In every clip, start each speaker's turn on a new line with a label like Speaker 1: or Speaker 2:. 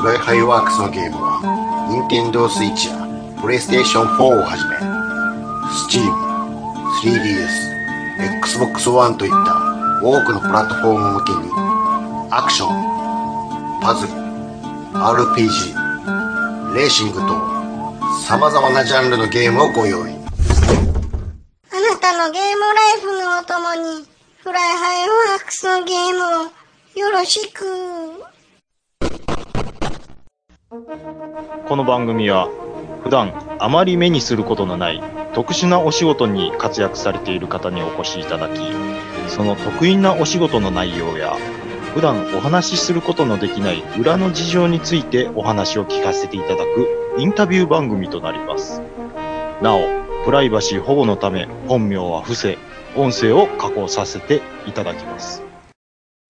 Speaker 1: ブライハイワークスのゲームは、ニンテンドースイッチや、プレイステーション4をはじめ、Steam、3DS、Xbox One といった多くのプラットフォーム向けに、アクション、パズル、RPG、レーシングと、様々なジャンルのゲームをご用意。
Speaker 2: あなたのゲームライフのお供に、フライハイワークスのゲームをよろしく。
Speaker 3: この番組は普段あまり目にすることのない特殊なお仕事に活躍されている方にお越しいただきその得意なお仕事の内容や普段お話しすることのできない裏の事情についてお話を聞かせていただくインタビュー番組となりますなおプライバシー保護のため本名は伏せ音声を加工させていただきます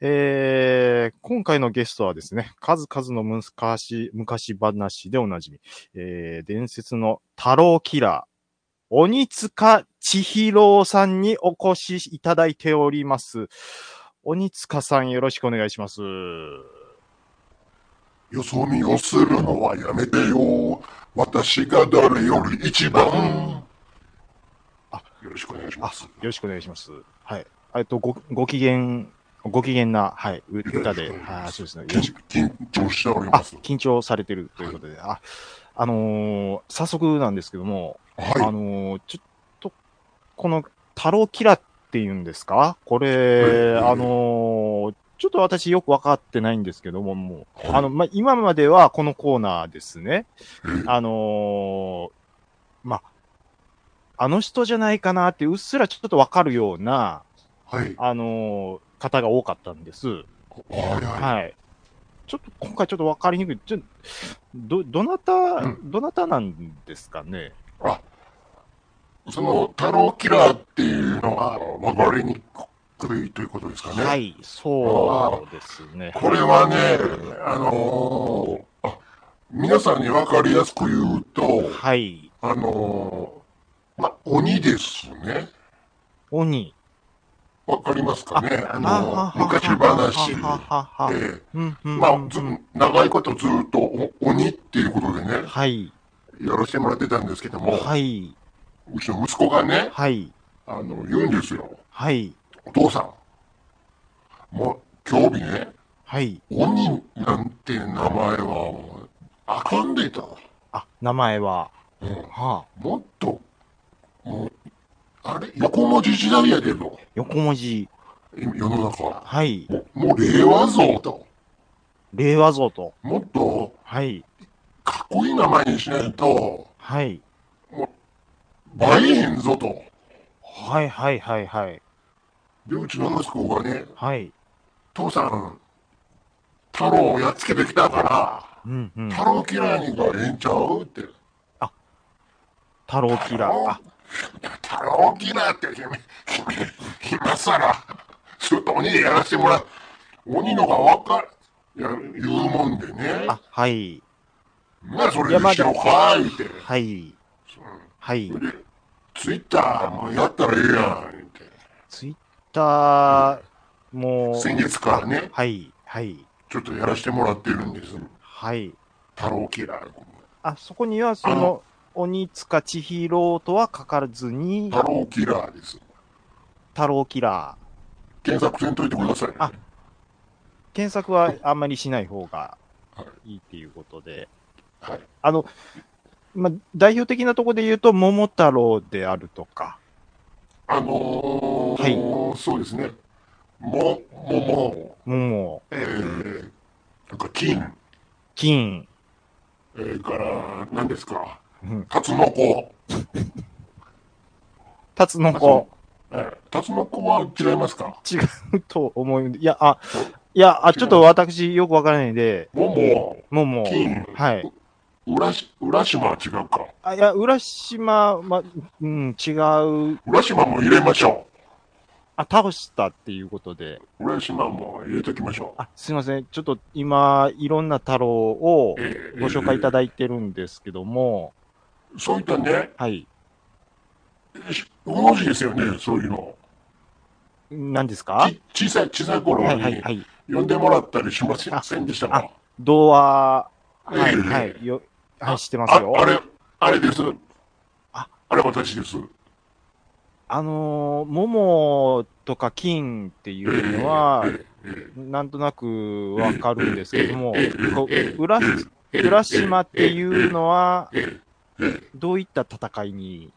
Speaker 3: えー、今回のゲストはですね、数々の昔、昔話でおなじみ、えー、伝説の太郎キラー、鬼塚千尋さんにお越しいただいております。鬼塚さんよろしくお願いします。
Speaker 4: よそ見をするのはやめてよ。私が誰より一番。
Speaker 3: あ
Speaker 4: よろしくお願いし
Speaker 3: あ、
Speaker 4: ま
Speaker 3: よ
Speaker 4: す。
Speaker 3: ろしくお願いします。はい。えっと、ご、ご機嫌、ご機嫌な、はい、う歌で、あーそうですね。よろし
Speaker 4: 緊緊張しており
Speaker 3: あ
Speaker 4: ます。、
Speaker 3: 緊張されてるということで、あ、あのー早速なんですけども、
Speaker 4: はい
Speaker 3: あのーちょっと、この、太郎キラっていうんですかこれ、
Speaker 4: はい
Speaker 3: あのーちょっと私よくわかってないんですけども、もう、
Speaker 4: はい
Speaker 3: あの、ま、今まではこのコーナーですね
Speaker 4: うん。
Speaker 3: あのーま、あの人じゃないかなって、うっすらちょっとわかるような、
Speaker 4: はい。
Speaker 3: あのー方が多かったんです。
Speaker 4: はいは
Speaker 3: はい。ちょっと今回ちょっと分かりにくい。ちょど、どなた
Speaker 4: う、
Speaker 3: どなたなんですかね。
Speaker 4: い。その、太郎キラーっていうのは分かりにくいということですかね。
Speaker 3: はい、そうですね。
Speaker 4: これはね、あのーあ皆さんに分かりやすく言うと、
Speaker 3: はい。
Speaker 4: あのーまあ、鬼ですね。
Speaker 3: 鬼。
Speaker 4: わかりますかねあの
Speaker 3: ははは
Speaker 4: 昔話
Speaker 3: はははは。
Speaker 4: で、
Speaker 3: うんうんうん
Speaker 4: まあ、ず長いことずっとお鬼っていうことでね、
Speaker 3: はい、
Speaker 4: やらせてもらってたんですけども、
Speaker 3: はい、
Speaker 4: うちの息子がね、
Speaker 3: はい、
Speaker 4: あの、言うんですよ。
Speaker 3: はい、
Speaker 4: お父さん、もう、今日日ね、
Speaker 3: はい。
Speaker 4: 鬼なんて名前はもう、あかんでた。
Speaker 3: あ、名前は。
Speaker 4: うん
Speaker 3: はあ、
Speaker 4: もっと、もう、あれ、横文字時代やけど、
Speaker 3: 横文字。
Speaker 4: 今世の中は。
Speaker 3: はい。
Speaker 4: もう、もう令和像と。
Speaker 3: 令和像と。
Speaker 4: もっと、
Speaker 3: はい、
Speaker 4: かっこいい名前にしないと、
Speaker 3: はい、
Speaker 4: 映えへんぞと。
Speaker 3: はい、はい、はい、はい。
Speaker 4: で、うちの息子がね、
Speaker 3: はい。
Speaker 4: 父さん、太郎をやっつけてきたか
Speaker 3: うん、うん
Speaker 4: ら、。太郎嫌いにがええんちゃうって。
Speaker 3: 太郎キラー。あ、
Speaker 4: 太郎嫌いって君、君、今さら、ちょっと鬼でやらせてもらう。鬼のがわかる、や言うもんでね。
Speaker 3: あ、はい、
Speaker 4: まあ、それにしようか、言って。
Speaker 3: はい、はい。
Speaker 4: ツイッターもやったらええやん、言って。
Speaker 3: ツイッターも、
Speaker 4: 先月からね、
Speaker 3: はい、はい、
Speaker 4: ちょっとやらせてもらってるんです。
Speaker 3: はい。
Speaker 4: 太郎嫌い。
Speaker 3: あ、そこには、そ
Speaker 4: あ
Speaker 3: の
Speaker 4: の、
Speaker 3: 鬼塚千尋とは書かずに、
Speaker 4: 太郎キラーです。
Speaker 3: 太郎キラー。
Speaker 4: 検索せんといてくださいね。
Speaker 3: あ検索はあんまりしない方がいいっていうことで。
Speaker 4: はい。
Speaker 3: あの、まあ、代表的なところで言うと、桃太郎であるとか、
Speaker 4: あのーそうですね。も、も、も、
Speaker 3: 桃、
Speaker 4: えー、なんか金、
Speaker 3: 金、
Speaker 4: えー、から、何ですか、
Speaker 3: うん
Speaker 4: タツノコ。
Speaker 3: タツノコ、
Speaker 4: えータツノコは違いますか
Speaker 3: 違うと思う。いや、あ、いや、あ、ちょっと私よくわからないんで、
Speaker 4: も、も、
Speaker 3: 桃、
Speaker 4: 金、
Speaker 3: はい。
Speaker 4: 浦し、浦島は違うか。
Speaker 3: あ、いや、浦島、ま、うん、違う。
Speaker 4: 浦島も入れましょ
Speaker 3: あ、倒したっていうことで。
Speaker 4: う。浦島も入れときましょう。
Speaker 3: あ、すいません。ちょっと今、いろんな太郎を
Speaker 4: えー
Speaker 3: ご紹介いた
Speaker 4: え
Speaker 3: だいてるんですけども、
Speaker 4: ーそういったね、
Speaker 3: はい。
Speaker 4: しご存知ですよね、そういうの。
Speaker 3: 何ですか
Speaker 4: ち小さい、小さい頃
Speaker 3: はいはい
Speaker 4: に
Speaker 3: はい。
Speaker 4: 呼んでもらったりしませ
Speaker 3: あ
Speaker 4: んでした
Speaker 3: あ
Speaker 4: か
Speaker 3: 童話、
Speaker 4: ええ
Speaker 3: はいは い。よはい、知ってます
Speaker 4: あ
Speaker 3: よ。
Speaker 4: あれ、あれです。
Speaker 3: あ
Speaker 4: あれ私です。
Speaker 3: あのー、桃とか金っていうのは、なんとなくわかるんですけども、こう浦浦島っていうのは、どういった戦いに、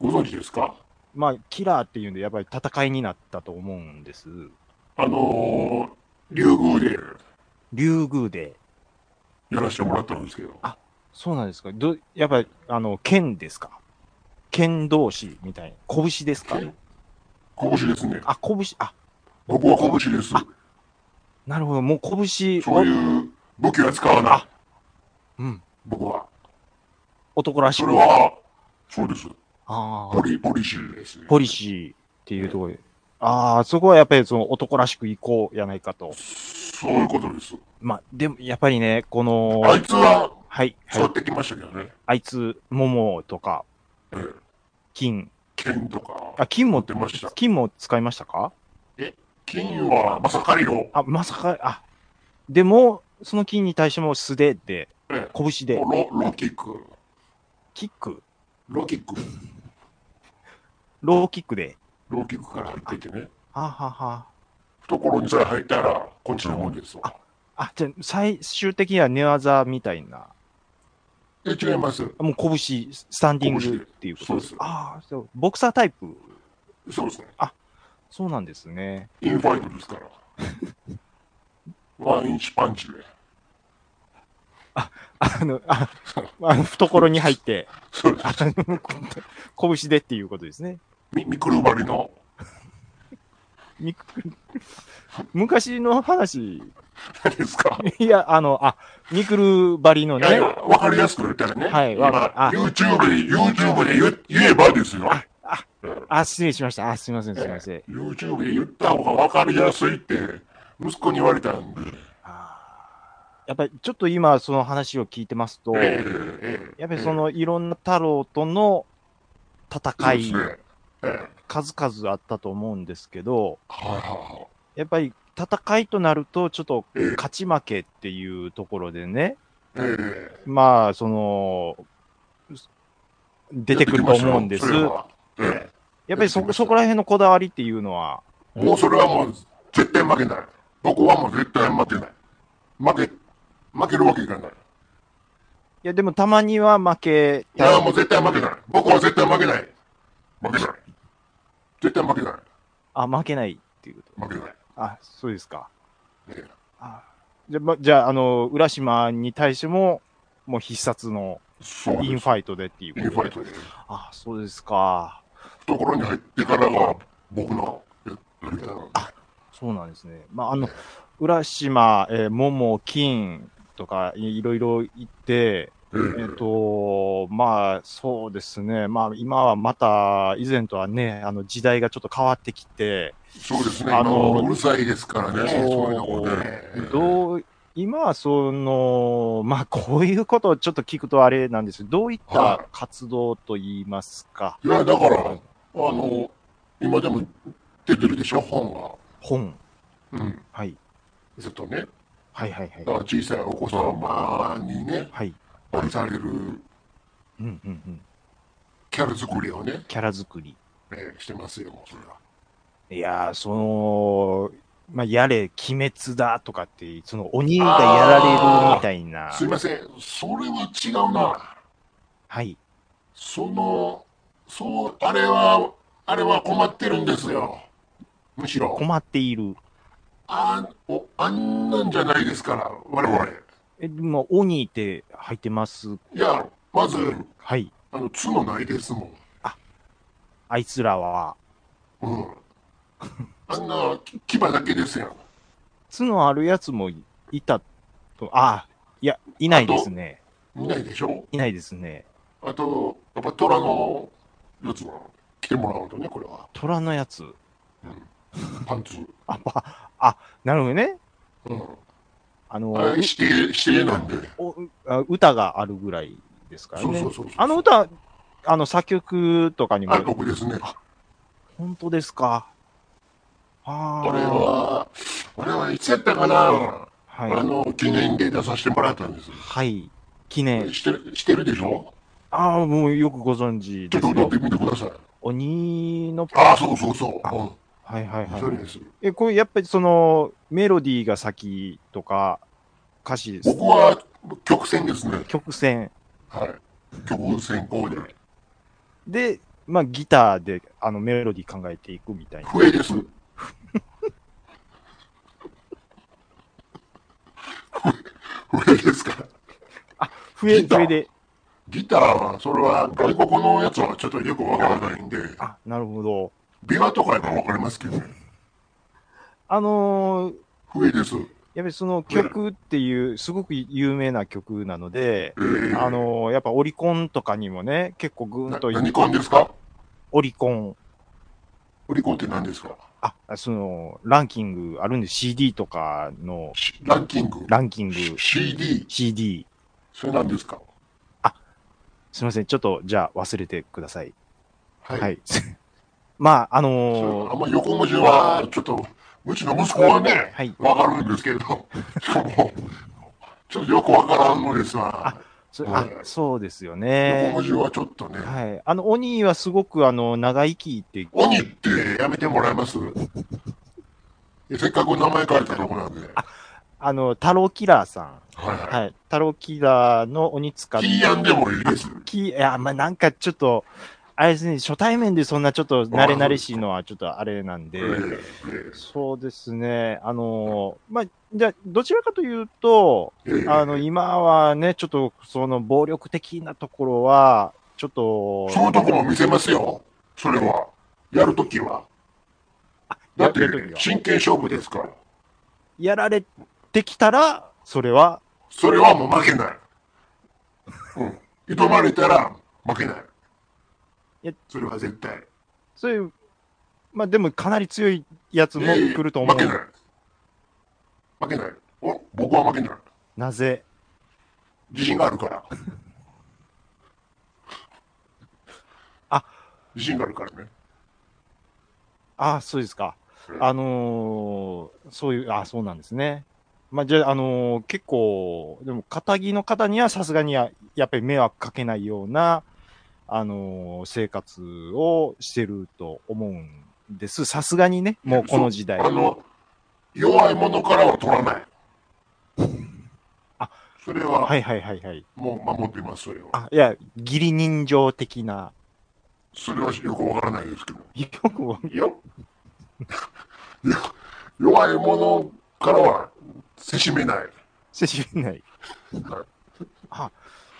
Speaker 4: ご存知ですか
Speaker 3: まあ、キラーっていうんで、やっぱり戦いになったと思うんです。
Speaker 4: あのー、竜宮で
Speaker 3: 竜宮で。
Speaker 4: やらせてもらったんですけど。
Speaker 3: そうなんですかどやっぱり、あの、剣ですか剣同士みたいな。拳ですか
Speaker 4: 拳ですね。
Speaker 3: あ、拳、あ、
Speaker 4: 僕は拳です。
Speaker 3: あなるほど。もう拳
Speaker 4: そう
Speaker 3: を、
Speaker 4: いう武器は使わない
Speaker 3: あ。うん、
Speaker 4: 僕は。
Speaker 3: 男らし
Speaker 4: そ
Speaker 3: く
Speaker 4: れ。は、そうです。
Speaker 3: あ
Speaker 4: ポ
Speaker 3: あ、
Speaker 4: リ、ポリシーですね。
Speaker 3: ポリシーっていうところで。ああ、そこはやっぱりその男らしくいこうやないかと。
Speaker 4: そういうことです。
Speaker 3: まあ、でも、やっぱりね、この、
Speaker 4: あいつは、
Speaker 3: はい、は
Speaker 4: 座
Speaker 3: い
Speaker 4: っ、てきましたけどね。
Speaker 3: あいつ、桃とか、
Speaker 4: ええ
Speaker 3: 金。
Speaker 4: 剣とか。
Speaker 3: あ、金も
Speaker 4: 出ました、
Speaker 3: 金も使いましたか
Speaker 4: 金は、まさかりの、
Speaker 3: あ、まさか、あ、でも、その金に対しても素手で、
Speaker 4: え
Speaker 3: 拳
Speaker 4: え
Speaker 3: で、
Speaker 4: ロロキック。
Speaker 3: キック、
Speaker 4: ロキック。
Speaker 3: ローキックで。
Speaker 4: ロキックから入っててね。
Speaker 3: はあ、はあは
Speaker 4: 懐にさえ入ったら、こっちのもんですわ。
Speaker 3: あ、あ、じゃあ最終的には寝技みたいな。
Speaker 4: え、違います。
Speaker 3: もう拳、スタンディングっていうこと
Speaker 4: 拳でそうです
Speaker 3: ああ、そう、ボクサータイプ。
Speaker 4: そうですね。
Speaker 3: そうなんですね。
Speaker 4: インファイトですから。 ワンインチパンチで。
Speaker 3: あの、あ、あの懐に入って、
Speaker 4: そうです。
Speaker 3: あの拳でっていうことですね。
Speaker 4: みミクルバリの、
Speaker 3: み昔の話、
Speaker 4: 何ですか。
Speaker 3: いや、あの、あ、ミクルバリの
Speaker 4: いやい
Speaker 3: ね
Speaker 4: や、、わかりやすく言ったらね。
Speaker 3: はいわか
Speaker 4: 今 YouTube で、YouTube で言言えばですよ。
Speaker 3: あ、失礼しました。あ、すみません、すみません。
Speaker 4: YouTube で言った方がわかりやすいって、息子に言われたんで。
Speaker 3: やっぱりちょっと今その話を聞いてますと、
Speaker 4: ええ
Speaker 3: や
Speaker 4: ええ
Speaker 3: っぱりそのいろんな太郎との戦い
Speaker 4: そう、ですねええ
Speaker 3: 数々あったと思うんですけど、
Speaker 4: はいはいはい。
Speaker 3: やっぱり戦いとなるとちょっと勝ち負けっていうところでね、
Speaker 4: ええ
Speaker 3: まあ、その、出てくると思うんです。
Speaker 4: それはええ
Speaker 3: やっぱりそこ、そこら辺のこだわりっていうのは、
Speaker 4: もうそれはもう絶対負けない。僕はもう絶対負けない。負け、負けるわけがない。
Speaker 3: いや、でもたまには負け
Speaker 4: いや、もう絶対負けない。僕は絶対負けない。負けない。絶対負けない。
Speaker 3: あ、負けないっていうと。
Speaker 4: 負けない。
Speaker 3: あ、そうですか。
Speaker 4: ええ
Speaker 3: あじゃあ、ま、じゃあ、あの、浦島に対しても、もう必殺の
Speaker 4: そうです。
Speaker 3: インファイトでっていう
Speaker 4: インフ
Speaker 3: こと
Speaker 4: ァイ
Speaker 3: で。
Speaker 4: トで。
Speaker 3: あ、そうですか。
Speaker 4: ところに入ってからが僕のややり方なんで
Speaker 3: そうなんですね。まあ、あの、浦島、えー、桃、金とか、いいろいろ言って、
Speaker 4: え
Speaker 3: えっ、と、まあ、そうですね。まあ、今はまた、以前とはね、あの、時代がちょっと変わってきて、
Speaker 4: そうですね。
Speaker 3: あ
Speaker 4: あ
Speaker 3: の
Speaker 4: のうるさいですからね。
Speaker 3: そう
Speaker 4: そういうとこね。
Speaker 3: どう、今はその、まあ、こういうことをちょっと聞くとあれなんですけど、どういった活動と言いますか、
Speaker 4: いや、だから、あの、今でも出てるでしょ、本
Speaker 3: 本。
Speaker 4: が。うん。
Speaker 3: はい。
Speaker 4: ずっとね。
Speaker 3: はいはい
Speaker 4: だか
Speaker 3: はい。
Speaker 4: ら小さいお子様にね、
Speaker 3: はい。
Speaker 4: 愛される
Speaker 3: うんうんうん。
Speaker 4: キャラ作りをね、
Speaker 3: キャラ作り。
Speaker 4: えーしてますよ、それは。
Speaker 3: いやー、その、まあ、やれ、鬼滅だとかって、その鬼がやられるみたいな。
Speaker 4: すいません、それは違うな。
Speaker 3: はい。
Speaker 4: その、そう、あれは、あれは困ってるんですよ。むしろ。
Speaker 3: 困っている。
Speaker 4: あおあんなんじゃないですから、我々。
Speaker 3: え、でも、鬼って入ってます。
Speaker 4: いや、まず、
Speaker 3: はい。
Speaker 4: あの、角ないですも
Speaker 3: あいつらは、
Speaker 4: ん。うん。あんな、き牙だけですよ。
Speaker 3: 角あるやつもいたと、ああ、いや、いないですね。
Speaker 4: いないでしょ
Speaker 3: いないですね。
Speaker 4: あと、やっぱ虎のやつは来てもらうとね、これは。
Speaker 3: 虎のやつ。
Speaker 4: パンツ。
Speaker 3: あ、ば、あ、なるほどね。
Speaker 4: うん。
Speaker 3: あの、
Speaker 4: あれ、
Speaker 3: う
Speaker 4: 指定、指定なんで。
Speaker 3: おあ歌があるぐらいですから
Speaker 4: そう
Speaker 3: ね。
Speaker 4: そうそうそう。
Speaker 3: あの歌、あの作曲とかにも
Speaker 4: あ、僕ですね。
Speaker 3: 本当ですか。
Speaker 4: これ
Speaker 3: は
Speaker 4: は、これはいつやったかな、
Speaker 3: あ。は
Speaker 4: あ
Speaker 3: い。
Speaker 4: の、記念で出させてもらったんです。
Speaker 3: はい。記念。
Speaker 4: してる、してるでしょ
Speaker 3: ああ、もうよくご存知
Speaker 4: ち
Speaker 3: で
Speaker 4: ょっと
Speaker 3: す
Speaker 4: 踊っ
Speaker 3: よ
Speaker 4: て。みてください。
Speaker 3: 鬼の、
Speaker 4: ああ、そうそうそう。
Speaker 3: はいはい
Speaker 4: うん、
Speaker 3: はい
Speaker 4: そ。れです。
Speaker 3: え、これやっぱりその、メロディーが先とか、歌詞です
Speaker 4: 僕は曲線ですね。
Speaker 3: 曲線
Speaker 4: はい。曲線こうで。
Speaker 3: で、まあギターであのメロディー考えていくみたいな。
Speaker 4: 笛 です。笛ですから。
Speaker 3: 笛、
Speaker 4: ギター
Speaker 3: 笛で。
Speaker 4: ギターは、それは外国のやつはちょっとよくわからないんで、
Speaker 3: あ、なるほど。
Speaker 4: 琵琶とかはわかりますけどね。
Speaker 3: あのー
Speaker 4: 笛です。
Speaker 3: やっぱりその曲っていう、すごく有名な曲なので、
Speaker 4: えー、
Speaker 3: あのーやっぱオリコンとかにもね、結構ぐー
Speaker 4: な
Speaker 3: ンと
Speaker 4: 何コンですか
Speaker 3: オリコン、
Speaker 4: オリコンって何ですか
Speaker 3: あ、その、ランキングあるんで、CD とかの
Speaker 4: しランキング。
Speaker 3: ランキング、
Speaker 4: CD。
Speaker 3: CD。
Speaker 4: それなんですか
Speaker 3: すみません、ちょっと、じゃあ忘れてください。
Speaker 4: はい。
Speaker 3: はい。 まあ、あ
Speaker 4: それあ
Speaker 3: のー
Speaker 4: んま横文字は、ちょっと、うちの息子はね、
Speaker 3: はい
Speaker 4: わかるんですけど、もちょっとよくわからんのですわ。
Speaker 3: そあ、そうですよね
Speaker 4: 横。文字はちょっとね、
Speaker 3: はい。あの、鬼はすごく、あの、長生きって、
Speaker 4: 鬼ってやめてもらえますえせっかく名前書いたとこなんで。は
Speaker 3: あの、太郎キラーさん。
Speaker 4: いは
Speaker 3: はい。太郎キラーの鬼使っ
Speaker 4: い。キーヤンでもいいです。
Speaker 3: きいや、まあ、なんかちょっと、あれですね、初対面でそんなちょっと慣れ慣れしいのはちょっとあれなんで
Speaker 4: え、ー
Speaker 3: そうですね、あのーまあ、じゃあどちらかというと、
Speaker 4: えー
Speaker 3: あの、今はね、ちょっとその暴力的なところは、ちょっと、
Speaker 4: そういうとこも見せますよ。それは。やるときは。だ
Speaker 3: や
Speaker 4: って
Speaker 3: やる時は
Speaker 4: 真剣勝負ですから。
Speaker 3: やられてきたら、それは、
Speaker 4: それはもう負けない。うん。挑まれたら負けない
Speaker 3: いや。
Speaker 4: それは絶対。
Speaker 3: そういう、まあでもかなり強いやつも来ると思う
Speaker 4: 負。けない。負けない。お僕は負けない。
Speaker 3: なぜ
Speaker 4: 自信があるから。
Speaker 3: あ
Speaker 4: 自信があるからね。
Speaker 3: ああ、そうですか。あのーそういう、あそうなんですね。まあ、じゃあ、あのー結構、でも、肩着の方にはさすがにややっぱり迷惑かけないような、あのー生活をしてると思うんです。さすがにね、もうこの時代。
Speaker 4: あの、弱い者からは取らない。
Speaker 3: あ
Speaker 4: それは、
Speaker 3: はいはいはいはい。
Speaker 4: もう守ってます、それは。
Speaker 3: あ、いや、義理人情的な。
Speaker 4: それはよくわからないですけど。
Speaker 3: よくわ
Speaker 4: よよ 弱い者からはせしめない。
Speaker 3: せしめない。あ、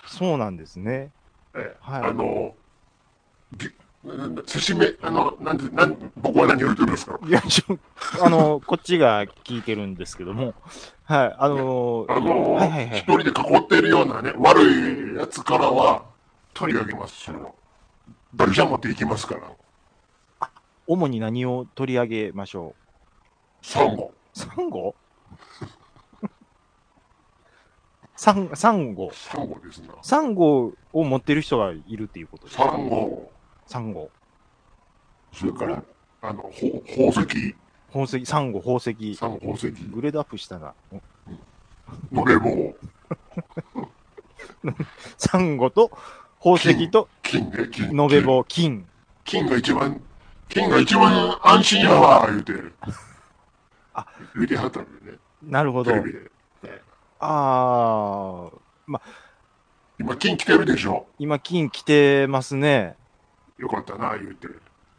Speaker 3: そうなんですね。
Speaker 4: ええ
Speaker 3: はい
Speaker 4: あの、ぎなんせしめ、あの、なんで、なん僕は何を言ってるんですか
Speaker 3: いや、ちょ、あの、こっちが聞いてるんですけども、はい、あの
Speaker 4: あの、
Speaker 3: はいはいは
Speaker 4: 一
Speaker 3: い。
Speaker 4: 人で囲ってるようなね、悪いやつからは取り上げます、それを。誰じゃ持っていきますから。
Speaker 3: 主に何を取り上げましょう
Speaker 4: サンゴ。
Speaker 3: サンゴサンサンゴ。
Speaker 4: サンゴですな。
Speaker 3: サンゴを持ってる人がいるっていうことです
Speaker 4: サ
Speaker 3: か
Speaker 4: ンゴ、
Speaker 3: サンゴ。
Speaker 4: それから、あの、ほ宝石、
Speaker 3: 宝石、サンゴ、宝石。
Speaker 4: サンゴ宝石、
Speaker 3: グレードアップしたな。
Speaker 4: のれぼう、
Speaker 3: サンゴと宝石と
Speaker 4: 金ね、金。
Speaker 3: 延べ棒、金。
Speaker 4: 金が一番、金が一番安心やわ、言うて。
Speaker 3: あ
Speaker 4: 言うてはったんでね、
Speaker 3: なるほ
Speaker 4: テ
Speaker 3: ど
Speaker 4: レ。ビで。
Speaker 3: あー、
Speaker 4: 今、金来てるでしょ。
Speaker 3: 今金来てますね。
Speaker 4: よかったな、言うて。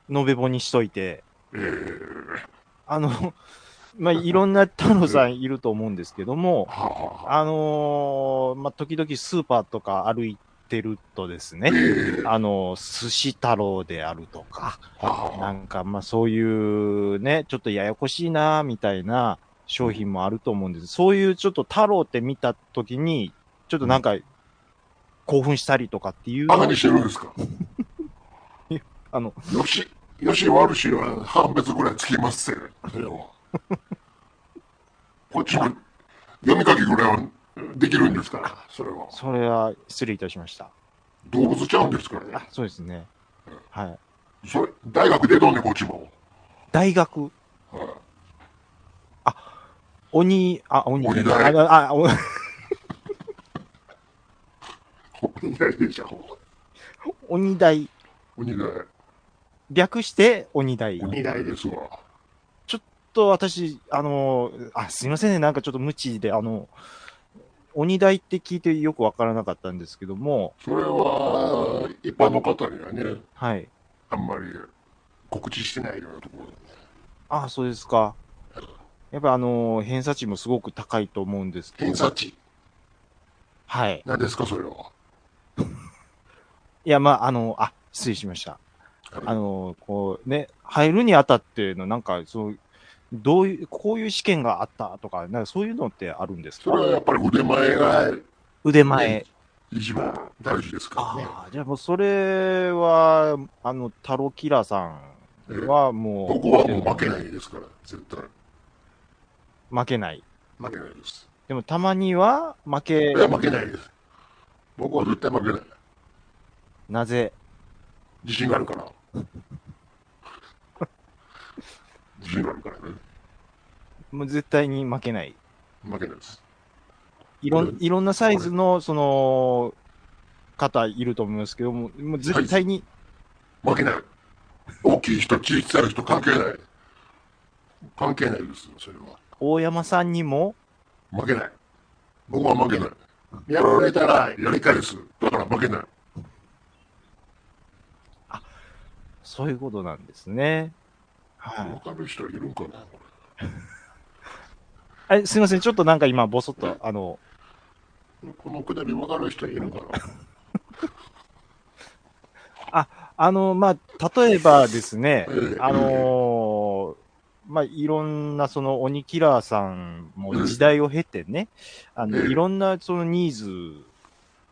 Speaker 3: 延べ棒にしといて。
Speaker 4: えー、
Speaker 3: あの、 まあ、いろんな太郎さんいると思うんですけども、
Speaker 4: はあ、はあ、
Speaker 3: あのーまあ、時々スーパーとか歩いてるとです
Speaker 4: え
Speaker 3: ね、
Speaker 4: ー、は
Speaker 3: あのー寿司太郎であるとか、
Speaker 4: あ、は
Speaker 3: な
Speaker 4: あ、
Speaker 3: んか、まあ、そういうね、ちょっとややこしいな、みたいな商品もあると思うんです。そういうちょっと太郎って見たときに、ちょっとなんか、興奮したりとかっていうの
Speaker 4: バカにしてるんですか。
Speaker 3: あの、
Speaker 4: よし、よし悪しは判別ぐらいつきますせ。それはこっちも読み書きぐらいはできるんですから、それは。
Speaker 3: それは失礼いたしました。
Speaker 4: 動物ちゃうんですからね
Speaker 3: あ。、そうですね。はい。
Speaker 4: それ、大学出とんねん、こっちも。
Speaker 3: 大学
Speaker 4: はい
Speaker 3: 鬼、あ、鬼じゃない
Speaker 4: 鬼
Speaker 3: あ、あお
Speaker 4: 鬼だいでしょ。
Speaker 3: 鬼大。
Speaker 4: 鬼だい。
Speaker 3: 略して鬼大。
Speaker 5: 鬼大です。
Speaker 4: ですわ。
Speaker 3: と、私、あのー、あ、すいませんね、なんかちょっと無知で、あの、鬼大って聞いてよくわからなかったんですけども、
Speaker 4: それは、一般の方にはね、
Speaker 3: はい。
Speaker 4: あんまり告知してないようなところでね。
Speaker 3: あそうですか。やっぱあのー偏差値もすごく高いと思うんですけど。
Speaker 4: 偏差値。
Speaker 3: はい。
Speaker 4: 何ですか、それは。
Speaker 3: いや、まあ、あのあ、失礼しました。
Speaker 4: はい
Speaker 3: あのーこうね、入るにあたっての、なんか、そう、どういう、こういう試験があったとか、なんかそういうのってあるんです
Speaker 4: それは
Speaker 3: か
Speaker 4: やっぱり腕前が
Speaker 3: 腕前
Speaker 4: ね。一番大事ですからね。
Speaker 3: ああ、じゃあもうそれは、あの、タロキラさんはもう、
Speaker 4: ここはもう負けないですから、絶対。
Speaker 3: 負けない。
Speaker 4: 負けないです。
Speaker 3: でもたまには負け
Speaker 4: い、や、負けないです。僕は絶対負けない。
Speaker 3: なぜ
Speaker 4: 自信があるから。自信があるからね。
Speaker 3: もう絶対に負けない。
Speaker 4: 負けないです。
Speaker 3: いろ
Speaker 4: こ
Speaker 3: ん
Speaker 4: れ
Speaker 3: いろんなサイズの、その、方いると思いますけども、もう絶対に、
Speaker 4: 負けない。大きい人、小さい人、関係ない。関係ないですよ、それは。
Speaker 3: 大山さんにも、
Speaker 4: 負けない。僕は負けない。やられたらやり返す。だから負けない。
Speaker 3: そういうことなんですね。はい
Speaker 4: わかる人いるんかなこ
Speaker 3: あれ。すいません、ちょっとなんか今、ぼそっと、あの、
Speaker 4: れこのくだりわかる人いるんかな
Speaker 3: あの、まあ、例えばです ね
Speaker 4: ええ、
Speaker 3: あのーまあ、いろんなその鬼キラーさんも時代を経てね、あの、
Speaker 4: ええ
Speaker 3: いろんなそのニーズ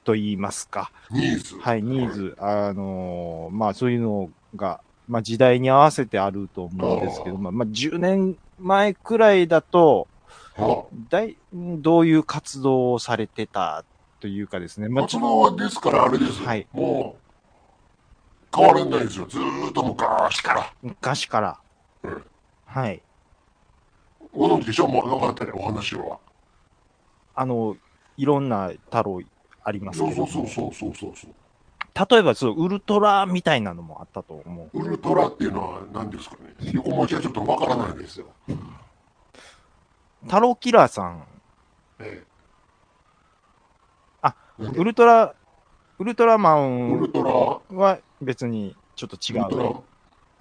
Speaker 3: と言いますか、
Speaker 4: ニーズ。
Speaker 3: はい、ニーズ、あのーまあ、そういうのが、まあ、時代に合わせてあると思うんですけど、
Speaker 4: あ
Speaker 3: まあ、まあ、10年前くらいだと、
Speaker 4: は
Speaker 3: だいどういう活動をされてたというかですね、
Speaker 4: あ、
Speaker 3: まあ、
Speaker 4: 松本はですからあれですよ。
Speaker 3: はい
Speaker 4: もう、変わらないですよ。ずーっと昔から。
Speaker 3: 昔から
Speaker 4: うん。
Speaker 3: はい。
Speaker 4: ご存知でしょもうなかったね、お話は。
Speaker 3: あの、いろんな太郎あります
Speaker 4: そ
Speaker 3: け
Speaker 4: う
Speaker 3: ど
Speaker 4: そう
Speaker 3: も、
Speaker 4: そうそうそうそうそう。
Speaker 3: 例えばそう、ウルトラみたいなのもあったと思
Speaker 4: ウルトラっていうのは何ですかね横文字はちょっとわからないですよ。
Speaker 3: う。太郎キラーさん、
Speaker 4: え
Speaker 3: ウルトラ、ウルトラマ
Speaker 4: え、ウル
Speaker 3: ン
Speaker 4: トラ、
Speaker 3: は別にちょっと違
Speaker 4: ウル
Speaker 3: う。
Speaker 4: ト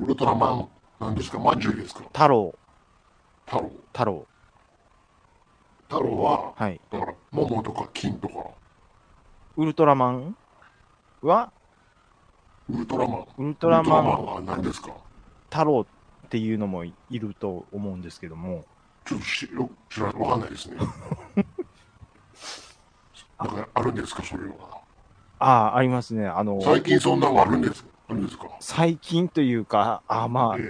Speaker 4: ラ、ウルトラマン、何ですかまんじゅうですか
Speaker 3: 太郎、
Speaker 4: 太郎。
Speaker 3: 太郎。
Speaker 4: 太郎は、
Speaker 3: はい。
Speaker 4: だから、桃とか金とか、
Speaker 3: ウルトラマンは、
Speaker 4: ウルトラマン。
Speaker 3: ウルトラマン
Speaker 4: ンは何ですか
Speaker 3: 太郎っていうのもいると思うんですけども、
Speaker 4: ちょっとしよ知らない、わかんな いですね。なんかあるんですか、そういうのが。
Speaker 3: ああ、ありますね。あの、
Speaker 4: 最近そんなのあるんですかあるんですか
Speaker 3: 最近というか、ああまあ
Speaker 4: え、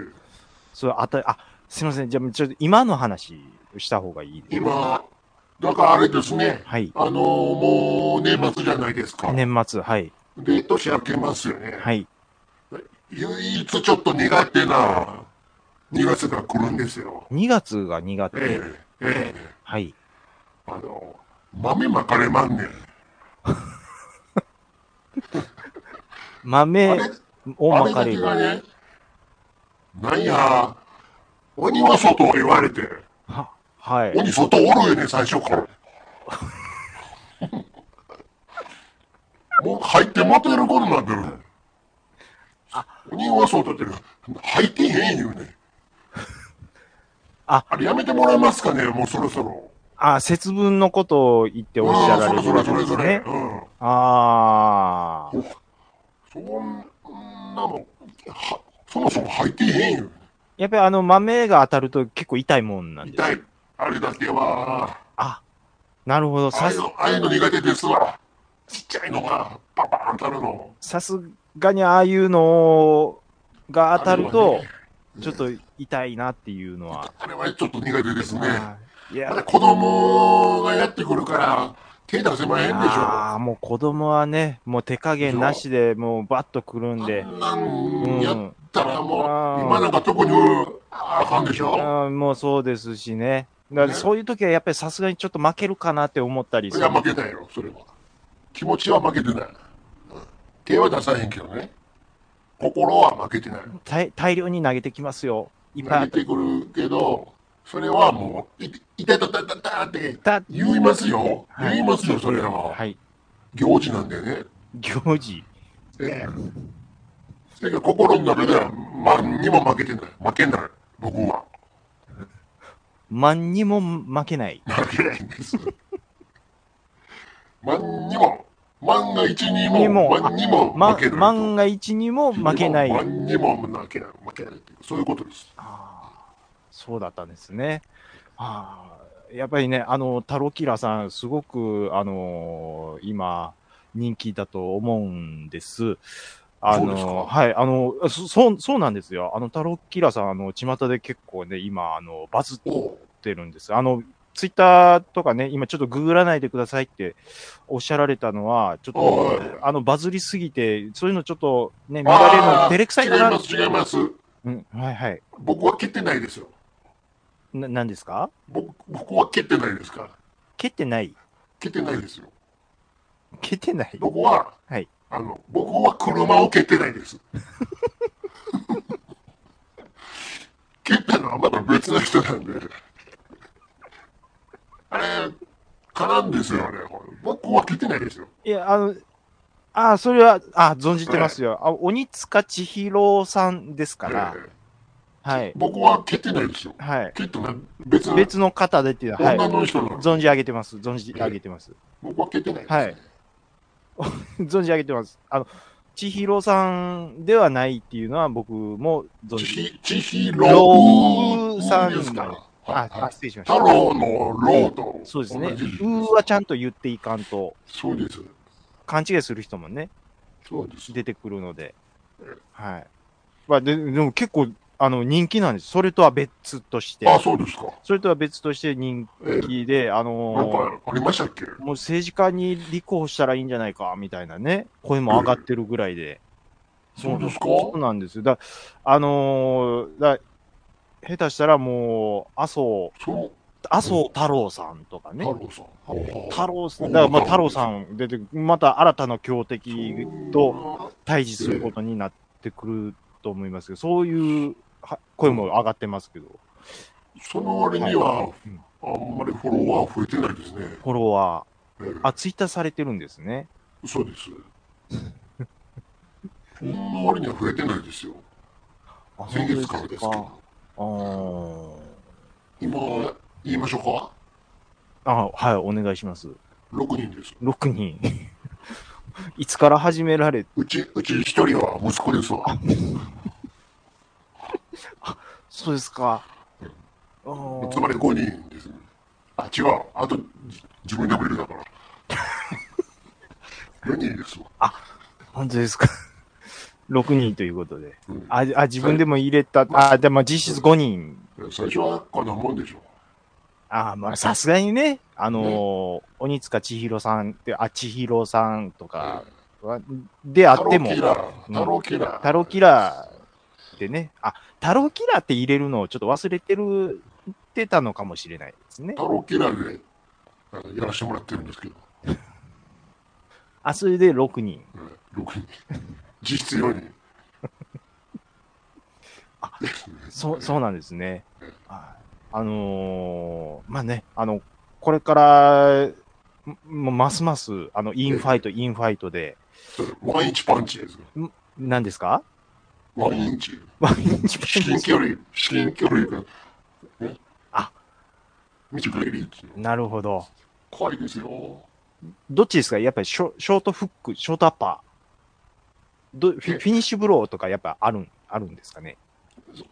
Speaker 3: そう、あた、あ、すいません。じゃあ、ちょっと今の話した方がいい
Speaker 4: え
Speaker 3: です。
Speaker 4: 今、だからあれですね、
Speaker 3: はい。
Speaker 4: あのーもう年末じゃないですか。
Speaker 3: 年末、はい。
Speaker 4: で、年明けますよね。
Speaker 3: はい。
Speaker 4: 唯一ちょっと苦手な2月が来るんですよ。
Speaker 3: 2月が苦手。
Speaker 4: ええええ
Speaker 3: はい。
Speaker 4: あの、豆まかれまんねん。あ
Speaker 3: 豆
Speaker 4: れ
Speaker 3: を
Speaker 4: あ
Speaker 3: ま
Speaker 4: れ
Speaker 3: か
Speaker 4: だ
Speaker 3: れ
Speaker 4: け
Speaker 3: る。
Speaker 4: がね、なんや、鬼は外を言われて、
Speaker 3: は、はい。
Speaker 4: 鬼外おるよね、最初から。もう入ってもてることになってるね。鬼は外って、入ってへん言うね。
Speaker 3: あ
Speaker 4: れやめてもらえますかね、もうそろそろ。
Speaker 3: あ、節分のことを言っておっしゃられ
Speaker 4: うん
Speaker 3: る
Speaker 4: それ
Speaker 3: わ
Speaker 4: そ
Speaker 3: け
Speaker 4: れ
Speaker 3: です
Speaker 4: それそれ
Speaker 3: ね。。
Speaker 4: う
Speaker 3: あ
Speaker 4: ん
Speaker 3: あ。
Speaker 4: そんなの、はそもそも入ってへんよ。
Speaker 3: やっぱりあの豆が当たると結構痛いもんなんです。
Speaker 4: 痛い。あれだけは、
Speaker 3: あ、なるほど。
Speaker 4: ああ
Speaker 3: さ
Speaker 4: いう
Speaker 3: す、
Speaker 4: の、ああいうの苦手ですわ。ちっちゃいのが、パパーン当たるの。
Speaker 3: さすがにああいうのが当たると、ちょっと痛いなっていうのは。
Speaker 4: あれはちょっと苦手ですね。
Speaker 3: はいいや
Speaker 4: まだ子供がやってくるから、手出せまへんでしょ。
Speaker 3: ああ、もう子供はね、もう手加減なしで、もうバッとくるんで、
Speaker 4: なんやったらもう、
Speaker 3: うん
Speaker 4: 今なんか特に、ああかんでしょ。
Speaker 3: あーもうそうですしね。だからそういう時はやっぱりさすがにちょっと負けるかなって思ったりす
Speaker 4: い
Speaker 3: る
Speaker 4: や、負けないよ、それは。気持ちは負けてない。うん手は出さへんけどね。心は負けてない。
Speaker 3: 大大量に投げてきますよ。いっぱいあ
Speaker 4: 投
Speaker 3: っ
Speaker 4: げてくるけど、それはもう、いいたたたたたって
Speaker 3: た。
Speaker 4: 言いますよ。
Speaker 3: はい
Speaker 4: 言いますよ、それらは。
Speaker 3: はい。
Speaker 4: 行事なんだよね。
Speaker 3: 行事。
Speaker 4: ええ。それが心の中では、何にも負けてない。負けない。僕は。
Speaker 3: 万にも負けない。
Speaker 4: 負けないんです。万にも、万が一に
Speaker 3: にも
Speaker 4: も、万にも
Speaker 3: ま
Speaker 4: 負ける。
Speaker 3: 万が一にも負けない。
Speaker 4: 万にも負けない。負けないっていう。そういうことです。
Speaker 3: ああそうだったんですね。ああやっぱりね、あの、タロキラさん、すごく、あの今、人気だと思うんです。あ
Speaker 4: そうですか
Speaker 3: の、はい、あの、そそう、そうなんですよ。あの、タロキラさん、あの、巷で結構ね、今、あの、バズっ
Speaker 4: おう
Speaker 3: ってるんです。あの、ツイッターとかね、今ちょっとググらないでくださいっておっしゃられたのは、ちょっ
Speaker 4: おい
Speaker 3: と、あの、バズりすぎて、そういうのちょっとね、見られるの照れくさいか
Speaker 4: 違い
Speaker 3: な
Speaker 4: ま。す、違います。
Speaker 3: うん、はいはい。
Speaker 4: 僕は蹴ってないですよ。
Speaker 3: な、なんですか
Speaker 4: 僕僕は蹴ってないですから。
Speaker 3: 蹴ってない
Speaker 4: 蹴ってないですよ。
Speaker 3: 蹴ってない
Speaker 4: 僕は、
Speaker 3: はい
Speaker 4: あの僕は車を蹴ってないです。 蹴ったのはまた別の人なんで。あれ、絡んですよね。これ僕は蹴ってないですよ。
Speaker 3: いや、あの、ああ、それは、ああ、存じてますよ。あ、鬼塚千尋さんですから
Speaker 4: え。え
Speaker 3: はい。
Speaker 4: 僕は蹴ってないですよ。
Speaker 3: はい。
Speaker 4: 蹴ったのは別の
Speaker 3: 別の方でっていうのは、は
Speaker 4: 女
Speaker 3: い。
Speaker 4: の人なんで、
Speaker 3: 存じ上げてます。存じ上げてます。
Speaker 4: 僕は蹴ってないです、
Speaker 3: はい存じ上げてます。あの、千尋さんではないっていうのは僕も存
Speaker 4: ち
Speaker 3: じ。
Speaker 4: ひ、ちひ
Speaker 3: ロ
Speaker 4: ろ
Speaker 3: ー
Speaker 4: う
Speaker 3: さん
Speaker 4: ですから。
Speaker 3: あ、
Speaker 4: はいは
Speaker 3: あ
Speaker 4: い
Speaker 3: 失礼しまし
Speaker 4: 太
Speaker 3: た。
Speaker 4: 郎のローと同じ。
Speaker 3: そうですね。う
Speaker 4: う
Speaker 3: ーはちゃんと言っていかんと、
Speaker 4: そうです。
Speaker 3: 勘違いする人もね、
Speaker 4: そうです。
Speaker 3: 出てくるので。はい。まあ、ででも結構、あの、人気なんです。それとは別として。
Speaker 4: あ、そうですか。
Speaker 3: それとは別として人
Speaker 4: ええ
Speaker 3: 気で、あ
Speaker 4: なん
Speaker 3: の
Speaker 4: かありましたっ
Speaker 3: ー
Speaker 4: け
Speaker 3: もう政治家に立候補したらいいんじゃないか、みたいなね、声も上がってるぐらいで。
Speaker 4: そうですか
Speaker 3: そうなんですよ。だ、あのーだ、下手したらもう、麻生、
Speaker 4: そう、
Speaker 3: 麻生太郎さんとかね
Speaker 4: 太。郎さん。
Speaker 3: 太郎さん、だからまあ太郎さん出て、また新たな強敵と
Speaker 4: と、
Speaker 3: 対峙することになってくると思いますけど、そういうは声も上がってますけど、
Speaker 4: その割には、
Speaker 3: うん
Speaker 4: あんまりフォロワー増えてないですね。
Speaker 3: フォロワ
Speaker 4: え
Speaker 3: ー、あ、ツイッターされてるんですね。
Speaker 4: えそうです。その割には増えてないですよ。
Speaker 3: あ
Speaker 4: 先月からですけ
Speaker 3: か
Speaker 4: ど。
Speaker 3: あー
Speaker 4: 今、言いましょうか。
Speaker 3: あ、はい、お願いします。
Speaker 4: 6人です。
Speaker 3: 6人。 いつから始められ、
Speaker 4: うち、うち1人は息子ですわ。
Speaker 3: そうですか。あー
Speaker 4: つまり5人ですね。あ、違う。あと、じ自分でもいるだから。4人ですわ。
Speaker 3: 本当ですか。6人ということで。
Speaker 4: うん
Speaker 3: あ、あ自分でも入れた、あ、でも実質5人
Speaker 4: 最初はこんなもんでしょう。
Speaker 3: ああ、まあ、さすがにね、あのー鬼塚千尋さんって、あ、千尋さんとかは、であ
Speaker 4: タロ
Speaker 3: って
Speaker 4: ー
Speaker 3: も、
Speaker 4: キラー、
Speaker 3: うん
Speaker 4: タローキラー。
Speaker 3: タロキラーでね、あ、タロキラーって入れるのをちょっと忘れてる、ってたのかもしれないですね
Speaker 4: タ。ローキラーであのやらせてもらってるんですけど、
Speaker 3: あ、それで6人。
Speaker 4: うん、6人。 実質4人。
Speaker 3: そう、そうなんですね。はいあのーまあね、あの、これから、もうますます、あの、インファイト、インファイトで、
Speaker 4: それワンインチパンチですよ。
Speaker 3: 何ですか
Speaker 4: ワンインチ。
Speaker 3: ワンインチ
Speaker 4: 至近距離、至近距離が。ね
Speaker 3: あ
Speaker 4: 短いリーチ。
Speaker 3: なるほど。
Speaker 4: 怖いですよ。
Speaker 3: どっちですかやっぱりショショートフック、ショートアッパー。どフィ
Speaker 4: え
Speaker 3: フィニッシュブローとかやっぱあるん、あるんですかね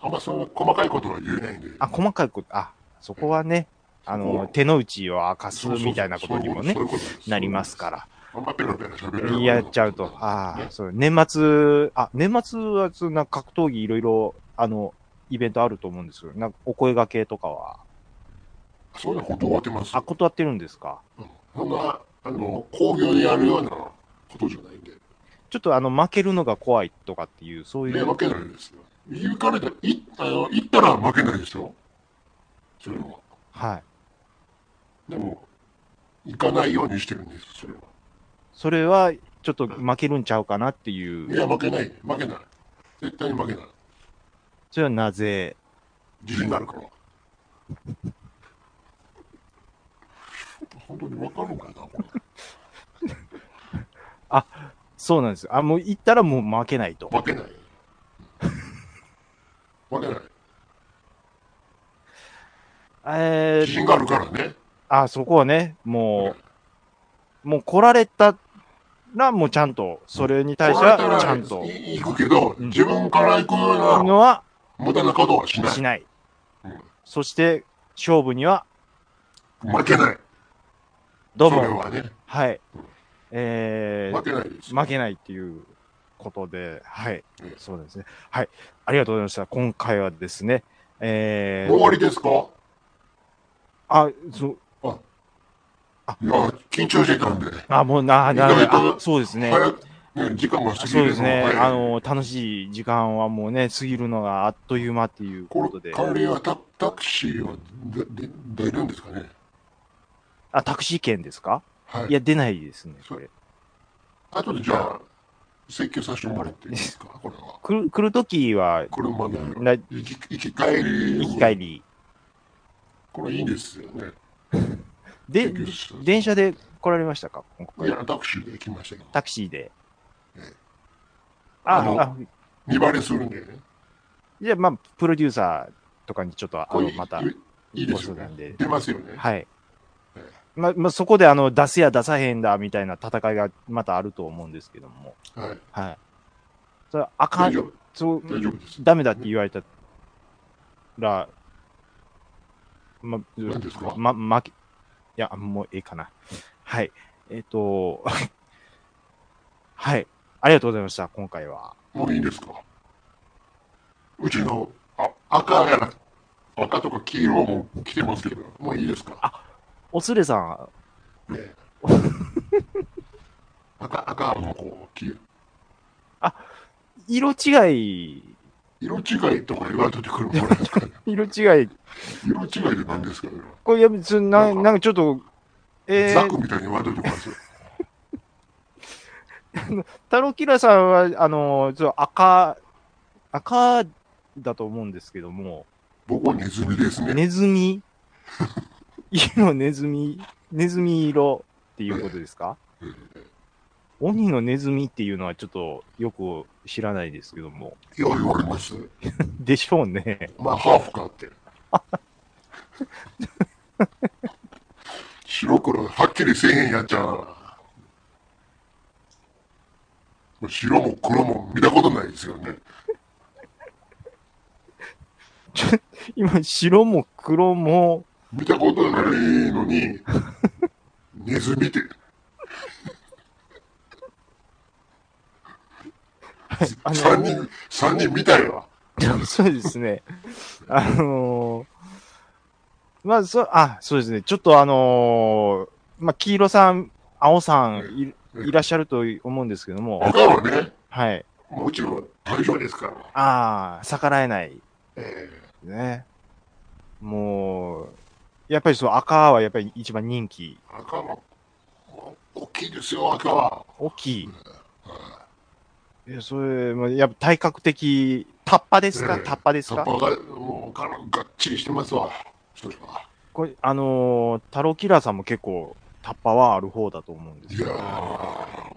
Speaker 4: あんまそんな細かいことは言えないんで。
Speaker 3: あ、細かいこと、あ、そこはね、あの、手の内を明かす
Speaker 4: そうそうそう、
Speaker 3: みたいなことにもね
Speaker 4: そう、いうことです
Speaker 3: なりますから。
Speaker 4: あんまペラペラ喋れない
Speaker 3: やっちゃうと。ああ、そう、年末、あ、年末はそんな格闘技いろいろ、あの、イベントあると思うんですけど、なんかお声掛けとかは。
Speaker 4: そういうの断ってます。
Speaker 3: あ、断ってるんですか
Speaker 4: うんそんな、あの、工業でやるようなことじゃないんで。
Speaker 3: ちょっとあの、負けるのが怖いとかっていう、そうい
Speaker 4: ね、
Speaker 3: う。
Speaker 4: 負けないですよ。言うかれた、いあの言ったら負けないですよ。それは。
Speaker 3: はい。
Speaker 4: でも、行かないようにしてるんです、それは。
Speaker 3: それは、ちょっと負けるんちゃうかなってい、
Speaker 4: いうや、負けない。負けない。絶対に負けない。
Speaker 3: それはなぜ、
Speaker 4: 自信があるから。本当にわかるのかな、これ。
Speaker 3: そうなんです。あ、もう行ったらもう負けないと。
Speaker 4: 負けない。負けない。
Speaker 3: え
Speaker 4: 自
Speaker 3: ー、
Speaker 4: 信があるからね。
Speaker 3: あ、そこはね、もう、もう来られたら、もうちゃんと、それに対して
Speaker 4: これ
Speaker 3: は、
Speaker 4: は
Speaker 3: ちゃんと、
Speaker 4: い行くけど、
Speaker 3: うん
Speaker 4: 自分から行くような
Speaker 3: のは
Speaker 4: 無駄なことはしない
Speaker 3: し。ない
Speaker 4: うん。
Speaker 3: そして、勝負には、
Speaker 4: 負けない。
Speaker 3: どう
Speaker 4: それ
Speaker 3: も、
Speaker 4: はね、
Speaker 3: はい、えー
Speaker 4: 負、けないです。
Speaker 3: 負けないっていうことで、はい
Speaker 4: ええ、
Speaker 3: そうですね。はい、ありがとうございました。今回はですね、え
Speaker 4: もう終
Speaker 3: ー、
Speaker 4: わりですか
Speaker 3: あ、そう、
Speaker 4: いや、緊張してたんで、
Speaker 3: あ、もうな、な
Speaker 4: 意外と
Speaker 3: あそうですね。
Speaker 4: 早く、ね、時間が過ぎる
Speaker 3: そう
Speaker 4: の
Speaker 3: ですね。
Speaker 4: 早い
Speaker 3: あの、楽しい時間はもうね、過ぎるのがあっという間っていうこ
Speaker 4: これ
Speaker 3: とで。
Speaker 4: 帰りはタタクシーは出出出るんですかね
Speaker 3: あ、タクシー券ですか
Speaker 4: はいい。
Speaker 3: や、出ないですね、これ。
Speaker 4: あとでじゃあ、請求させてもらっていいですかこれは。
Speaker 3: 来る、来るときは、
Speaker 4: 車で。
Speaker 3: な、行
Speaker 4: 行き行き帰り。
Speaker 3: き帰り。
Speaker 4: これいいんですよね。
Speaker 3: で
Speaker 4: 請求した、
Speaker 3: 電車で来られましたか今回
Speaker 4: いや、タクシーで行きましたけど。
Speaker 3: タクシーで
Speaker 4: ええ。
Speaker 3: あ、
Speaker 4: あの
Speaker 3: あ、
Speaker 4: 見バレするんでね。
Speaker 3: じゃあ、まあ、プロデューサーとかにちょっと、あ
Speaker 4: こ
Speaker 3: の、
Speaker 4: れ
Speaker 3: また
Speaker 4: い、いいいです
Speaker 3: ご相
Speaker 4: よね
Speaker 3: 談で。
Speaker 4: 出ますよね。
Speaker 3: はい
Speaker 4: ええ。
Speaker 3: ま、まあ、そこで、あの、出すや出さへんだ、みたいな戦いがまたあると思うんですけども。
Speaker 4: はい。
Speaker 3: はい。それ、あか
Speaker 4: 大
Speaker 3: ん
Speaker 4: 丈、夫。
Speaker 3: そう、
Speaker 4: 大丈夫です。
Speaker 3: ダメだって言われたら、ま、
Speaker 4: 何ですか
Speaker 3: ま、まけ、いや、もうええかな。はい。えっ、と、 はい。ありがとうございました、今回は。
Speaker 4: もういいんですかうちのあ赤やら赤とか黄色も来てますけど、もういいですか
Speaker 3: おつれさん、
Speaker 4: ね え赤、赤の子、黄色。
Speaker 3: 色違い、
Speaker 4: 色違いとか言われてくるもんです から、
Speaker 3: 色違い、
Speaker 4: 色違いって何ですかね、
Speaker 3: これ、やめ、つななんかちょっと、え
Speaker 4: ザ
Speaker 3: ー、
Speaker 4: クみたいに言われてますよ。
Speaker 3: タロキラさんは、あの、ちょっと赤、赤だと思うんですけども、
Speaker 4: 僕はネズミですね。
Speaker 3: ネズミ色ネズミ、ネズミ色っていうことですか
Speaker 4: え
Speaker 3: 鬼のネズミっていうのはちょっとよく知らないですけども。
Speaker 4: えよう言われます。
Speaker 3: でしょうね。
Speaker 4: まあ、ハーフかって。白黒、はっきりせえへんやっちゃうな。白も黒も見たことないですよね。
Speaker 3: 今、白も黒も、
Speaker 4: 見たことないのに、ネズミって。
Speaker 3: はい、あ
Speaker 4: 三人、三人見たいわ。
Speaker 3: の、そうですね。あのーまあ、そう、あ、そうですね。ちょっとあのーまあ、黄色さん、青さんい、いらっしゃると思うんですけども、
Speaker 4: 赤はね、
Speaker 3: はい。
Speaker 4: もちろん大丈夫ですから。
Speaker 3: ああ、逆らえない。
Speaker 4: え
Speaker 3: ね。もう、やっぱりそう、赤はやっぱり一番人気。
Speaker 4: え赤は、大きいですよ、赤は。
Speaker 3: 大きい。いや、それ、まあやっぱ体格的、タッパですか
Speaker 4: ええ
Speaker 3: タッパです
Speaker 4: サッ
Speaker 3: か
Speaker 4: パが、もう、ががっちりしてますわ。それは。
Speaker 3: これ、あのー、タロキラーさんも結構、タッパはある方だと思うんです
Speaker 4: い
Speaker 3: け
Speaker 4: や
Speaker 3: ど。
Speaker 4: ー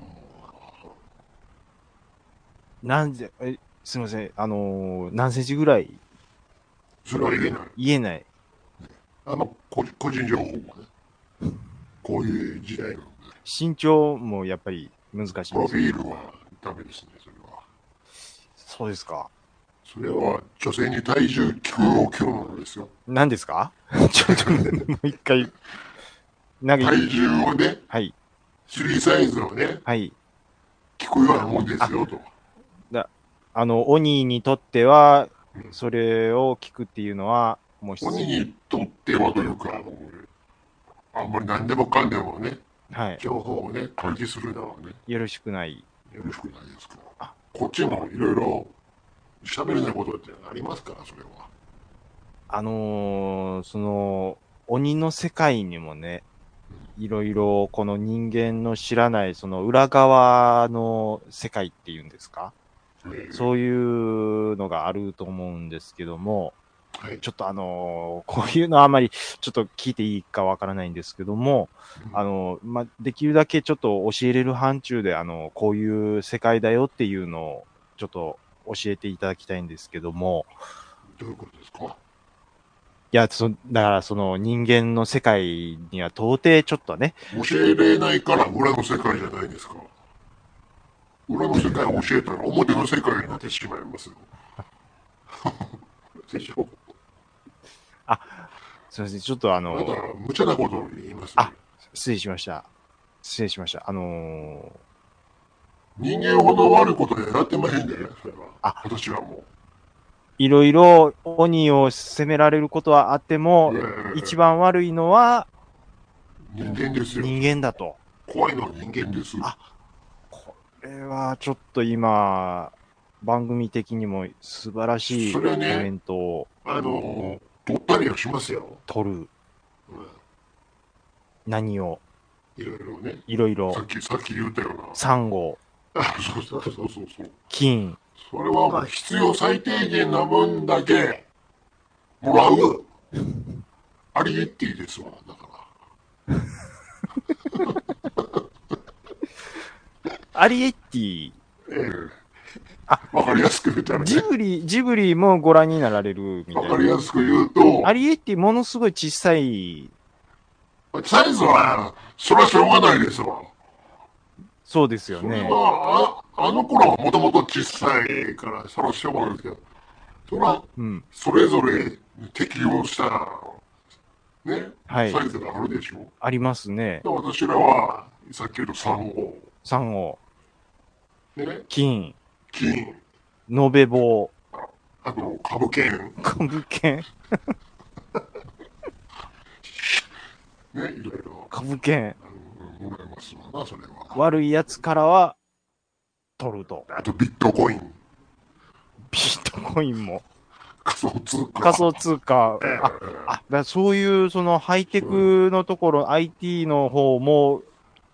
Speaker 3: なんで、えすみません、あのー、何センチぐらい
Speaker 4: それは言えない。
Speaker 3: 言えない。
Speaker 4: あの、個人個人情報もね。こういう時代の
Speaker 3: 身長もやっぱり難しいです
Speaker 4: プロフィールはダメですね、それは。
Speaker 3: そうですか。
Speaker 4: それは女性に体重9を切るものですよ。
Speaker 3: 何ですか ちょっと、もう一回。なんか、
Speaker 4: 体重をね、
Speaker 3: はい、
Speaker 4: 3サイズをね、
Speaker 3: はい。
Speaker 4: 聞くようなもんですよと。
Speaker 3: あの、鬼にとっては、それを聞くっていうのは、もう必
Speaker 4: 鬼
Speaker 3: 須。
Speaker 4: にとってはというか、もうあんまり何でもかんでもね、
Speaker 3: はい。
Speaker 4: 情報をね、開示するのはね、
Speaker 3: よろしくない。
Speaker 4: よろしくないですから。こっちもいろいろ喋れないことってありますから、それは。
Speaker 3: あのー、その、鬼の世界にもね、いろいろこの人間の知らないその裏側の世界っていうんですかそういうのがあると思うんですけども、
Speaker 4: はい
Speaker 3: ちょっとあのーこういうのはあまりちょっと聞いていいかわからないんですけども、あのーまあ、できるだけちょっと教えれる範疇で、あのーこういう世界だよっていうのをちょっと教えていただきたいんですけども、
Speaker 4: どういうことですか
Speaker 3: いや、そ、だからその人間の世界には到底ちょっとね、
Speaker 4: 教えれないから裏の世界じゃないですか。裏の世界を教えたら表の世界になってしまい ますよ。でしょ
Speaker 3: すいません、ちょっとあ
Speaker 4: だか
Speaker 3: の、
Speaker 4: ら無茶なことを言います、ね
Speaker 3: あ。失礼しました。失礼しました。あの
Speaker 4: 人間ほど悪いことやってませんね、それは。
Speaker 3: あ
Speaker 4: 私はも
Speaker 3: ーいろいろ鬼を責められることはあっても
Speaker 4: う。い、やいやいや
Speaker 3: 一番悪いのは
Speaker 4: 人間ですよ。
Speaker 3: 人間だと。
Speaker 4: 怖いのは人間です。
Speaker 3: あこれはちょっと今、番組的にも素晴らしいコ
Speaker 4: それはね
Speaker 3: メントを
Speaker 4: あの、取ったりはしますよ。
Speaker 3: 取る。
Speaker 4: うん
Speaker 3: 何を、
Speaker 4: いろいろね。
Speaker 3: いろいろ
Speaker 4: さ、っき、さっき言ったよう
Speaker 3: サンゴ、
Speaker 4: な。あ そうそうそうそうそう。
Speaker 3: 金、
Speaker 4: それはもう必要最低限な分だけもらう。ありエッティですわ、だか
Speaker 3: アリエッティ、
Speaker 4: ら。ええ。わかりやすく言ったらね
Speaker 3: ジ。ブリ、ジブリもご覧になられるみた
Speaker 4: わかり
Speaker 3: い
Speaker 4: や
Speaker 3: な。
Speaker 4: すく言うと、
Speaker 3: アリエッティものすごい小さい、
Speaker 4: サイズは、それはしょうがないですわ。
Speaker 3: そうですよ
Speaker 4: それ
Speaker 3: ね。
Speaker 4: は、ああの頃はもともと小さいから、それはしょうがないですけど、それは、
Speaker 3: うん。
Speaker 4: それぞれ適用した、ね、
Speaker 3: はい
Speaker 4: サイズがあるでしょ
Speaker 3: ありますね。
Speaker 4: う。で私らは、さっき言うと3号、
Speaker 3: サンゴ、
Speaker 4: ね、
Speaker 3: 金、
Speaker 4: 金、
Speaker 3: 延べ棒、
Speaker 4: あと、株券、
Speaker 3: 株券、
Speaker 4: ね、いろいろ、
Speaker 3: 株券。
Speaker 4: うんもらえますわな、それは。
Speaker 3: 悪いやつからは、取ると。
Speaker 4: あと、ビットコイン、
Speaker 3: ビットコインも。
Speaker 4: 仮想通貨。
Speaker 3: 仮想通貨。
Speaker 4: ええ
Speaker 3: あ、あ、だからそういう、そのハイテクのところ、IT の方も、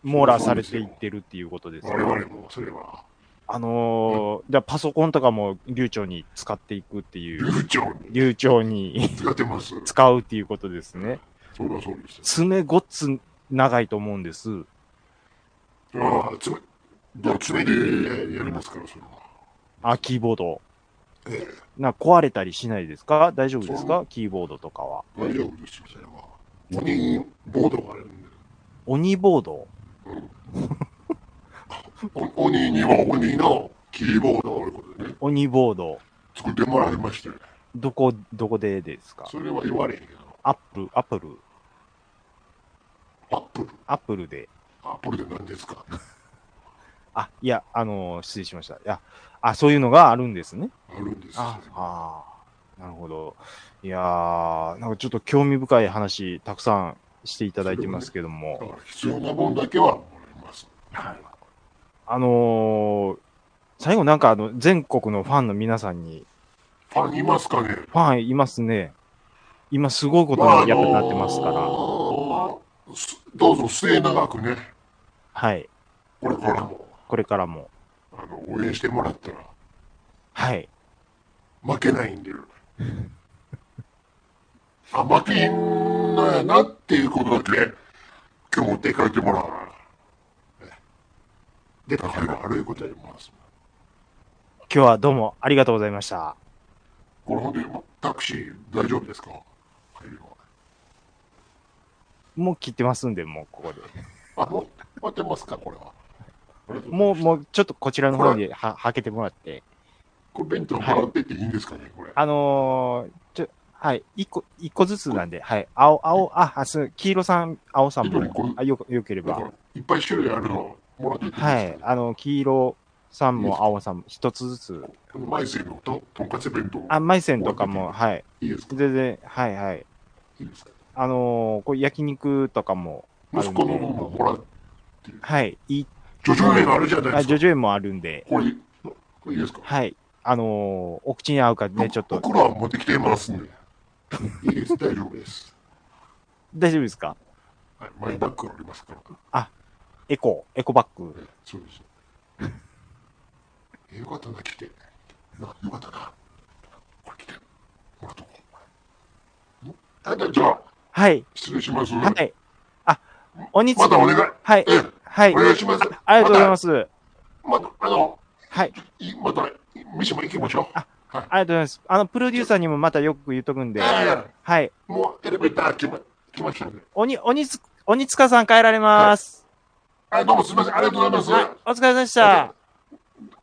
Speaker 3: 網羅されていってるっていうことですね
Speaker 4: 我。々も、それは、
Speaker 3: あのー、じゃあパソコンとかも流暢に使っていくっていう、
Speaker 4: 流暢に
Speaker 3: 流暢に
Speaker 4: 使ってます。
Speaker 3: 使うっていうことですね。
Speaker 4: それはそうです。
Speaker 3: 爪ごっつ長いと思うんです。
Speaker 4: ああ、爪、じゃあ爪でやりますから、それは。
Speaker 3: あ、キーボード。
Speaker 4: え
Speaker 3: な壊れたりしないですか大丈夫です
Speaker 4: そ
Speaker 3: かキーボードとかは。
Speaker 4: え、大丈夫ですよ、それは。鬼ボードがあるんで。
Speaker 3: 鬼ボード
Speaker 4: お鬼には鬼のキーボードをあることでね、
Speaker 3: 鬼ボード。
Speaker 4: 作ってもらいまして、
Speaker 3: どこ、どこでですか
Speaker 4: それは言われへんけど、
Speaker 3: アップル、アップル、
Speaker 4: アップル、
Speaker 3: アップルで。
Speaker 4: アップルって何ですか
Speaker 3: あ、いや、あのー失礼しました。いや、あ、そういうのがあるんですね。
Speaker 4: あるんですよ
Speaker 3: ああー、なるほど。いやー、なんかちょっと興味深い話、たくさんしていただいてますけど
Speaker 4: だか
Speaker 3: も、
Speaker 4: ら必要な分だけはもらいます。
Speaker 3: あのー最後なんかあの、全国のファンの皆さんに、
Speaker 4: ファンいますかね
Speaker 3: ファンいますね。今すごいことにやっぱなってますから、
Speaker 4: あのーすどうぞ末永くね、
Speaker 3: はい。
Speaker 4: これからも
Speaker 3: これからも、
Speaker 4: あの応援してもらったら
Speaker 3: はい。
Speaker 4: 負けないんで。あ、負けへんのやなっていうことだけ、今日持って帰ってもらう。で、高いが悪いことやります。
Speaker 3: 今日はどうもありがとうございました。
Speaker 4: これほんで、タクシー大丈夫ですか帰りは
Speaker 3: もう切ってますんで、もうここで。
Speaker 4: あ、もう、待ってますかこれは。
Speaker 3: もう、もうちょっとこちらの方には、はけてもらって。
Speaker 4: これ弁当もらってっていいんですかねこれ。
Speaker 3: あのー、ちょ、はい、一個、一個ずつなんで、はい、青、青、あ、あす、黄色さん、青さん
Speaker 4: 緑こ
Speaker 3: も
Speaker 4: ん、
Speaker 3: あよ、よけれ
Speaker 4: だか
Speaker 3: ば。
Speaker 4: ら、いっぱい種類あるのもらってっていい
Speaker 3: は
Speaker 4: で
Speaker 3: い
Speaker 4: す、か、
Speaker 3: あの、黄色さんも青さんも、一つずつ。
Speaker 4: このマイセイのととんかつ弁当、
Speaker 3: あ、マイセンとかも、はい、
Speaker 4: いいですか
Speaker 3: 全然、はい、はい。
Speaker 4: いいですか
Speaker 3: あのー、こう焼肉とかも、ある
Speaker 4: 息
Speaker 3: ん
Speaker 4: 子の
Speaker 3: で、
Speaker 4: ももらう。
Speaker 3: はい、いい、
Speaker 4: ジョジョ園あるじゃない
Speaker 3: あ、
Speaker 4: です
Speaker 3: ジ
Speaker 4: か。
Speaker 3: ョジョ園もあるんで、
Speaker 4: これ、これいいですか
Speaker 3: はい、あのー、お口に合うかね、ちょっと、
Speaker 4: 僕らは持ってきてますんで。いいです、大丈夫です。
Speaker 6: 大丈夫ですか
Speaker 4: はい、マイバッグありますから。
Speaker 6: エコー、エコバッグ。
Speaker 4: そうです。 えよかったな、来て。なよかったな。これ来て。ほら、どこ。んあ、じゃあ、
Speaker 6: はい、
Speaker 4: 失礼します。
Speaker 6: はい。あ、おにつ
Speaker 4: またお願い。
Speaker 6: はい
Speaker 4: ええ、
Speaker 6: はい
Speaker 4: お。願いします。
Speaker 6: ありがとうございます。
Speaker 4: また、またあの、
Speaker 6: はい。
Speaker 4: いまた、飯も行きましょう。はい。
Speaker 6: ありがとうございます。あの、プロデューサーにもまたよく言っとくんで。
Speaker 4: え
Speaker 6: はい。
Speaker 4: えもうエレベーター来ま来ましたね。
Speaker 6: 鬼、鬼つ、鬼塚さん帰られます。
Speaker 4: あ、どうもすみません。ありがとうございます。
Speaker 6: お疲れ様でした。
Speaker 4: あ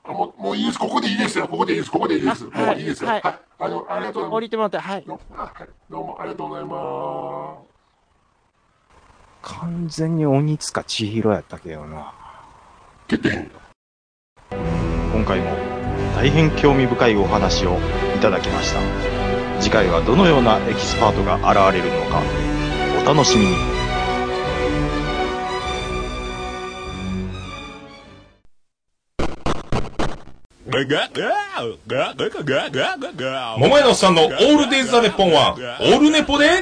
Speaker 4: もうもういいです。ここでいいですよ。ここでいいです。ここでいいです。
Speaker 6: はい
Speaker 4: もういいですよ。
Speaker 6: は
Speaker 4: はいい。あの、ありがとうご
Speaker 6: 降
Speaker 4: ざい
Speaker 6: りてもらって、はい。
Speaker 4: ます。どうもあはいどうもありがとうございます。
Speaker 6: 完全に鬼塚千尋やったけどな。
Speaker 4: 欠点。
Speaker 3: 今回も大変興味深いお話をいただきました次回はどのようなエキスパートが現れるのかお楽しみに
Speaker 7: 桃
Speaker 8: 桃屋のお
Speaker 7: 屋のおっ
Speaker 8: っ
Speaker 7: さ
Speaker 8: さ
Speaker 7: ん
Speaker 8: ん
Speaker 7: の
Speaker 8: の
Speaker 7: オ
Speaker 8: オ
Speaker 7: ー
Speaker 8: ール
Speaker 7: ルデ
Speaker 8: デ
Speaker 7: イ
Speaker 8: イ
Speaker 7: ズ・
Speaker 8: ズ・ザ・
Speaker 7: ザ・
Speaker 8: ネ
Speaker 7: ネ
Speaker 8: ッ
Speaker 7: ッポ
Speaker 8: ポ
Speaker 7: ン
Speaker 8: ン
Speaker 7: は
Speaker 8: は、
Speaker 7: オ
Speaker 8: オ
Speaker 7: ー
Speaker 8: ー
Speaker 7: ル
Speaker 8: ル
Speaker 7: ネ
Speaker 8: ネ
Speaker 7: ポ
Speaker 8: ポ
Speaker 7: で
Speaker 8: で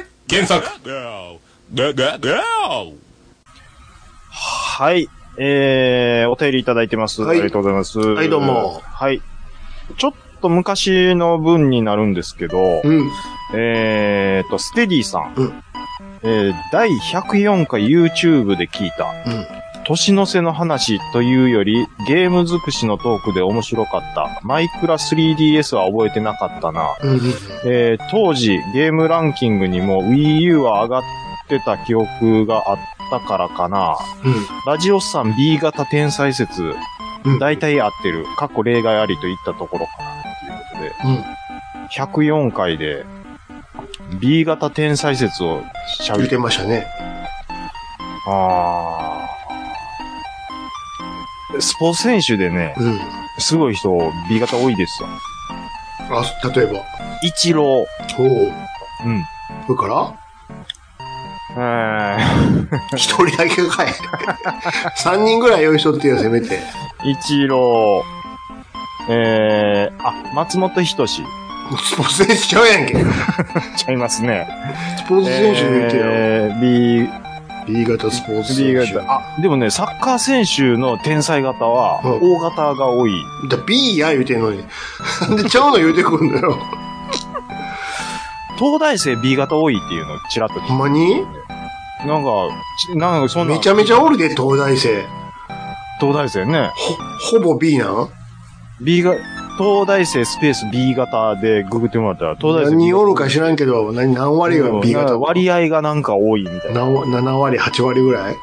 Speaker 8: 検
Speaker 7: 検索
Speaker 8: 索。
Speaker 3: はいえー、お便りいただいてます、
Speaker 1: はい
Speaker 3: ありがとうございますはい
Speaker 1: どうも
Speaker 3: はいちょっと昔の文になるんですけど、
Speaker 1: うん。
Speaker 3: えーと、ステディさん。
Speaker 1: うん
Speaker 3: えー第104回 YouTube で聞いた。
Speaker 1: うん
Speaker 3: 年の瀬の話というより、ゲーム尽くしのトークで面白かった。マイクラ 3DS は覚えてなかったな。
Speaker 1: うんうん。
Speaker 3: えー当時、ゲームランキングにも Wii U は上がってた記憶があったからかな。
Speaker 1: うん。
Speaker 3: ラジオスさん B 型天才説、
Speaker 1: うん
Speaker 3: 大体合ってる。過去例外ありといったところかな。ということで、
Speaker 1: うん
Speaker 3: 104回で B 型天才説をしゃべ
Speaker 1: 言っ
Speaker 3: って
Speaker 1: てましたね。
Speaker 3: あースポーツ選手でね、
Speaker 1: うん。
Speaker 3: すごい人 B 型多いですよ。
Speaker 1: あ、例えば。
Speaker 3: イチロ
Speaker 1: おお。
Speaker 3: ー。うん。
Speaker 1: それから
Speaker 3: え
Speaker 1: 一人だけかい。 三人ぐらい用意しとってよ、せめて。
Speaker 3: ー、イチロー。えー、あ、松本人志。
Speaker 1: スポーツ選手ちゃうやんけ。
Speaker 3: ちゃいますね。
Speaker 1: スポーツ選手言うてよ。
Speaker 3: えー、B
Speaker 1: B 型スポーツ選
Speaker 3: B
Speaker 1: 手。
Speaker 3: 型。あ、でもね、サッカー選手の天才型は、
Speaker 1: うん
Speaker 3: O 型が多い。
Speaker 1: だ B や言うてんのに。なんでちゃうの言うてくんだよ。
Speaker 3: 東大生 B 型多いっていうのをちらっと聞
Speaker 1: ほんまに
Speaker 3: いなんか、ちなんかそんな。
Speaker 1: めちゃめちゃおるで、東大生。
Speaker 3: 東大生ね。
Speaker 1: ほ、ほぼ B なん
Speaker 3: B が、東大生スペース B 型でググってもらったら、東大生 B 型。
Speaker 1: 何おるか知らんけど、何、何割が B
Speaker 3: なん
Speaker 1: 型
Speaker 3: か割合がなんか多いみたいな。
Speaker 1: 何割 ?7 割、8割ぐらい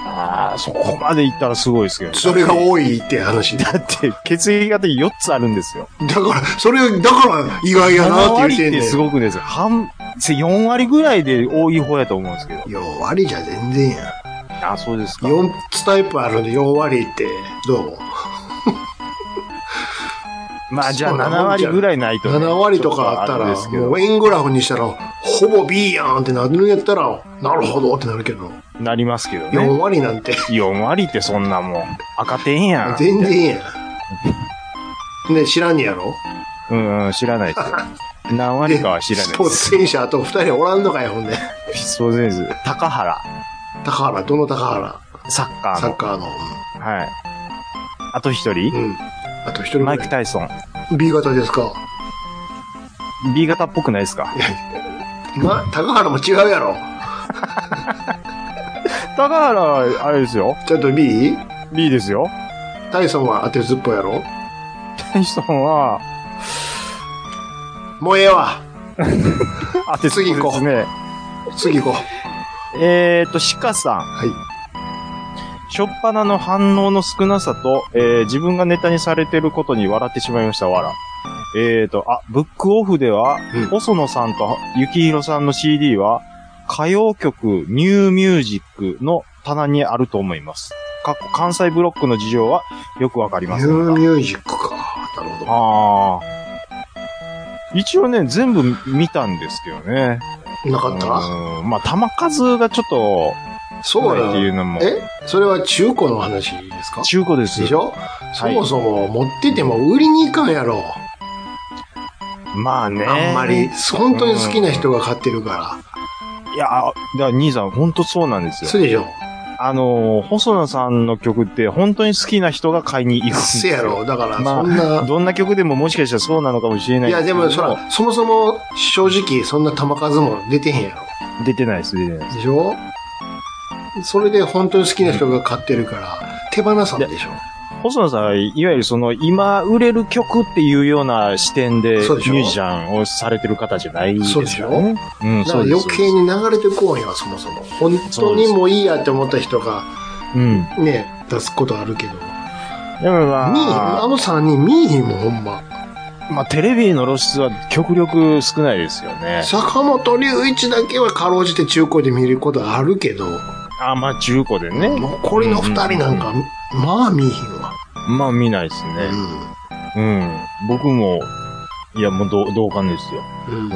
Speaker 3: ああ、そこまでいったらすごいですけど、
Speaker 1: それが多いって話。だ
Speaker 3: だって、血液型4つあるんですよ。
Speaker 1: から、それ、だから意外やな
Speaker 3: 7
Speaker 1: って
Speaker 3: 割
Speaker 1: 言
Speaker 3: っ
Speaker 1: うてんね
Speaker 3: て
Speaker 1: ん。
Speaker 3: すごくですよ。半、4割ぐらいで多い方やと思うんですけど。
Speaker 1: 4割じゃ全然やん。
Speaker 3: あ、そうですか。
Speaker 1: 4つタイプあるんで4割って、どう
Speaker 3: まあじゃあ
Speaker 1: そうな
Speaker 3: 7
Speaker 1: もんじ
Speaker 3: 割
Speaker 1: ゃん
Speaker 3: ぐらいないと、
Speaker 1: 7割とかあったら、
Speaker 3: ちょとあれですけ
Speaker 1: も
Speaker 3: ど
Speaker 1: う円グラフにしたら、ほぼ B やんってなるんやったら、なるほどってなるけど、
Speaker 3: なりますけど
Speaker 1: 4
Speaker 3: ね。
Speaker 1: 割なんて、
Speaker 3: 4割ってそんなもん。赤点やん。
Speaker 1: 全然やん。ね、知らんねやろ
Speaker 3: うんうん、知らないです。何割かは知らない
Speaker 1: スポ
Speaker 3: で
Speaker 1: ーツ
Speaker 3: す。
Speaker 1: 選手あと2人おらんのかい、ほんで。
Speaker 3: スポーツ選手。高原。
Speaker 1: 高原、どの高原
Speaker 3: サッカー
Speaker 1: サ
Speaker 3: の
Speaker 1: ッ。カーの。
Speaker 3: はい。あと一人
Speaker 1: う、ん。あと1人ぐ
Speaker 3: マ
Speaker 1: ら
Speaker 3: イク・
Speaker 1: い。
Speaker 3: タイソン。
Speaker 1: B 型ですか。
Speaker 3: B 型っぽくないですか
Speaker 1: ま、高原も違うやろ。
Speaker 3: 高原は、あれですよ。
Speaker 1: ちょっと B?
Speaker 3: B ですよ。
Speaker 1: タイソンは当てずっぽやろ
Speaker 3: タイソンは、
Speaker 1: もうええわ。
Speaker 3: あてそう
Speaker 1: 次行
Speaker 3: で
Speaker 1: こ
Speaker 3: す
Speaker 1: う
Speaker 3: ね。
Speaker 1: 次行こ
Speaker 3: えーと、鹿さん。
Speaker 1: う。はい。
Speaker 3: しょっぱなの反応の少なさと、えー自分がネタにされてることに笑ってしまいました、笑。えーと、あ、ブックオフでは、
Speaker 1: うん
Speaker 3: 細野さんと幸宏さんの CD は、歌謡曲ニューミュージックの棚にあると思います。かっこ関西ブロックの事情はよくわかりま
Speaker 1: ニ
Speaker 3: せ
Speaker 1: ュ
Speaker 3: ん
Speaker 1: ー
Speaker 3: が
Speaker 1: ミ。ュージックか。なるほど。
Speaker 3: あー。一応ね、全部見たんですけどね。
Speaker 1: なかった
Speaker 3: うんまあ、玉数がちょっと、
Speaker 1: そう
Speaker 3: ない
Speaker 1: な
Speaker 3: って
Speaker 1: の
Speaker 3: いうのも、
Speaker 1: えそれは中古の話ですか
Speaker 3: 中古です
Speaker 1: でし。ょそ
Speaker 3: い
Speaker 1: もそも持ってても売りに行かんやろ。
Speaker 3: まあね。
Speaker 1: あんまり。本当に好きな人が買ってるか
Speaker 3: いや、あだから兄さん、ほんとそうなんです
Speaker 1: そう
Speaker 3: よ。
Speaker 1: でしょ。
Speaker 3: あのー、細野さんの曲って、本当に好きな人が買いに行くんです
Speaker 1: せ
Speaker 3: よ。
Speaker 1: やろ。だから、
Speaker 3: まあ
Speaker 1: そんな、
Speaker 3: どんな曲でももしかしたらそうなのかもしれない
Speaker 1: いや、でも、そ
Speaker 3: ら、
Speaker 1: ら、そもそも、正直、そんな球数も出てへんやろ。
Speaker 3: 出てないです、出てないです。
Speaker 1: でしょそれで本当に好きな人が買ってるから、手放さんでしょ
Speaker 3: 細野さんは、いわゆるその、今売れる曲っていうような視点で、ミ
Speaker 1: そう
Speaker 3: ュ
Speaker 1: でしょ
Speaker 3: ージシャンをされてる方じゃないです
Speaker 1: そう
Speaker 3: よ
Speaker 1: でしょ
Speaker 3: ね。うん、
Speaker 1: だ
Speaker 3: そ
Speaker 1: から
Speaker 3: うで
Speaker 1: 余
Speaker 3: す。
Speaker 1: 計に流れてこうへんわ、そもそも。本当にもういいやって思った人が、
Speaker 3: うん。
Speaker 1: ね、出すことあるけど。見
Speaker 3: でも
Speaker 1: えへんあ
Speaker 3: ま
Speaker 1: の3人見えへんもん、ほんま。
Speaker 3: あ、まあ、テレビの露出は極力少ないですよね。
Speaker 1: 坂本龍一だけはかろうじて中古で見ることあるけど、
Speaker 3: あ、まあ、中古でね。
Speaker 1: 残りの2人なんか、まあ見えへんわ。
Speaker 3: まあ、見ないですね。うん。僕も、いや、もう同同感ですよ。
Speaker 1: うん。うん。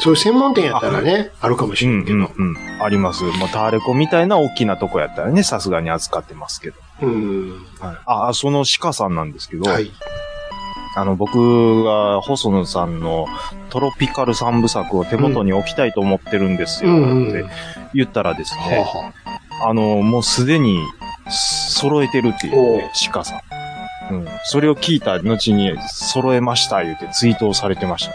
Speaker 1: そういう専門店やったらね、あるかもし
Speaker 3: う
Speaker 1: れ
Speaker 3: ん
Speaker 1: ん、け
Speaker 3: う
Speaker 1: ど。
Speaker 3: ん、うん。あります。まあ、ターレコみたいな大きなとこやったらね、さすがに扱ってますけど。
Speaker 1: うん。
Speaker 3: はい、あ、あその鹿さんなんですけど、
Speaker 1: はい。
Speaker 3: あの、僕が細野さんのトロピカル三部作を手元に置きたいと思ってるんですよ、
Speaker 1: うんうん
Speaker 3: って言ったらです
Speaker 1: はあ
Speaker 3: ね、
Speaker 1: はあ
Speaker 3: あの、もうすでに揃えてるっていう、ね、鹿さん。うん、それを聞いた後に、揃えました、言うてツイートをされてました。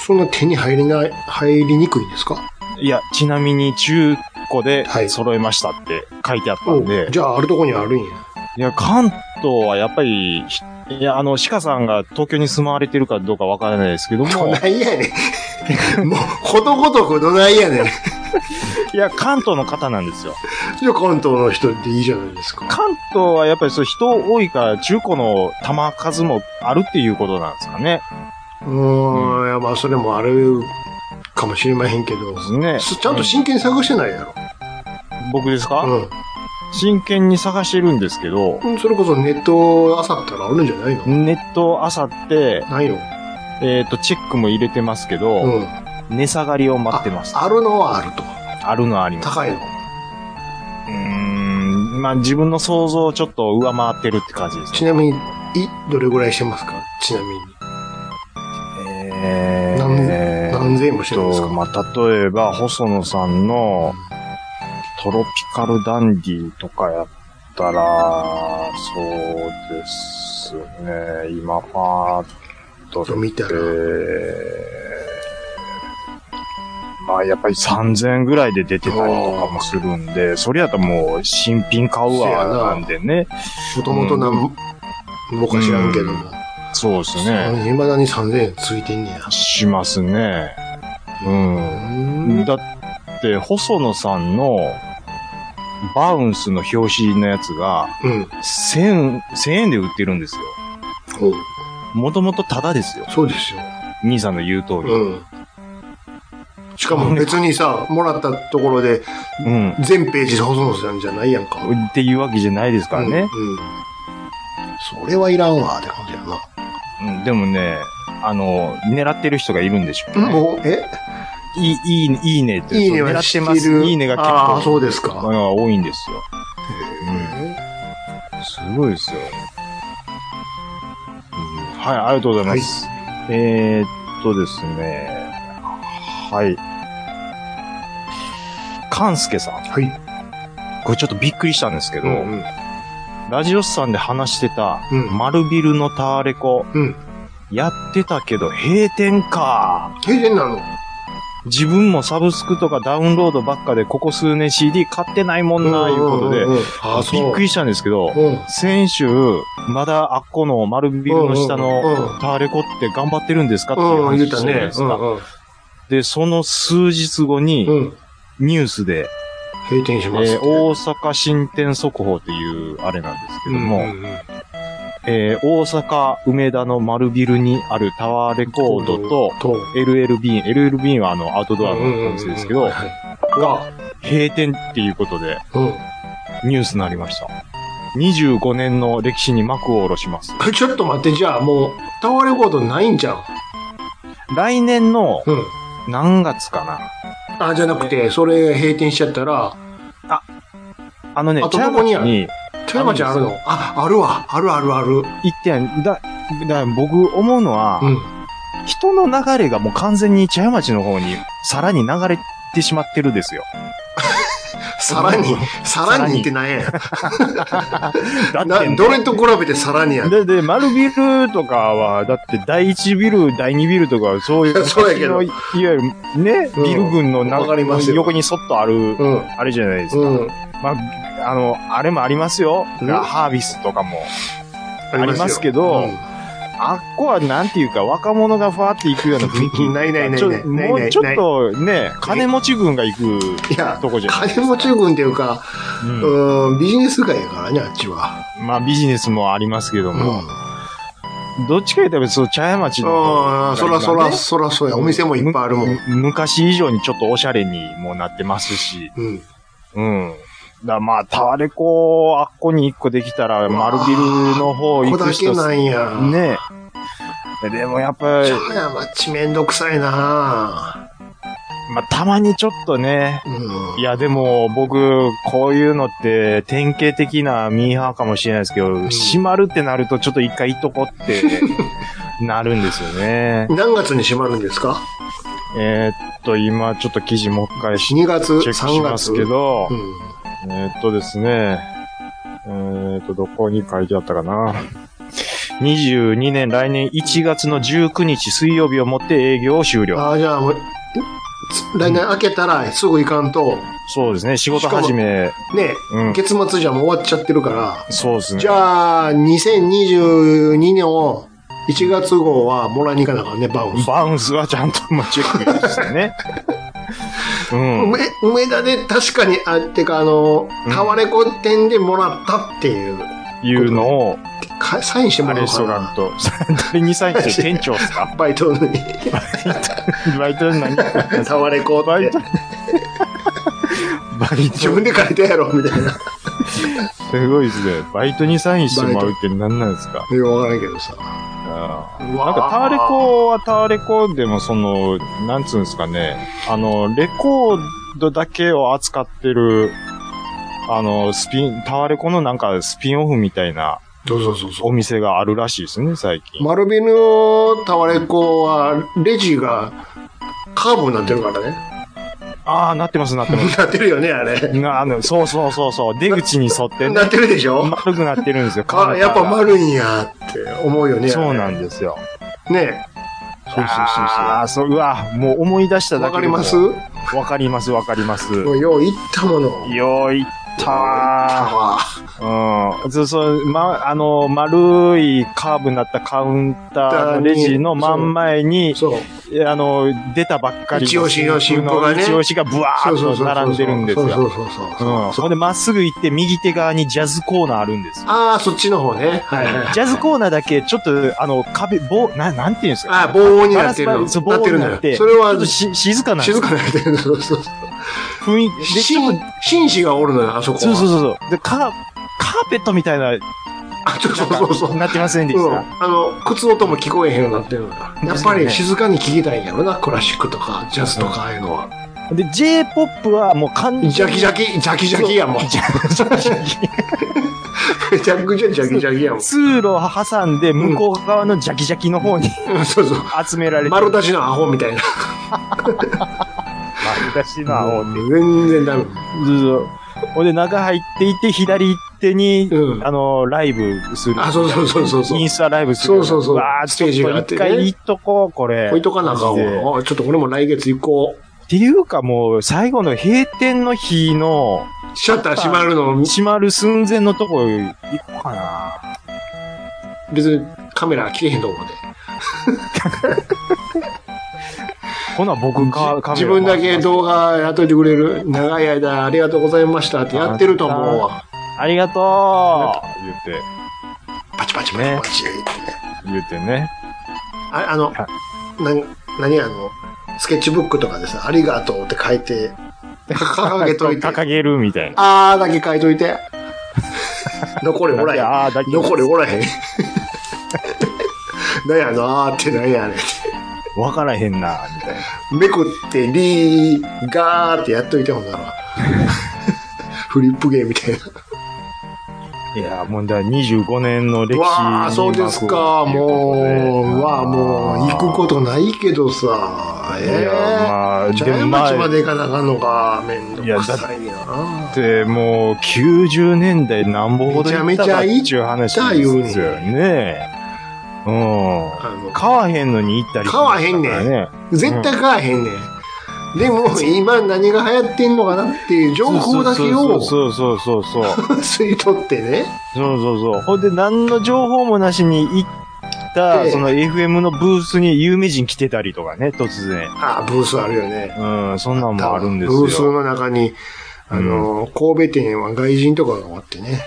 Speaker 1: そんな手に入りない、入りにくいんですか
Speaker 3: いや、ちなみに中古で
Speaker 1: はい
Speaker 3: 揃えましたって書いてあったんで、
Speaker 1: おじゃあ、あるとこにあるんや。
Speaker 3: いや、関東はやっぱり、ひいや、あの、鹿さんが東京に住まわれてるかどうかわからないですけど
Speaker 1: ど
Speaker 3: も、
Speaker 1: ないやねん。もう、ことごとくどないやねん。
Speaker 3: いや、関東の方なんですよ。
Speaker 1: じゃあ、関東の人っていいじゃないですか。
Speaker 3: 関東はやっぱりそう人多いから中古の玉数もあるっていうことなんですかね。
Speaker 1: うーん、いや、まあ、それもあるかもしれまへんけど。
Speaker 3: ね
Speaker 1: すちゃんと真剣に探してないやろ。
Speaker 3: 僕ですか、
Speaker 1: うん
Speaker 3: 真剣に探してるんですけど、
Speaker 1: うん。それこそネットあさったらあるんじゃないの
Speaker 3: ネットあさって、
Speaker 1: ないの
Speaker 3: えっ、と、チェックも入れてますけ
Speaker 1: う
Speaker 3: ど、
Speaker 1: ん。
Speaker 3: 値下がりを待ってます。
Speaker 1: あるのはあると。
Speaker 3: あるのはあります。
Speaker 1: 高いの。
Speaker 3: うーん、まあ自分の想像をちょっと上回ってるって感じです
Speaker 1: ち
Speaker 3: ね。
Speaker 1: なみに、い、どれぐらいしてますかちなみに。
Speaker 3: え
Speaker 1: 何何千円もしてるんです
Speaker 3: と、
Speaker 1: か
Speaker 3: まあ、例えば、細野さんの、トロピカルダンディとかやったら、そうですね、今パーッと出て
Speaker 1: 見たら
Speaker 3: まあやっぱり3000円ぐらいで出てたりとかもするんで、それやったらもう新品買う
Speaker 1: せやな
Speaker 3: わ、なんでね。
Speaker 1: もともとなん、僕は知らんけども。
Speaker 3: そうですね。
Speaker 1: いまだに3000円ついてんねや。
Speaker 3: しますね。うん。
Speaker 1: うん。
Speaker 3: だって、細野さんの、バウンスの表紙のやつが、
Speaker 1: うん。
Speaker 3: 1000、1000円で売ってるんですよ。
Speaker 1: お
Speaker 3: もともとタダですよ。
Speaker 1: そうですよ。
Speaker 3: 兄さんの言う通り。
Speaker 1: うん。しかも別にさ、もらったところで、
Speaker 3: うん。
Speaker 1: 全ページで細野さんじゃないやんか。
Speaker 3: っていうわけじゃないですからね。
Speaker 1: うん。うんそれはいらんわ、って感じや
Speaker 3: うんでもね、あの、狙ってる人がいるんでしょう
Speaker 1: な。
Speaker 3: ね。
Speaker 1: もう、え
Speaker 3: いい、いい、いいねって。
Speaker 1: いいね
Speaker 3: 狙
Speaker 1: は
Speaker 3: っ
Speaker 1: して
Speaker 3: て
Speaker 1: る。
Speaker 3: ます。いいねが結
Speaker 1: ああ、
Speaker 3: 構、
Speaker 1: そうですか。
Speaker 3: まあ多いんですよ。
Speaker 1: へ
Speaker 3: すごいですよ。はい、ありがとうございます。えー、っとですね、はい。かんすけさん。
Speaker 1: はい。
Speaker 3: これちょっとびっくりしたんですけ
Speaker 1: えう
Speaker 3: ど、
Speaker 1: んうん。
Speaker 3: ラジオスさんで話してた、
Speaker 1: うん
Speaker 3: 丸ビルのターレコ、
Speaker 1: うん
Speaker 3: やってたけど閉店か。
Speaker 1: 閉店なの
Speaker 3: 自分もサブスクとかダウンロードばっかでここ数年 CD 買ってないもんな、いうことで、
Speaker 1: うんうんうんああ、そう。
Speaker 3: びっくりしたんですけど、
Speaker 1: うん。
Speaker 3: 先週、まだあっこの丸ビルの下
Speaker 1: うんうん
Speaker 3: の
Speaker 1: うん
Speaker 3: ターレコって頑張ってるんですかっていう
Speaker 1: うん、言
Speaker 3: 話
Speaker 1: う
Speaker 3: したたじゃない
Speaker 1: ね
Speaker 3: で。す
Speaker 1: う
Speaker 3: か。
Speaker 1: ん
Speaker 3: で、その数日後
Speaker 1: う
Speaker 3: に、
Speaker 1: ん。うん。
Speaker 3: ニュースで、
Speaker 1: 閉店しますって。
Speaker 3: えー大阪新店速報っていうあれなんですけども、
Speaker 1: うんうんうん
Speaker 3: えー大阪梅田の丸ビルにあるタワーレコードと、
Speaker 1: と、
Speaker 3: LLB、LLB はあのアウトドアのお店ですけ
Speaker 1: うんうんう
Speaker 3: ど
Speaker 1: ん、はいが、
Speaker 3: 閉店っていうことで
Speaker 1: うん。
Speaker 3: ニュースになりました。25年の歴史に幕を下ろします。
Speaker 1: えちょっと待って、じゃあもう、タワーレコードないんじゃん。
Speaker 3: 来年の
Speaker 1: うん。
Speaker 3: 何月かな
Speaker 1: あ、じゃなくて、それ閉店しちゃったら、
Speaker 3: あのね、
Speaker 1: あと
Speaker 3: 茶
Speaker 1: どこにある
Speaker 3: 屋町に
Speaker 1: 富山ちゃんあるのあ、あるわ。あるあるある。
Speaker 3: 一点、だ、だ僕思うのは、
Speaker 1: うん。
Speaker 3: 人の流れがもう完全に茶屋町の方にさらに流れってしまってるですよ。
Speaker 7: さらに、さ らにってなんや。
Speaker 3: だって、
Speaker 7: などれと比べてさらにや。
Speaker 3: で、で、丸ビルとかは、だって第1ビル、第2ビルとか、そういう、
Speaker 7: そうやけど
Speaker 3: いわゆる、ね、
Speaker 7: うん
Speaker 3: ビル群のな
Speaker 7: わかりますよ
Speaker 3: 横にそっとある、
Speaker 7: うん。
Speaker 3: あれじゃないですか。
Speaker 7: うん。
Speaker 3: まあ、あの、あれもありますよ。
Speaker 7: うん
Speaker 3: ハービスとかも。ありますけ
Speaker 7: よ
Speaker 3: ど、
Speaker 7: うん
Speaker 3: あっこはなんていうか、若者がファーって行くような雰囲気。
Speaker 7: ないないないない
Speaker 3: ちょ
Speaker 7: ないない
Speaker 3: もうちょっとね、金持ち軍が行く
Speaker 7: いや、
Speaker 3: とこじゃない。
Speaker 7: 金持ち軍っていうか、
Speaker 3: うん
Speaker 7: うん、ビジネス街やからね、あっちは。
Speaker 3: まあビジネスもありますけど
Speaker 7: う
Speaker 3: も、
Speaker 7: ん。
Speaker 3: どっちか言ったらそう、茶屋町
Speaker 7: あ
Speaker 3: の
Speaker 7: あ、。そらそら、そらそうや。お店もいっぱいあるもん。
Speaker 3: む昔以上にちょっとおしゃれにもなってますし、
Speaker 7: うん。
Speaker 3: うん。だまあ、タワレコ、あっこに一個できたら、丸ビルの方行
Speaker 7: ここ
Speaker 3: く
Speaker 7: だ
Speaker 3: 人
Speaker 7: けなんや。。
Speaker 3: ねえ。でもやっぱり、
Speaker 7: 茶屋町めんどくさいな
Speaker 3: まあ、たまにちょっとね、
Speaker 7: うん。
Speaker 3: いや、でも、僕、こういうのって、典型的なミーハーかもしれないですけど、
Speaker 7: ん
Speaker 3: 閉まるってなると、ちょっと一回行っとこって、 なるんですよね。
Speaker 7: 何月に閉まるんですか
Speaker 3: えーっと、今、ちょっと記事もう一回し
Speaker 7: ?2 月、
Speaker 3: チェックし
Speaker 7: 3
Speaker 3: ますけ
Speaker 7: 月。
Speaker 3: ど
Speaker 7: う、ん。
Speaker 3: えーっとですね、えーっと、どこに書いてあったかな。22年来年1月の19日水曜日をもって営業を終了。
Speaker 7: ああ、じゃあもう、つ来年開けたらすぐ行かんと、
Speaker 3: そうですね、仕事始め。
Speaker 7: ね、
Speaker 3: うん、
Speaker 7: 月末じゃもう終わっちゃってるから、
Speaker 3: そうですね。
Speaker 7: じゃあ、2022年を、1月号はもらいに行かなあかんね、バウンス。
Speaker 3: バウンスはちゃんともうチェックして ね。うん。
Speaker 7: 梅梅田で確かに、あ、てかあの
Speaker 3: う、ん
Speaker 7: タワレコ店でもらったっていう、
Speaker 3: いうのを、
Speaker 7: かサインしても
Speaker 3: あ
Speaker 7: らお
Speaker 3: れ
Speaker 7: う
Speaker 3: ス
Speaker 7: か
Speaker 3: トラ
Speaker 7: な
Speaker 3: ン。と、誰にサインして店長っすか
Speaker 7: バイトのに、
Speaker 3: バイトに何バ
Speaker 7: タワレコっ
Speaker 3: イ
Speaker 7: て
Speaker 3: ト。バイ
Speaker 7: 自
Speaker 3: ト、
Speaker 7: 分で書いたやろ、みた いな。
Speaker 3: すごいですね。バイトにサインしてもらうって何なんですか
Speaker 7: いや、わからんけどさ。
Speaker 3: あー
Speaker 7: なん
Speaker 3: なんかタワレコはタワレコでもその、なんつうんですかね、あの、レコードだけを扱ってる、あの、スピン、タワレコのなんかスピンオフみたいな
Speaker 7: そうそうそうそ
Speaker 3: お店があるらしいですね、最近
Speaker 7: う。。丸ビルのタワレコは、レジがカーブになってるからね。
Speaker 3: ああ、なってます、なってます。
Speaker 7: なってるよね、あれ。
Speaker 3: なあの、そうそうそうそう、出口に沿ってね
Speaker 7: なってるでしょ
Speaker 3: 丸くなってるんですよ。
Speaker 7: あ、やっぱ
Speaker 3: 丸
Speaker 7: 丸いんやって思うよね。
Speaker 3: そうなんんですよ。
Speaker 7: ねそうそうそうそう
Speaker 3: ああ、そう、うわ、もう思い出しただ
Speaker 7: わ
Speaker 3: け
Speaker 7: か
Speaker 3: で
Speaker 7: り
Speaker 3: も
Speaker 7: ます
Speaker 3: わ
Speaker 7: も
Speaker 3: かります、わかります。
Speaker 7: うよう行ったもの。行っ
Speaker 3: よーいったー。
Speaker 7: わ。
Speaker 3: うん。そうそう、ま、あの、丸いカーブになったカウンターのレジの真ん前に、
Speaker 7: そう。
Speaker 3: あの、出たばっかりの。
Speaker 7: 一押しの新婦がね
Speaker 3: 一押しがブワ
Speaker 7: そ
Speaker 3: ー
Speaker 7: うそう
Speaker 3: ッと
Speaker 7: そうそう
Speaker 3: 並んでるんですよ。
Speaker 7: そうそうそう
Speaker 3: う
Speaker 7: そ
Speaker 3: ん。
Speaker 7: う。
Speaker 3: ほんで、まっすぐ行って右手側にジャズコーナーあるんですよ。
Speaker 7: ああ、そっちの方ね。はい はいはい。
Speaker 3: ジャズコーナーだけ、ちょっと、あの、壁、棒、な、なんていうんですか
Speaker 7: ああ、棒に
Speaker 3: ガ
Speaker 7: な
Speaker 3: ラ
Speaker 7: って
Speaker 3: ス
Speaker 7: る
Speaker 3: パ
Speaker 7: の。
Speaker 3: イそう棒
Speaker 7: ってる
Speaker 3: に
Speaker 7: の
Speaker 3: な
Speaker 7: よ
Speaker 3: って、
Speaker 7: それ
Speaker 3: ちょっと
Speaker 7: は
Speaker 3: し静かな
Speaker 7: 静かになってるの。そうそうそう。
Speaker 3: 雰囲気。で、ちょっ
Speaker 7: 紳紳士がおるのよ、あ
Speaker 3: と、
Speaker 7: そこ
Speaker 3: そう
Speaker 7: は。
Speaker 3: そうそうそう。で、カー、カーペットみたいな、
Speaker 7: あそう
Speaker 3: なんか
Speaker 7: そうそうそう。
Speaker 3: なってませんでし
Speaker 7: うん、
Speaker 3: た。
Speaker 7: あの靴音も聞こえへんようになってるからやっぱり静かに聞きたいんやろなクラシックとかジャズとかああいうのは、
Speaker 3: で、J-POP はもう完全に
Speaker 7: ジャキジャキジャキジャキやもんジャクジャキジャキジャキやもん
Speaker 3: 通路を挟んで、向こう側のジャキジャキの方に
Speaker 7: うんそうそう
Speaker 3: 集められて
Speaker 7: 丸出しのアホみたいな
Speaker 3: 丸出しの青って。
Speaker 7: 全然ダメ
Speaker 3: そうそうほんで、中入っていて、左手に、
Speaker 7: うん
Speaker 3: あの、ライブする。
Speaker 7: あそうそうそうそうそう
Speaker 3: インスタライブする。
Speaker 7: そうそうそう
Speaker 3: わあ、
Speaker 7: ス
Speaker 3: ち
Speaker 7: テ
Speaker 3: ょ
Speaker 7: ー
Speaker 3: っ
Speaker 7: ジが
Speaker 3: と
Speaker 7: あって
Speaker 3: 一
Speaker 7: ね
Speaker 3: 回行っとこう、これ。
Speaker 7: 置いとかなあかんわあちょっとこれも来月行こう
Speaker 3: っていうかもう、最後の閉店の日の、
Speaker 7: シャッター閉まるの
Speaker 3: 閉まる寸前のとこ行こうかな。
Speaker 7: 別にカメラ切れへんと思うで
Speaker 3: ほな、僕か、カメラ
Speaker 7: 自分だけ動画やっといてくれる長い間ありがとうございましたってやってると思うわ
Speaker 3: ありがとう言って、
Speaker 7: パチパチパチパチ、
Speaker 3: 言ってね。
Speaker 7: ああの、
Speaker 3: は
Speaker 7: な何あの、スケッチブックとかでさ、ありがとうって書いて、掲げ といて、
Speaker 3: 掲げるみたいな。
Speaker 7: あーだけ書いとい て、残りおらへん。
Speaker 3: ああ、だけ
Speaker 7: 残りおらへん。 何やなーって何やね
Speaker 3: わからへんな、みたいな。
Speaker 7: ん。めくって、リー、ガーってやっといてほんな ら。フリップゲーみたいな。
Speaker 3: いや、もうだ、25年の歴史に幕を
Speaker 7: わあ、そうですか。もう、わあ、もう、行くことないけどさ。か。え
Speaker 3: いや、まあ、
Speaker 7: 茶
Speaker 3: で
Speaker 7: 屋
Speaker 3: もま
Speaker 7: 町ま
Speaker 3: あ、
Speaker 7: で行かなあかんのか。めんどくさいよな。
Speaker 3: でもう90年代なんぼほど行ったかっていう話ですよね。う
Speaker 7: あの
Speaker 3: ん。買わへんのに行ったり
Speaker 7: 買わへんねん
Speaker 3: ね。
Speaker 7: 絶対買わへんねん。でも、今何が流行ってんのかなっていう情報だけを
Speaker 3: そうそうそう そうそう。
Speaker 7: 吸い取ってね。
Speaker 3: そうそうそう。ほんで、何の情報もなしに行った、
Speaker 7: で
Speaker 3: その FM のブースに有名人来てたりとかね、突然。
Speaker 7: ああ、ブースあるよね。
Speaker 3: うん、そんなんもあるんです
Speaker 7: ブース
Speaker 3: よ。
Speaker 7: の中に、あの、神戸店は外人とかがおってね。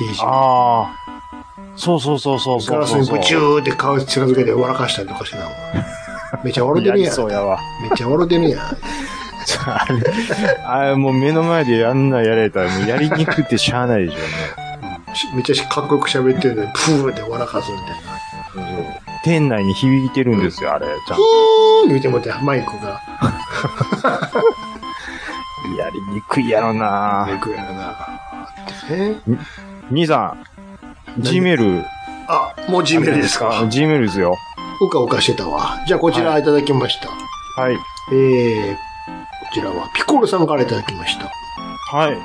Speaker 7: DJ。
Speaker 3: ああ。そうそうそうそう
Speaker 7: ガ
Speaker 3: そう
Speaker 7: ラス
Speaker 3: そう
Speaker 7: に
Speaker 3: そう。
Speaker 7: ブチューって顔近づけて笑かしたりとかしてたもん。めっちゃ笑って
Speaker 3: や
Speaker 7: る
Speaker 3: り
Speaker 7: やん。
Speaker 3: そうやわ。
Speaker 7: めっちゃ笑ってるやん。
Speaker 3: あれ、あれもう目の前でやんなやられたら、もうやりにくくてしゃあないでしょうね。
Speaker 7: しめっちゃかっこよく喋ってるのに、プーって笑かすみたいな。
Speaker 3: 店内に響いてるんですよ、あれ。ちゃんと
Speaker 7: ピーン言うてもって、マイクが。
Speaker 3: やりにくいやろな
Speaker 7: マイクやらな。え
Speaker 3: 兄さん、G メール。
Speaker 7: あ、もう G メールですか。
Speaker 3: ?G メールですよ。
Speaker 7: うかうかしてたわ。じゃあこちらいただきました。
Speaker 3: はい。
Speaker 7: えー、こちらはピコルさんからいただきました。
Speaker 3: はい。
Speaker 7: はい。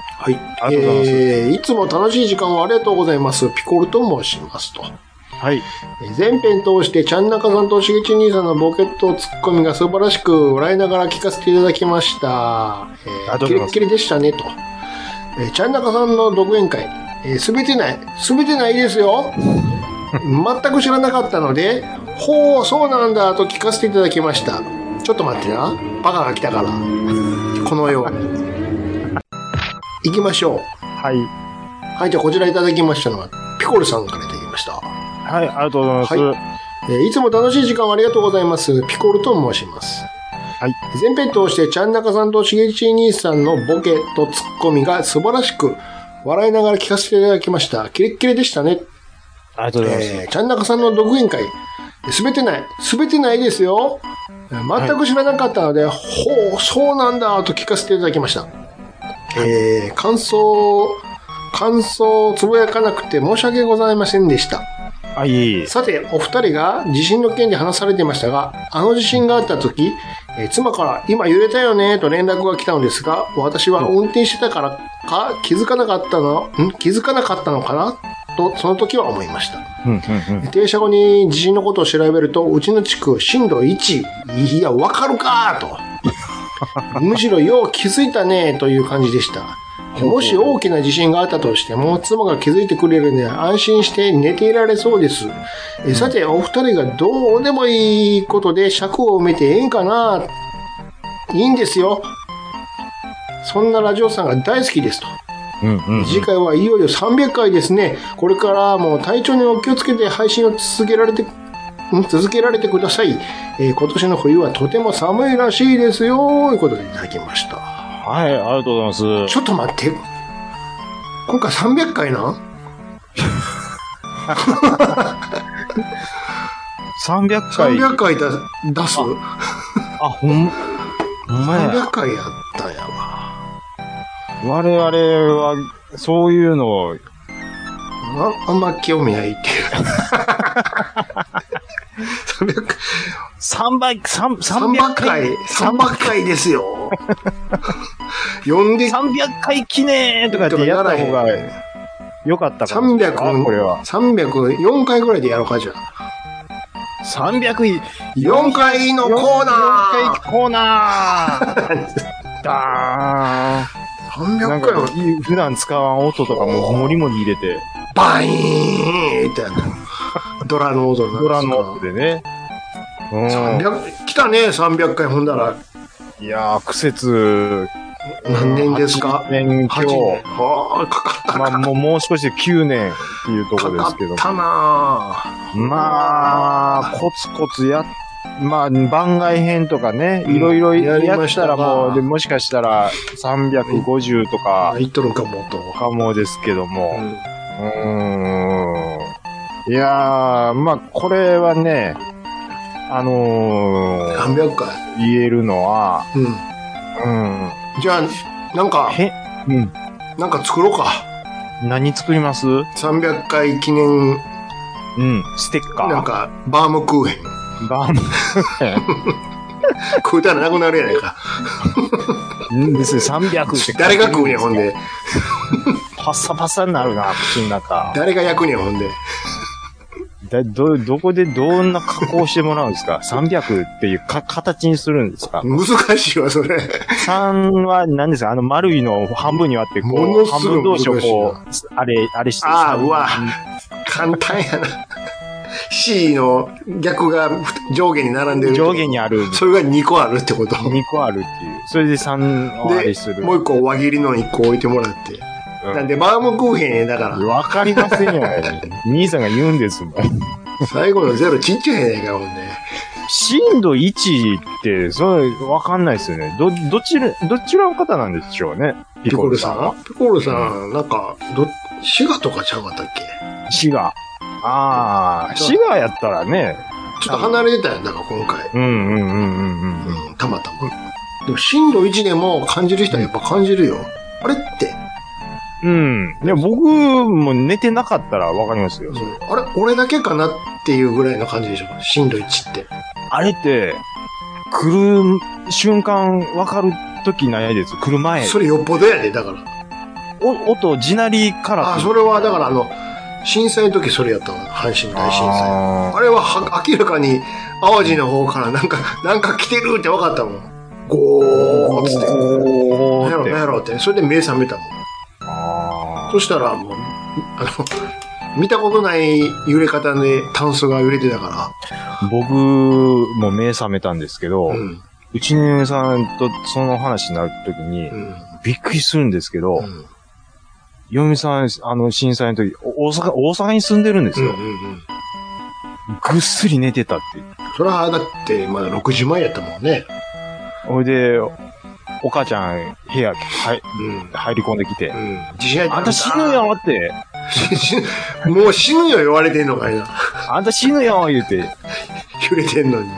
Speaker 3: ありがとうございます
Speaker 7: えー、いつも楽しい時間をありがとうございます。ピコルと申しますと。
Speaker 3: はい。
Speaker 7: えー前編通して、ちゃんなかさんとしげち兄さんのボケとツッコミが素晴らしく笑いながら聞かせていただきました。え
Speaker 3: あ
Speaker 7: ー、
Speaker 3: どう
Speaker 7: キ
Speaker 3: も
Speaker 7: レッキレでしたね、と。えー、ちゃんなかさんの独演会、す、べ、てない、すべてないですよ。全く知らなかったので、 ほう、そうなんだ、と聞かせていただきました。ちょっと待ってな。バカが来たから。 このように。行きましょう。
Speaker 3: はい。
Speaker 7: はい、じゃあこちらいただきましたのは、ピコルさんからいただきました。
Speaker 3: はい、ありがとうございます。
Speaker 7: はえーいつも楽しい時間をありがとうございます。ピコルと申します。
Speaker 3: はい。
Speaker 7: 前編通して、ちゃんなかさんとしげち兄さんのボケとツッコミが素晴らしく、笑いながら聞かせていただきました。キレッキレでしたね。
Speaker 3: ありがとうございます。
Speaker 7: えー、ちゃんなかさんの独演会、すべてない、すべてないですよ。えー全く知らなかったので、ほう、そうなんだ、と聞かせていただきました。えー、感想、感想をつぶやかなくて申し訳ございませんでした。
Speaker 3: あ、いえいえ。
Speaker 7: さて、お二人が地震の件で話されていましたが、あの地震があった時、えー妻から今揺れたよねと連絡が来たのですが、私は運転してたからか気づかなかったの、ん気づかなかったのかなと、その時は思いました。
Speaker 3: うん、うん、うん。
Speaker 7: 停車後に地震のことを調べると、うちの地区、震度1、いや、わかるかと。むしろよう気づいたねという感じでした。もし大きな地震があったとしても、妻が気づいてくれるんで安心して寝ていられそうです。えさて、お二人がどうでもいいことで尺を埋めてええんかないいんですよ。そんなラジオさんが大好きですと。
Speaker 3: うん、うんうん。
Speaker 7: 次回はいよいよ300回ですね。これからも体調にお気をつけて配信を続けられて、ん続けられてください。えー今年の冬はとても寒いらしいですよ。ということでいただきました。
Speaker 3: はい、ありがとうございま
Speaker 7: ち
Speaker 3: す。
Speaker 7: ょっと待って。今回300回なん
Speaker 3: 300回。
Speaker 7: ?300 回だ出す
Speaker 3: あ、ほん、ほんまや。
Speaker 7: ?300 回やったんやわ。
Speaker 3: 我々は、そういうのを、
Speaker 7: ああんま興味ない っていう。300回。
Speaker 3: 3倍、三
Speaker 7: 三
Speaker 3: 300
Speaker 7: 百
Speaker 3: 回、
Speaker 7: 回、三百回で すよ。呼んで
Speaker 3: 300回記念とかってやった方が良かったかもしれない
Speaker 7: 300
Speaker 3: これは。
Speaker 7: 304回ぐらいでやろうかじゃあ
Speaker 3: 300い、
Speaker 7: 4回のコー
Speaker 3: 4
Speaker 7: ナー
Speaker 3: 回コーナー だーンなん
Speaker 7: 300回
Speaker 3: か
Speaker 7: も、
Speaker 3: い普段使わん音とかももりもり入れて、
Speaker 7: バイーンってやるドラの音にな
Speaker 3: ドラの音でね。う
Speaker 7: 300来たね300回ほんだら
Speaker 3: ん。いやー、苦節、
Speaker 7: 何年ですか
Speaker 3: 8年
Speaker 7: 8
Speaker 3: 強
Speaker 7: 年。はあかかった
Speaker 3: まあ、もう、もう少しで9年っていうところで
Speaker 7: か
Speaker 3: すけ
Speaker 7: か
Speaker 3: ど
Speaker 7: っ。たな
Speaker 3: まあ、コツコツや、まあ、番外編とかね、
Speaker 7: うん
Speaker 3: いろいろ
Speaker 7: や
Speaker 3: や
Speaker 7: りま
Speaker 3: っ
Speaker 7: した
Speaker 3: た
Speaker 7: が
Speaker 3: らもう、でもしかしたら350と
Speaker 7: あ
Speaker 3: か
Speaker 7: 言っとるかもと
Speaker 3: かもですけど
Speaker 7: う
Speaker 3: も。
Speaker 7: ん
Speaker 3: うーん。いやー、まあ、これはね、あのー、
Speaker 7: 300回
Speaker 3: 言えるのは、
Speaker 7: うん
Speaker 3: うん。
Speaker 7: じゃあなんか
Speaker 3: へ、うん。
Speaker 7: なんか作ろうか
Speaker 3: 何作りますう
Speaker 7: 300回記念
Speaker 3: ん。ステッカー。
Speaker 7: なんかバームクーヘン
Speaker 3: バームクーヘン。
Speaker 7: 食うたらなくなるやないか。
Speaker 3: うん、別に300って
Speaker 7: 誰が食うねん、ほんで。
Speaker 3: パッサパサになるな、口の中。
Speaker 7: 誰が焼くねん、ほんで。
Speaker 3: だ、ど、どこでどんな加工してもらうんですか ?300 っていうか、形にするんですか
Speaker 7: 難しいわ、それ。
Speaker 3: 3は何ですかあの丸いのを半分に割って、こ
Speaker 7: もの
Speaker 3: う、
Speaker 7: す
Speaker 3: 半
Speaker 7: ごい
Speaker 3: 分同士をこ
Speaker 7: 難
Speaker 3: う、あれ、あれして。
Speaker 7: ああ、うわ。簡単やな。C の逆が上下に並んでる。
Speaker 3: 上下にある
Speaker 7: それが2個あるってこと。
Speaker 3: 2個あるっていう。それで3をあれす
Speaker 7: で、
Speaker 3: る。
Speaker 7: もう1個輪切りの1個置いてもらって。
Speaker 3: うん
Speaker 7: なんで、バームクーヘンやだから。
Speaker 3: わかりませんよ。兄さんが言うんですもん。
Speaker 7: 最後のゼロちっちゃいやないか、ほんで。
Speaker 3: 震度1って、それ、わかんないですよね。ど、どちら、どちらの方なんでしょうね。
Speaker 7: ピコルさ
Speaker 3: は
Speaker 7: んピコルさん、なんか、ど、滋賀とかちゃうかったっけ
Speaker 3: 滋賀。ああ、滋賀やったらね。
Speaker 7: ちょっと離れてたやん、だから今回。
Speaker 3: うんうんうんうんうん。
Speaker 7: うん、たまたま。でも、震度1でも感じる人はやっぱ感じるよ。あれって、
Speaker 3: うん。いや、僕も寝てなかったらわかりますよ。
Speaker 7: あれ俺だけかなっていうぐらいの感じでしょ震度1って。
Speaker 3: あれって、来る瞬間わかるときないです。来る前。
Speaker 7: それよっぽどやで、だから。
Speaker 3: お音、地鳴りから。
Speaker 7: あ、それはだからあの、震災の時それやったの。阪神大震災。
Speaker 3: あー
Speaker 7: あれはは明らかに淡路の方からなんか、なんか来てるって分かったもん。ゴーっつって。
Speaker 3: お
Speaker 7: なんや
Speaker 3: ーっ
Speaker 7: ろ
Speaker 3: て
Speaker 7: なんやろって。それで目覚めたもん。
Speaker 3: あ
Speaker 7: そしたらもう、あの、見たことない揺れ方で炭素が揺れてたか
Speaker 3: ー僕も目覚めたんですけど、
Speaker 7: ら。
Speaker 3: う
Speaker 7: うん。
Speaker 3: ちの嫁さんとその話になるときに、
Speaker 7: うん。
Speaker 3: びっくりするんですけど、
Speaker 7: うん。
Speaker 3: 嫁さん、あの、震災の時、お大阪、大阪に住んでるんです
Speaker 7: うんう
Speaker 3: よ。
Speaker 7: んうん。
Speaker 3: ぐっすり寝てたっていう。
Speaker 7: それはだってまだ6時前やったもんね。
Speaker 3: ほいで、お母ちゃん、部屋、はい、
Speaker 7: うん。
Speaker 3: 入り込んできて
Speaker 7: う、ん。地震やった
Speaker 3: あんた死ぬ。 よって、
Speaker 7: 死ぬもう死ぬよ言われてんのかいな。
Speaker 3: あんた死ぬよ言うて、
Speaker 7: 揺れてんのに。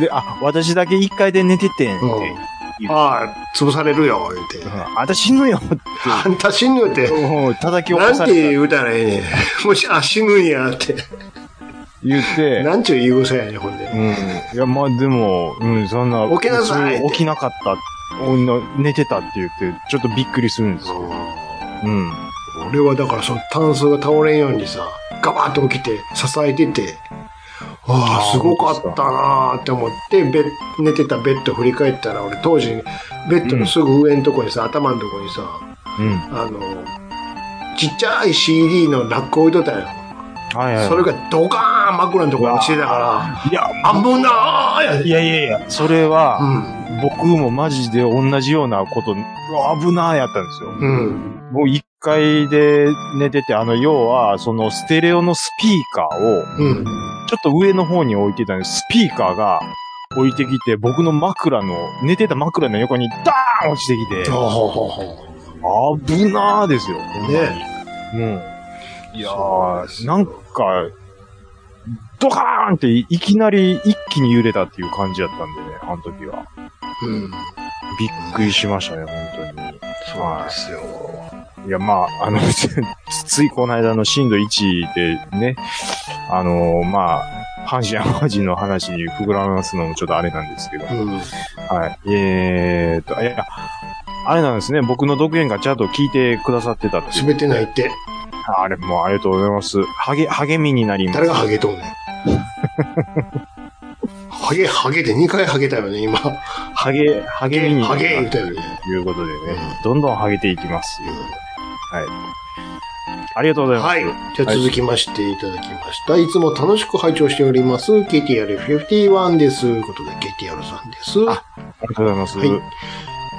Speaker 3: で、あ、私だけ一階で寝ててんって
Speaker 7: うん
Speaker 3: 言う。
Speaker 7: ああ、潰されるよ、言うて
Speaker 3: う。んあんた死ぬよって、
Speaker 7: あんた死ぬよって。
Speaker 3: もう叩き起こ
Speaker 7: な
Speaker 3: さ
Speaker 7: んて
Speaker 3: れた
Speaker 7: 言うたらええねん。もし、あ、死ぬんやって。
Speaker 3: 言って、
Speaker 7: なんちゅう言い草やねん、ほん
Speaker 3: う
Speaker 7: で。
Speaker 3: ん。いや、まあでも、うん、そんな。
Speaker 7: 起きなさいって
Speaker 3: そう起きなかった。おんな寝てたって言って、ちょっとびっくりするんですよ。うん。
Speaker 7: 俺はだからその炭素が倒れんようにさ、ガバッと起きて、支えてて、あ
Speaker 3: あ
Speaker 7: あ、
Speaker 3: ー
Speaker 7: すごかったなーって思って、ベッ寝てたベッド振り返ったら、俺当時、ベッドのすぐ上のとこにさ、頭のとこにさ、
Speaker 3: うん。
Speaker 7: あの、ちっちゃい CD のラック置いとったんよ。
Speaker 3: はいはい。
Speaker 7: それがドカーン枕のとこに落ちてたから、
Speaker 3: いや、
Speaker 7: 危なーやで。
Speaker 3: いやいやいや、それ
Speaker 7: う
Speaker 3: は、
Speaker 7: ん。
Speaker 3: 僕もマジで同じようなこと、うわ危なーやったんですよ。
Speaker 7: うん。
Speaker 3: もう一階で寝てて、あの、要は、そのステレオのスピーカーを、
Speaker 7: うん。
Speaker 3: ちょっと上の方に置いてたんです、スピーカーが置いてきて、僕の枕の、寝てた枕の横にダーン落ちてきて、
Speaker 7: ほうほうほうほ
Speaker 3: 危なーですよ。
Speaker 7: う。ね
Speaker 3: うん。いや
Speaker 7: そうです
Speaker 3: ー、なんか、ドカーンっていいきなり一気に揺れたっていう感じだったんでね、あの時は。
Speaker 7: うん。
Speaker 3: びっくりしましたね、本当に。
Speaker 7: そうですよ。
Speaker 3: いや、まあ、あの、 つついこの間の震度1でね、あのまあ、阪神淡路の話に膨らますのもちょっとあれなんですけど、
Speaker 7: うん。
Speaker 3: はい。えーっと、いや、あれなんですね、僕の独演会ちゃんと聞いてくださってたっていう
Speaker 7: 滑ってないって、
Speaker 3: あれもありがとうございます。励、励みになります。
Speaker 7: 誰がハゲと んねん。ハゲ、ハゲって2回ハゲたよね、今。ハ
Speaker 3: ハゲ、ハゲ
Speaker 7: ゲ、
Speaker 3: に。
Speaker 7: ハゲ言うたよね。
Speaker 3: ということでね、どんどんハゲていきます。ありがとうございます。
Speaker 7: はい。じゃあ続きましていただきました。い、つも楽しく拝聴しております。KTR51 です。ということで、KTR さんです。
Speaker 3: あありがとうございます。
Speaker 7: はい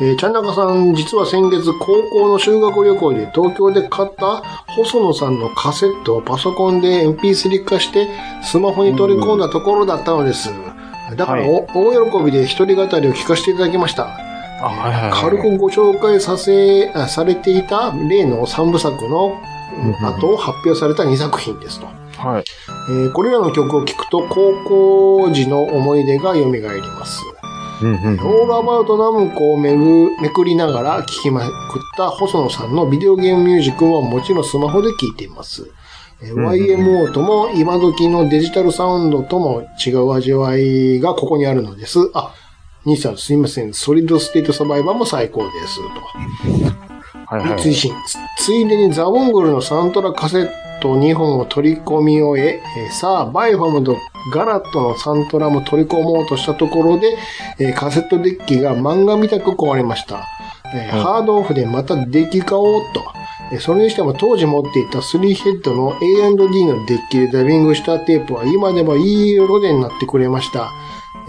Speaker 7: えー、ちゃんなかさん、実は先月、高校の修学旅行で東京で買った細野さんのカセットをパソコンで MP3 化して、スマホに取り込んだところだったのです。だからお、大喜びで一人語りを聞かせていただきました。
Speaker 3: あ、はいはいはい
Speaker 7: 軽くご紹介させ、あされていた例の3部作のうん
Speaker 3: うん
Speaker 7: 後を発表された2作品ですと。
Speaker 3: はい。
Speaker 7: えーこれらの曲を聴くと高校時の思い出が蘇ります。
Speaker 3: うんうん
Speaker 7: オールアバウトナムコをめぐめくりながら聴きまくった細野さんのビデオゲームミュージックはもちろんスマホで聴いています。えー YMO とも今時のデジタルサウンドとも違う味わいがここにあるのです。あ、兄さんすいません。ソリッドステートサバイバーも最高です。
Speaker 3: はい
Speaker 7: と。
Speaker 3: は
Speaker 7: 追
Speaker 3: い。
Speaker 7: 伸。ついでにザ・モンゴルのサントラカセット2本を取り込み終え、えーさあ、バイファムとガラットのサントラも取り込もうとしたところで、えーカセットデッキが漫画みたく壊れました。えーハードオフでまたデッキ買おうと。えーそれにしても当時持っていた3ヘッドの A&D のデッキでダビングしたテープは今でもいい色でになってくれました。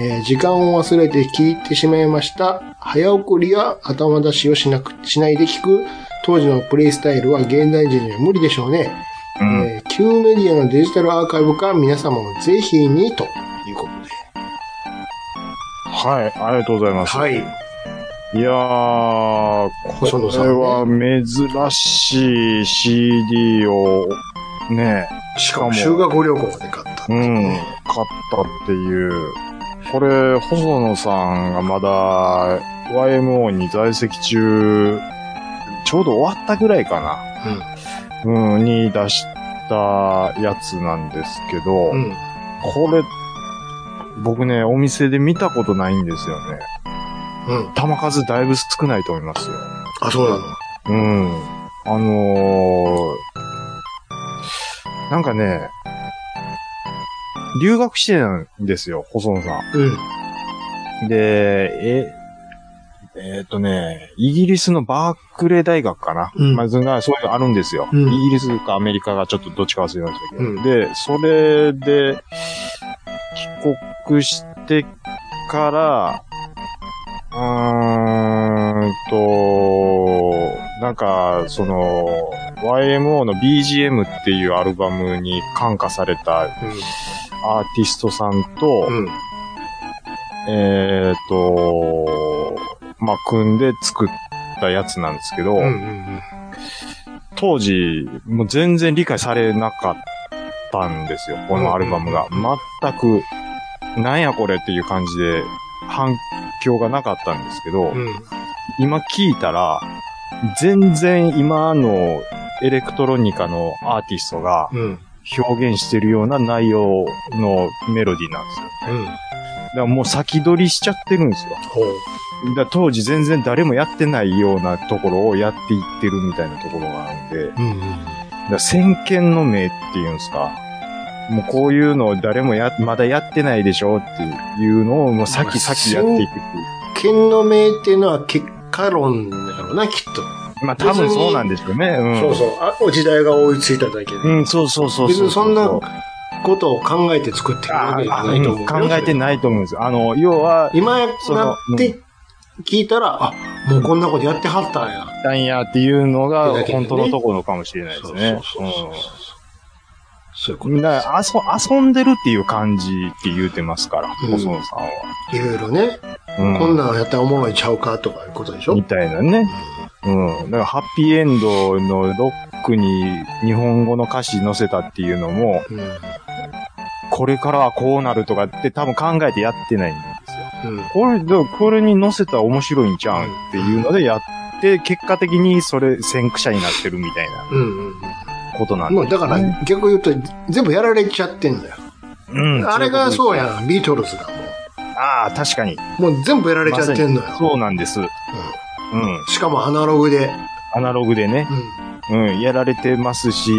Speaker 7: えー時間を忘れて聞いてしまいました。早送りや頭出しをしなく、しないで聞く当時のプレイスタイルは現代人には無理でしょうね。
Speaker 3: うん。
Speaker 7: えー旧メディアのデジタルアーカイブか皆様もぜひにということで。
Speaker 3: はい。ありがとうございます。
Speaker 7: はい。
Speaker 3: いやー、こ
Speaker 7: 細野さん
Speaker 3: れ
Speaker 7: ね
Speaker 3: は珍しい CD をね、
Speaker 7: し
Speaker 3: かも
Speaker 7: 修学旅行で買った。
Speaker 3: うん、買ったっていう。これ、細野さんがまだ YMO に在籍中、ちょうど終わったぐらいかな。うん。に出したやつなんですけど、
Speaker 7: うん。
Speaker 3: これ、僕ね、お店で見たことないんですよね。
Speaker 7: うん。
Speaker 3: 玉数だいぶ少ないと思いますよ。
Speaker 7: あ、そうなの。
Speaker 3: うん。あのー、なんかね、留学してたんですよ、細野さ
Speaker 7: うん。
Speaker 3: ん。で、え、えーっとね、イギリスのバークレー大学かな。
Speaker 7: うん
Speaker 3: まあ、そんなそういうのあるんですよ。
Speaker 7: うん
Speaker 3: イギリスかアメリカがちょっとどっちか忘れましたけど。
Speaker 7: うん
Speaker 3: で、それで、帰国してから、うーんと、なんか、その、YMO の BGM っていうアルバムに感化されたアーティストさんと、
Speaker 7: うん。うん。
Speaker 3: えっ、と、まあ、組んで作ったやつなんですけど、
Speaker 7: うん。うん。
Speaker 3: 当時、もう全然理解されなかったんですよ、このアルバムが。全く、なんやこれっていう感じで、反響がなかったんですけど、
Speaker 7: うん。
Speaker 3: 今聞いたら、全然今のエレクトロニカのアーティストが
Speaker 7: うん。うん。
Speaker 3: 表現してるような内容のメロディーなんですよ。
Speaker 7: うん。
Speaker 3: だからもう先取りしちゃってるんですよ。
Speaker 7: ほう。
Speaker 3: だから当時全然誰もやってないようなところをやっていってるみたいなところがあるんで、
Speaker 7: うん。うん。
Speaker 3: だから先見の明っていうんですか。もうこういうのを誰もや、まだやってないでしょっていうのをもう先先やっていくっていう。
Speaker 7: 剣の名っていうのは結果論だろうな、きっと。
Speaker 3: まあ多分そうなんですよね。うん。
Speaker 7: そうそうあ。お時代が追いついただけで。
Speaker 3: うん、そうそうそうそう。
Speaker 7: 別にそんなことを考えて作ってるわけじゃないと思うよ。
Speaker 3: 考えてないと思うんですよ。あの、要は、
Speaker 7: 今や
Speaker 3: その
Speaker 7: って聞いたら、あ、もうこんなことやってはったんや。
Speaker 3: ダイヤっていうの
Speaker 7: だ
Speaker 3: が
Speaker 7: けで
Speaker 3: 本
Speaker 7: ね
Speaker 3: 当のところかもしれないですね。
Speaker 7: そうそうそうそう。そういうこ
Speaker 3: うん。だから遊遊んでるっていう感じって言うてますから、
Speaker 7: うん
Speaker 3: 細野さんは。
Speaker 7: と。いろいろね、
Speaker 3: うん
Speaker 7: こんなんやったらおもろいちゃうかとかいうことでしょ、う
Speaker 3: み
Speaker 7: ん、
Speaker 3: たいなね。うん。だから、ハッピーエンドのロックに日本語の歌詞載せたっていうのも、
Speaker 7: うん。うん。
Speaker 3: これからはこうなるとかって多分考えてやってないんですよ。これ、でもこれに載せたら面白いんちゃうんっていうのでやって、結果的にそれ先駆者になってるみたいな
Speaker 7: うん。うん。
Speaker 3: ことなん
Speaker 7: も
Speaker 3: で
Speaker 7: う
Speaker 3: す
Speaker 7: だか
Speaker 3: よね、
Speaker 7: ら逆言うと全部やられちゃってんだよ。
Speaker 3: うん、
Speaker 7: あれがそう
Speaker 3: いこ
Speaker 7: やん、ビートルズが
Speaker 3: とです。ああ、確かに。
Speaker 7: もう。もう全部やられちゃってんのよ。
Speaker 3: そうなんです。うん。
Speaker 7: しかもアナログで。
Speaker 3: アナログでね
Speaker 7: う、ん。
Speaker 3: うん、やられてますし、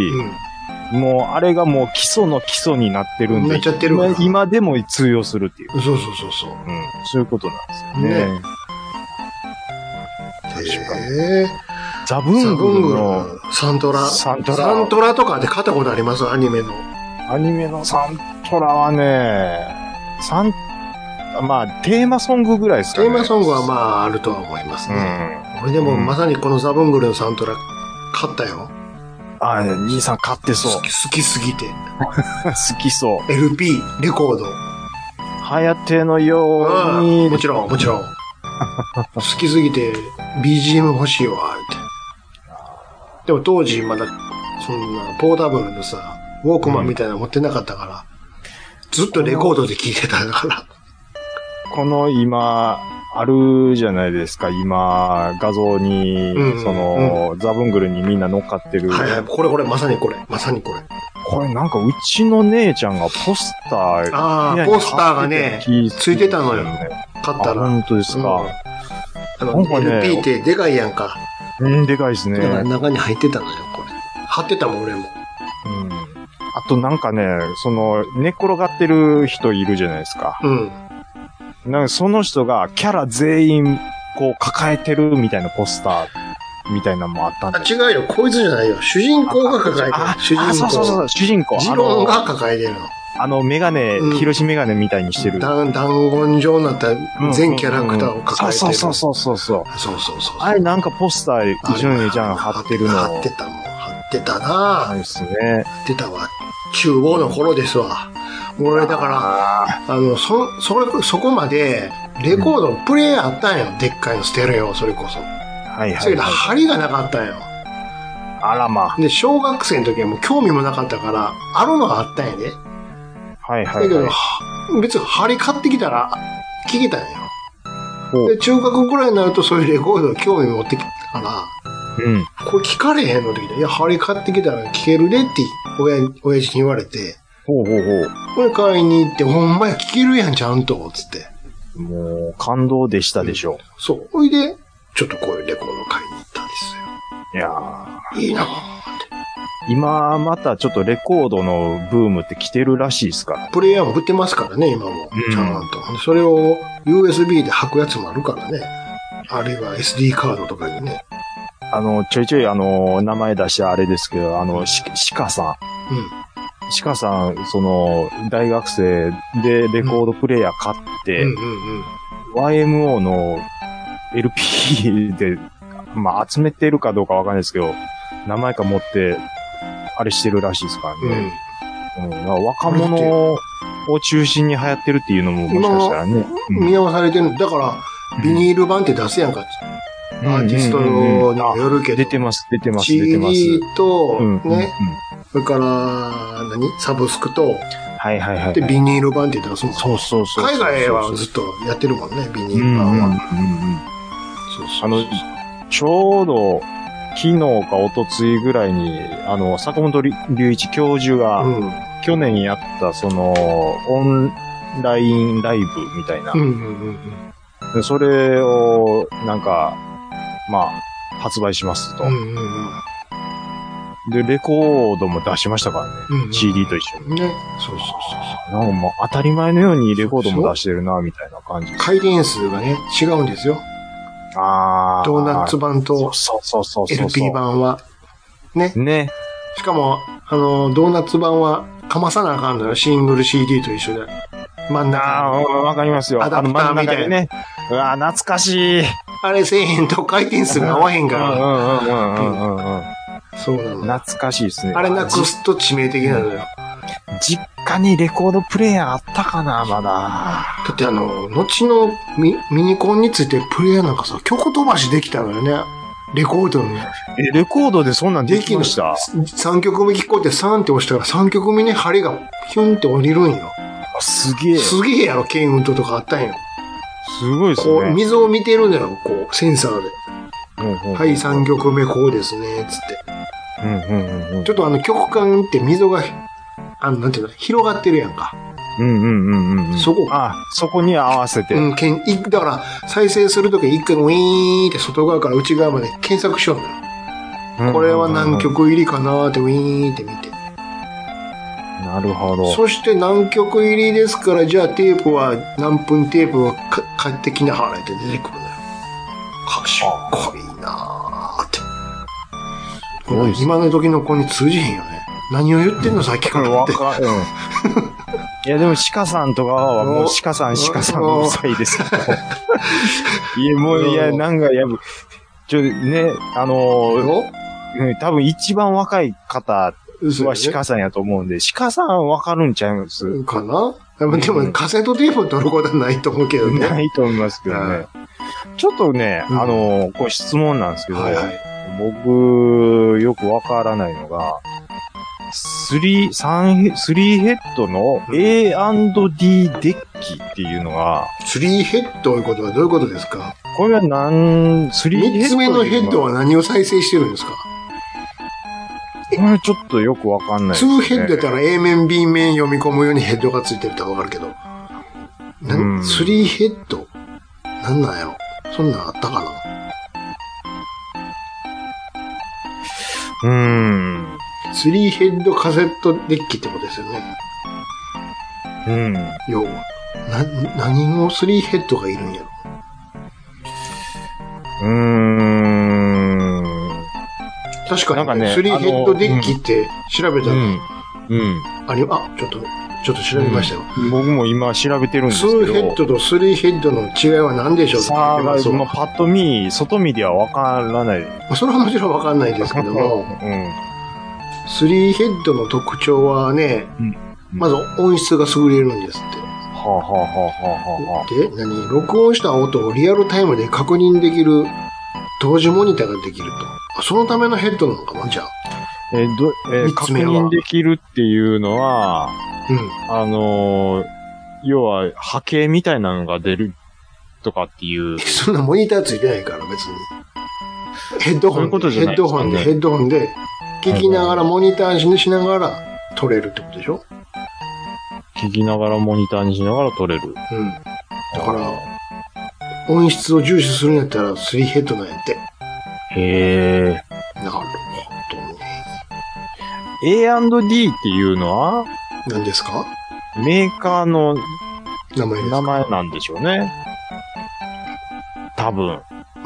Speaker 7: うん。
Speaker 3: もう、あれがもう基礎の基礎になってるんで、
Speaker 7: なっちゃってるから
Speaker 3: 今今でも通用するっていう。
Speaker 7: そうそうそうそう。
Speaker 3: うん、そういうことなんですよね。
Speaker 7: ね
Speaker 3: 確か
Speaker 7: へえ
Speaker 3: ザブ
Speaker 7: ザ
Speaker 3: ン
Speaker 7: ブン
Speaker 3: グ
Speaker 7: グ
Speaker 3: ル
Speaker 7: ル
Speaker 3: の
Speaker 7: のサントラ。
Speaker 3: サントラ
Speaker 7: サントラとかで買ったことありますアニメの。
Speaker 3: アニメのサントラはね、サン、まあ、テーマソングぐらいですか
Speaker 7: テ
Speaker 3: ね。
Speaker 7: ーマソングはまああるとは思いますね。
Speaker 3: あ、
Speaker 7: 俺でも
Speaker 3: うん
Speaker 7: まさにこのザブングルのサントラ買ったよ。
Speaker 3: うん。あ、兄さん買ってそう
Speaker 7: 好。き好きすぎて。
Speaker 3: 好きそう。
Speaker 7: LP、レコード。
Speaker 3: はやてのよう
Speaker 7: うん
Speaker 3: に。
Speaker 7: もちろん、も ちろん。好きすぎて BGM 欲しいわ、って。でも当時まだそんなポータブルのさ、ウォークマンみたいなの持ってなかったから、ずっとレコードで聴いてたから。
Speaker 3: この今、あるじゃないですか、今、画像に、
Speaker 7: うん
Speaker 3: その、ザブングルにみんな乗っかってる。
Speaker 7: はいはい、これこれ、まさにこれ、まさにこれ。
Speaker 3: これなんかうちの姉ちゃんがポスター、
Speaker 7: ああ、
Speaker 3: 部屋に
Speaker 7: ポスターがね、ついてたのよ買った
Speaker 3: あ、
Speaker 7: ら。
Speaker 3: 本当ですか。
Speaker 7: あ
Speaker 3: なんか
Speaker 7: の、
Speaker 3: ね
Speaker 7: LP ってでかいやんか。
Speaker 3: うん、でかいですね。
Speaker 7: だから
Speaker 3: うん。
Speaker 7: 中に入ってたのよ、これ。貼ってたもん、俺も。
Speaker 3: あとなんかね、その、寝転がってる人いるじゃないですか。
Speaker 7: うん。
Speaker 3: なんかその人がキャラ全員、こう、抱えてるみたいなポスター、みたいなのもあったん
Speaker 7: あ、
Speaker 3: で。
Speaker 7: 違うよ、こいつじゃないよ。主人公が抱えて
Speaker 3: あ
Speaker 7: る。主人公。
Speaker 3: あ、そうそうそう、主人公。
Speaker 7: ジ
Speaker 3: あ
Speaker 7: ロン
Speaker 3: の、
Speaker 7: が抱えてるの。
Speaker 3: あの、メガネ
Speaker 7: うん、
Speaker 3: 広しメガネみたいにしてる。
Speaker 7: だん団言状になった全キャラクターを抱えてる。
Speaker 3: そうそうそうそうそう。
Speaker 7: そうそうそう。
Speaker 3: あれなんかポスター、うちの姉ちゃん貼ってるの。
Speaker 7: 貼ってたもん。貼ってたな
Speaker 3: ないですね。
Speaker 7: 貼ってたわ。中央の頃ですわ。俺、だから、あの、そ、それ、そこまで、レコードのプレイヤーあったんよ。でっかいのステレオ、それこそ。
Speaker 3: はいは
Speaker 7: それ
Speaker 3: い
Speaker 7: けど、
Speaker 3: はい。
Speaker 7: 針がなかったんよ。
Speaker 3: あらま。
Speaker 7: で、小学生の時はもう興味もなかったから、あるのはあったんやで。
Speaker 3: はい
Speaker 7: だ
Speaker 3: は
Speaker 7: け
Speaker 3: い
Speaker 7: ど、
Speaker 3: はい。
Speaker 7: は別に針買ってきたら、聞けたんよ。
Speaker 3: ほ
Speaker 7: で、
Speaker 3: う
Speaker 7: 中学ぐらいになるとそういうレコードを興味持ってきたから、
Speaker 3: うん。
Speaker 7: これ聞かれへんのって聞いて、いや、針買ってきたら聞けるでって、親に、親父に言われて、
Speaker 3: ほうほうほ
Speaker 7: これ買いに行って、ほんまや聞けるやん、ちゃんと、つって。
Speaker 3: う。もう、感動でしたでしょ
Speaker 7: そう。ほいで、ちょっとこういうレコード買いに行ったんで
Speaker 3: う。いやー
Speaker 7: すよ。いいな
Speaker 3: 今またちょっとレコードのブームって来てるらしいですから。
Speaker 7: プレイヤーも売ってますからね、今も
Speaker 3: う。ん
Speaker 7: ちゃんと。それを USB で履くやつもあるからね。あるいは SD カードとかにね。
Speaker 3: あの、ちょいちょいあの、名前出してあれですけど、あの、し鹿さ
Speaker 7: うん。
Speaker 3: ん。鹿さん、その、大学生でレコードプレイヤー買って、
Speaker 7: うんうんうん。
Speaker 3: YMO の LP で、まあ、集めてるかどうかわかんないですけど、名前か持って、あれしてるらしいですから
Speaker 7: うん
Speaker 3: ね。。うんだから若者を中心に流行ってるっていうのももしかしたらね。うん
Speaker 7: 見直されてるんだから、ビニール版って出すやんか。アーティスト
Speaker 3: うんうんうんうん
Speaker 7: にもよるけど。
Speaker 3: 出てます、出てます、出てます。
Speaker 7: CD と、
Speaker 3: うんうんうん
Speaker 7: ね、それから、何サブスクと、
Speaker 3: はいはいはい。
Speaker 7: で、ビニール版って出すもん。
Speaker 3: そうそうそうそう。
Speaker 7: 海外はずっとやってるもんね、ビニー
Speaker 3: うんう
Speaker 7: ル
Speaker 3: ん
Speaker 7: 版
Speaker 3: うんう
Speaker 7: は。
Speaker 3: ん
Speaker 7: そうそうそう
Speaker 3: あの、ちょうど、昨日か一昨日ぐらいに、あの、坂本龍一教授が、
Speaker 7: うん。
Speaker 3: 去年やった、その、オンラインライブみたいな
Speaker 7: う。んうんうん
Speaker 3: でそれを、なんか、まあ、発売しますと
Speaker 7: うん。う。んうん
Speaker 3: で、レコードも出しましたからね。
Speaker 7: うん。
Speaker 3: CD と一緒に。
Speaker 7: ね。そうそうそう。
Speaker 3: なんかもう当たり前のようにレコードも出してるな、みたいな感じ。
Speaker 7: 回転数がね、違うんですよ。
Speaker 3: あー
Speaker 7: ドーナツ版
Speaker 3: そう
Speaker 7: と
Speaker 3: そうそうそうそう。
Speaker 7: LP。版は。ね。
Speaker 3: ね。
Speaker 7: しかも、あの、ドーナツ版はかまさなあかんのよ。シングル CD と一緒で。真ん
Speaker 3: あ
Speaker 7: 中
Speaker 3: ー、わかりますよ。
Speaker 7: アダプター
Speaker 3: あの真ん中にね。うわー、懐かしい。
Speaker 7: あれせえへんと回転数が合わへん
Speaker 3: う
Speaker 7: か
Speaker 3: ん
Speaker 7: ら。
Speaker 3: うんうんうんうんうん。
Speaker 7: そうなの。
Speaker 3: 懐かしいですね。
Speaker 7: あれなくすと致命的なのよ。
Speaker 3: 実家にレコードプレイヤーあったかな、まだ。
Speaker 7: だってあの、後のミミニコンについてプレイヤーなんかさ、曲飛ばしできたのよね。レコードの。
Speaker 3: え、レコードでそんなんできました
Speaker 7: 3曲目聞こうって3って押したら3曲目に針がヒュンって降りるんよ。
Speaker 3: すげえ。す
Speaker 7: すげえやろ、ケンウントとかあったんよ。
Speaker 3: ごいです
Speaker 7: こう、
Speaker 3: ね。
Speaker 7: 溝を見てるのよ、こう、センサーで。はい、3曲目こうですね、つって。
Speaker 3: うんうんうんうん。
Speaker 7: ちょっとあの曲間って溝が、あの、なんていうの、広がってるやんか。
Speaker 3: うんうんうんうんうん。
Speaker 7: そこ
Speaker 3: あ、そこに合わせて。
Speaker 7: うん、けん、いだから、再生するとき一回ウィーンって外側から内側まで検索しようのよ。これは何曲入りかなーってウィーンって見て。
Speaker 3: なるほど。
Speaker 7: そして何曲入りですから、じゃあテープは、何分テープをか買ってきなはれって出てくるのよ。かっこいいなーって。
Speaker 3: ごいですね
Speaker 7: 今の時の子に通じへんよね。何を言ってんの、さっき
Speaker 3: こ
Speaker 7: か
Speaker 3: れ
Speaker 7: らっ
Speaker 3: わ
Speaker 7: て。
Speaker 3: か、うん。いや、でも、鹿さんとかは、もう
Speaker 7: お、
Speaker 3: 鹿さん、
Speaker 7: お
Speaker 3: 鹿さんうるさいですけど。 いや、もう、いや、なんか、やぶ、ちょ、ね、あのー、
Speaker 7: よ
Speaker 3: うん多分一番若い方
Speaker 7: 嘘
Speaker 3: は
Speaker 7: やね
Speaker 3: 鹿さんやと思うんで、鹿さんわかるんちゃいます
Speaker 7: かなでも、で
Speaker 3: う
Speaker 7: も
Speaker 3: ん
Speaker 7: カセットテープを取ることはないと思うけどね。
Speaker 3: ないと思いますけどね。ちょっとね、
Speaker 7: うん
Speaker 3: あの、こう質問なんですけど、
Speaker 7: はいはい。
Speaker 3: 僕、よくわからないのが、スリー、三ヘ、スリーヘッドの A&D デッキっていうのが、
Speaker 7: スリーヘッドということはどういうことですか
Speaker 3: これはなん、スリーヘッド
Speaker 7: 三つ目のヘッドは何を再生してるんですか
Speaker 3: これちょっとよくわかんないです
Speaker 7: 2
Speaker 3: ね。
Speaker 7: ヘッドやったら A 面 B 面読み込むようにヘッドがついてるってわかるけど。な、
Speaker 3: うんん
Speaker 7: 3ヘッドなんなんやろそんなんあったかな
Speaker 3: うーん。
Speaker 7: ?3 ヘッドカセットデッキってことですよね。
Speaker 3: うん。
Speaker 7: 要は。な、何の3ヘッドがいるんやろ
Speaker 3: う
Speaker 7: 確か
Speaker 3: なんか
Speaker 7: に、ね、
Speaker 3: ね
Speaker 7: 3ヘッドデッキって調
Speaker 3: ーん。
Speaker 7: べ
Speaker 3: う
Speaker 7: たら、
Speaker 3: ん。うん。
Speaker 7: あれ、あ、ちょっと、ちょっと調べましたよ。
Speaker 3: 僕も今調べてるんですけど。
Speaker 7: 2ヘッドと3ヘッドの違いは何でしょうって
Speaker 3: さあ、
Speaker 7: 聞いてます
Speaker 3: ま
Speaker 7: わ
Speaker 3: あ、パッと見、外見ではわからないで
Speaker 7: それはもちろんわかんないですけども、
Speaker 3: う
Speaker 7: 3ヘッドの特徴はね、
Speaker 3: うん
Speaker 7: まず音質が優れるんですって。
Speaker 3: ん。はあ、はあはあはあはあ、
Speaker 7: で、何録音した音をリアルタイムで確認できる、同時モニターができると。あそのためのヘッドなのかなじゃあ。
Speaker 3: えーどえー
Speaker 7: 三つ
Speaker 3: 確
Speaker 7: 目は
Speaker 3: 認できるっていうのは、
Speaker 7: うん。
Speaker 3: あのー要は波形みたいなのが出るとかっていう。
Speaker 7: そんなモニターついてないから、別に。ヘッドホ
Speaker 3: そうい
Speaker 7: ン
Speaker 3: うこと
Speaker 7: で、
Speaker 3: じ
Speaker 7: ヘ
Speaker 3: ゃな
Speaker 7: ッ
Speaker 3: いで
Speaker 7: ド
Speaker 3: す
Speaker 7: ホ
Speaker 3: か
Speaker 7: ン
Speaker 3: ね
Speaker 7: で、ヘッドホンで、聞きながら、モニターにしながら、撮れるってことでしょ
Speaker 3: 聞きながらモニターにしながら撮れる。
Speaker 7: うん。だから、音質を重視するんやったら、3ヘッドなんやって。
Speaker 3: へえ。
Speaker 7: なるほどね。
Speaker 3: A&D っていうのは、
Speaker 7: 何ですか
Speaker 3: メーカーの
Speaker 7: 名前ですか
Speaker 3: 名前なんでしょうね。多分。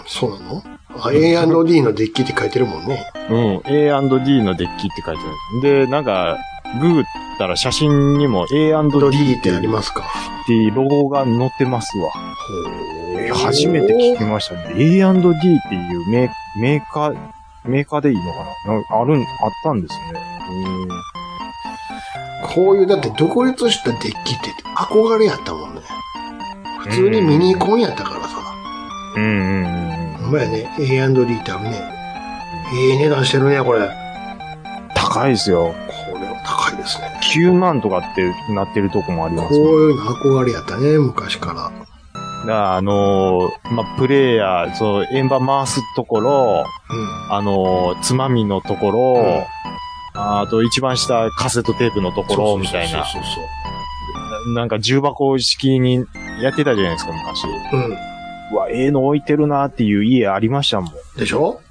Speaker 7: そうなのあ ?A&D のデッキって書いてるもんね。
Speaker 3: うん。A&D のデッキって書いてある。で、なんか、ググったら写真にも A&D
Speaker 7: A&D
Speaker 3: っ
Speaker 7: ってて
Speaker 3: あ
Speaker 7: あ
Speaker 3: り
Speaker 7: り
Speaker 3: ま
Speaker 7: ますか
Speaker 3: っていうロゴが載ってますわ。
Speaker 7: ほ
Speaker 3: 初めて聞きましたね。A&D っていうメメーカー、メーカーでいいのかななんかあるん、あったんですね。
Speaker 7: こういう、だって独立したデッキって憧れやったもんね。普通にミニコンやったからさ。
Speaker 3: うん。うんうんうん。
Speaker 7: ほんまやね、A&D ってあるね。いい値段してるね、これ。こ
Speaker 3: 高いですよ。
Speaker 7: れは高いですね。
Speaker 3: 9万とかってなってるとこもあり
Speaker 7: こ
Speaker 3: ま
Speaker 7: う
Speaker 3: すもん。
Speaker 7: いうの憧れやったね、昔から。
Speaker 3: だからあのーまあ、プレイヤー、そう、円盤回すところ、
Speaker 7: うん。
Speaker 3: あのーつまみのところ、
Speaker 7: うん
Speaker 3: あと一番下カセットテープのところ、みたいな。
Speaker 7: そうそうそう
Speaker 3: ななんか重箱式にやってたじゃないですか、昔。
Speaker 7: そう。う
Speaker 3: うわ、ええの置いてるなっていう家ありましたもん。
Speaker 7: ん。でしょ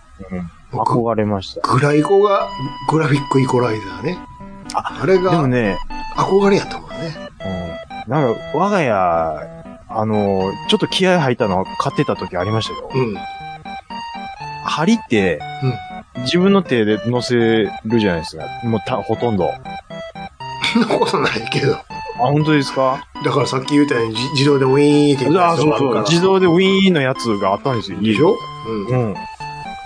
Speaker 7: 僕、
Speaker 3: 憧れました。
Speaker 7: グライコが、グラフィックイコライザーね。あれ
Speaker 3: でも
Speaker 7: が
Speaker 3: ね、
Speaker 7: 憧れやったもんね。
Speaker 3: うん、なんか、我が家、あの、ちょっと気合入ったの買ってた時ありましたよ。
Speaker 7: うん。
Speaker 3: 針って、自分の手で乗せるじゃないですか。もうた、ほとんど。あ、
Speaker 7: そんなことないけど。
Speaker 3: 本当ですか
Speaker 7: だからさっき言ったようにじ自動でウィーンって言ったや
Speaker 3: あ、
Speaker 7: つが
Speaker 3: そう
Speaker 7: ある
Speaker 3: そ
Speaker 7: か
Speaker 3: う。
Speaker 7: ら。
Speaker 3: 自動でウィーンのやつがあったんですよ。
Speaker 7: でしょうん。だ
Speaker 3: うん。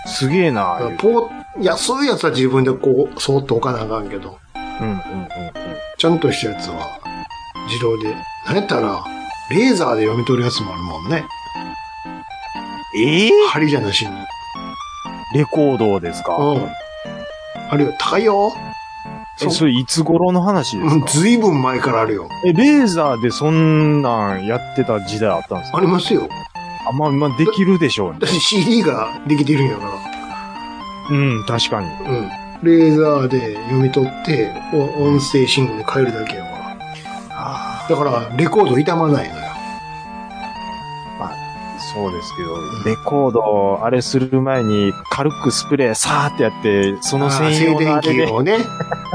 Speaker 3: すげえな
Speaker 7: か
Speaker 3: 言
Speaker 7: ら
Speaker 3: うて
Speaker 7: ポー、安いやつは自分でこう、そーっと置かなあかんけど、
Speaker 3: うんうんうんうん。
Speaker 7: ちゃんとしたやつは自動で。なんやったら、レーザーで読み取るやつもあるもんね。
Speaker 3: ええ
Speaker 7: 針じゃなしに。
Speaker 3: レコードですか
Speaker 7: うん。あるよ。高いよ。
Speaker 3: え、それいつ頃の話です
Speaker 7: うん
Speaker 3: か
Speaker 7: ずいぶん前からあるよ。
Speaker 3: え、レーザーでそんなんやってた時代あったんですか
Speaker 7: ありますよ。
Speaker 3: あ、まあ、まあ、できるでしょうね
Speaker 7: だっ。て CD ができてるんやか
Speaker 3: うん、確かに。
Speaker 7: ら。うん。レーザーで読み取って、お音声信号に変えるだけやから。
Speaker 3: あ
Speaker 7: だから、レコード傷まないのよ。
Speaker 3: あ、そうですけど、レコード、あれする前に、軽くスプレー、さーってやって、その
Speaker 7: あー
Speaker 3: 専
Speaker 7: 静
Speaker 3: 用の
Speaker 7: 電
Speaker 3: あれ
Speaker 7: 気
Speaker 3: で。
Speaker 7: をね。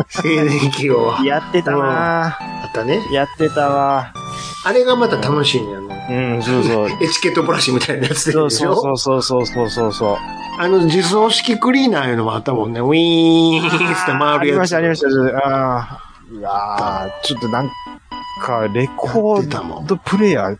Speaker 7: 静 電気を。
Speaker 3: やってたな
Speaker 7: あったね
Speaker 3: ー。やってたわー
Speaker 7: あれがまた楽しいんやな。
Speaker 3: うん、そうそう。
Speaker 7: エチケットブラシみたいなやつでし
Speaker 3: そ
Speaker 7: ょ
Speaker 3: うそうそうそうそうそうそう。
Speaker 7: あの、自走式クリーナーいうのもあったもんね。ウィーンって
Speaker 3: あ
Speaker 7: 回る
Speaker 3: り
Speaker 7: や
Speaker 3: ま
Speaker 7: つ。
Speaker 3: した、ありました。ああー。うわーちょっとなんか、レコ
Speaker 7: やってたも
Speaker 3: ー
Speaker 7: ん
Speaker 3: ドプレイヤー、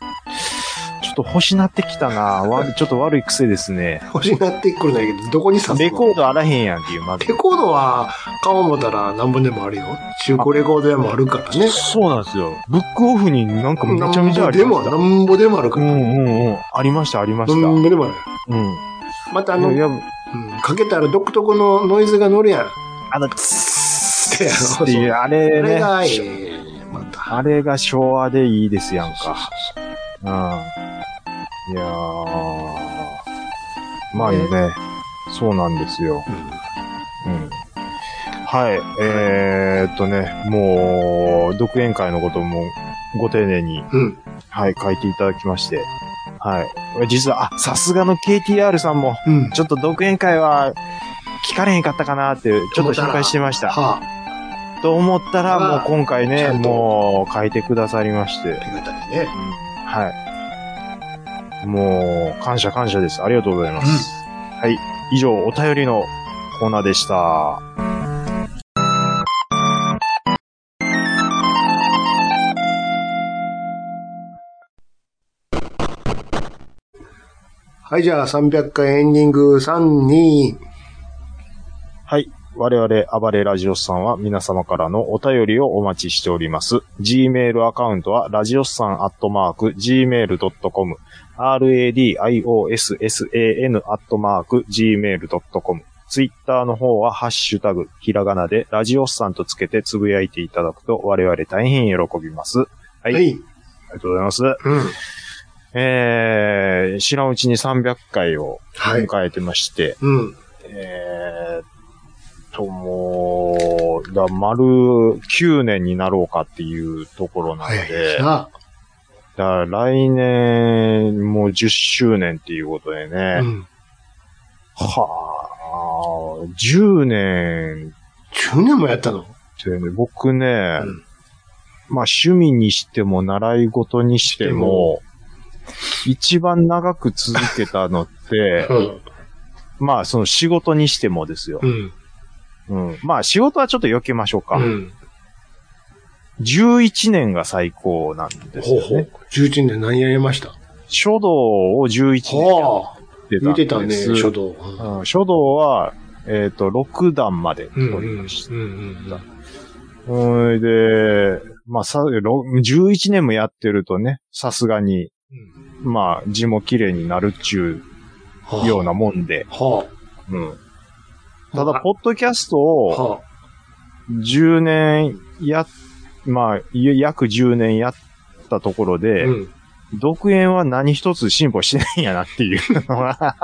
Speaker 3: ちょっと欲しなってきたなわちょっと悪い癖ですね。
Speaker 7: 欲しなってくるんだけど、どこに刺す
Speaker 3: レ
Speaker 7: の
Speaker 3: コードあらへんやんっていう、まず
Speaker 7: レ。コードは、買おう思ったら何本でもあるよ。中古レコード屋もあるからね。
Speaker 3: そうなんですよ。ブックオフになんかめちゃめちゃあ
Speaker 7: ぼ
Speaker 3: り
Speaker 7: で
Speaker 3: ま
Speaker 7: も、
Speaker 3: した。
Speaker 7: なんぼでもある
Speaker 3: う
Speaker 7: から。
Speaker 3: んうんうん。ありました、ありました。
Speaker 7: な
Speaker 3: うん
Speaker 7: ぼでもある。
Speaker 3: ん。
Speaker 7: またあ
Speaker 3: あの、
Speaker 7: の、う
Speaker 3: い
Speaker 7: ん
Speaker 3: や、
Speaker 7: かけたら独特のノイズが乗るやん。
Speaker 3: あの、つ
Speaker 7: って
Speaker 3: ーっていう、あれ
Speaker 7: あれ
Speaker 3: ね。
Speaker 7: が、ええまた。
Speaker 3: あれが昭和でいいですやん
Speaker 7: そ
Speaker 3: か。
Speaker 7: うそうそう
Speaker 3: うん。いやー。まあね、そうなんですよ。
Speaker 7: うん
Speaker 3: うん。はい。えー、っとね、もう、独演会のこともご丁寧に、
Speaker 7: うん。
Speaker 3: はい、書いていただきまして。はい。実は、あ、さすがの KTR さんも、
Speaker 7: うん。
Speaker 3: ちょっと独演会は、聞かれへんかったかなって、ちょっと心配してました。
Speaker 7: はあ、
Speaker 3: と思ったら、もう今回
Speaker 7: ち
Speaker 3: ね、
Speaker 7: ゃんと
Speaker 3: もう書いてくださりまして
Speaker 7: あ、りがたいね。
Speaker 3: はい。もう、感謝感謝です。ありがとうございます。はい。以上、お便りのコーナーでした。
Speaker 7: はい、じゃあ300回エンディング3、2、
Speaker 3: はい。我々、暴れラジオスさんは皆様からのお便りをお待ちしております。Gmail アカウントは、ラジオスさんアットマーク、gmail.com、radiossan アットマーク、gmail.com。ツイッターの方は、ハッシュタグ、ひらがなで、ラジオスさんとつけてつぶやいていただくと、我々大変喜びます。はい。あ
Speaker 7: は
Speaker 3: り
Speaker 7: い。
Speaker 3: がとうございます。
Speaker 7: うん。
Speaker 3: えー、知らんうちに300回を
Speaker 7: はい。
Speaker 3: 迎えてまして、
Speaker 7: うん。
Speaker 3: えーっと、もう、だ丸9年になろうかっていうところなの
Speaker 7: 早い
Speaker 3: で、
Speaker 7: です
Speaker 3: だか
Speaker 7: な。
Speaker 3: ら来年もう10周年っていうことでね、
Speaker 7: うん。
Speaker 3: はあ、10年
Speaker 7: 10年もやったの
Speaker 3: ってね、僕ね、
Speaker 7: ん
Speaker 3: まあ趣味にしても習い事にしても、一番長く続けたのって
Speaker 7: う、ん。
Speaker 3: まあその仕事にしてもですよ
Speaker 7: う。ん。
Speaker 3: うん、まあ仕事はちょっと避けましょうか。
Speaker 7: うん。
Speaker 3: 11年が最高なんですよ、
Speaker 7: ほう
Speaker 3: ね。
Speaker 7: ほう。11年何やりました
Speaker 3: 書道を11年や
Speaker 7: はあ。言
Speaker 3: っ
Speaker 7: う
Speaker 3: て
Speaker 7: てた
Speaker 3: たん
Speaker 7: ね、
Speaker 3: です。
Speaker 7: 書道。
Speaker 3: うん書道は、えっ、と、6段まで
Speaker 7: うん。う
Speaker 3: 取り
Speaker 7: ん
Speaker 3: まし。た。
Speaker 7: うん。
Speaker 3: ほいで、まあさ、ろ11年もやってるとね、さすがに、まあ、字も綺麗になるっちゅうようなもんで、
Speaker 7: は
Speaker 3: うん。
Speaker 7: あ。
Speaker 3: ただ、
Speaker 7: は
Speaker 3: ポッドキャスト
Speaker 7: あ、
Speaker 3: を
Speaker 7: は
Speaker 3: 10年や、まあ、約10年やったところ
Speaker 7: あ。
Speaker 3: で、
Speaker 7: うん。
Speaker 3: 独演は何一つ進歩してないんやなっていうのは、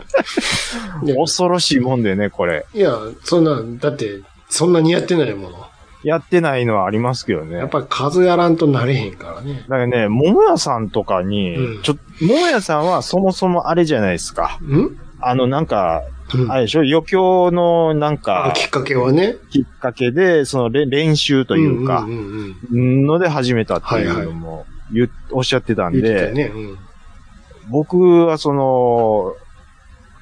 Speaker 7: いや
Speaker 3: 恐ろしいもんでね、これ。
Speaker 7: いや、そんな、だって、そんなにやってないもの。
Speaker 3: やってないのはありますけどね。
Speaker 7: や
Speaker 3: だ
Speaker 7: っ
Speaker 3: か
Speaker 7: ぱり数やらんとなれへんからね。
Speaker 3: らね、桃屋さんとかに、
Speaker 7: うん
Speaker 3: ちょ、桃屋さんはそもそもあれじゃないですか。
Speaker 7: ん
Speaker 3: あの、なんか、
Speaker 7: うん
Speaker 3: あれでしょ、余興のなん
Speaker 7: あ
Speaker 3: か、
Speaker 7: きっかけはね。
Speaker 3: きっかけで、そのれ練習というか
Speaker 7: ん、んうんうん
Speaker 3: ので始めたっていうのも、言っおっしゃってたん
Speaker 7: 言ってた
Speaker 3: で
Speaker 7: よ、ね。うん。
Speaker 3: 僕はその、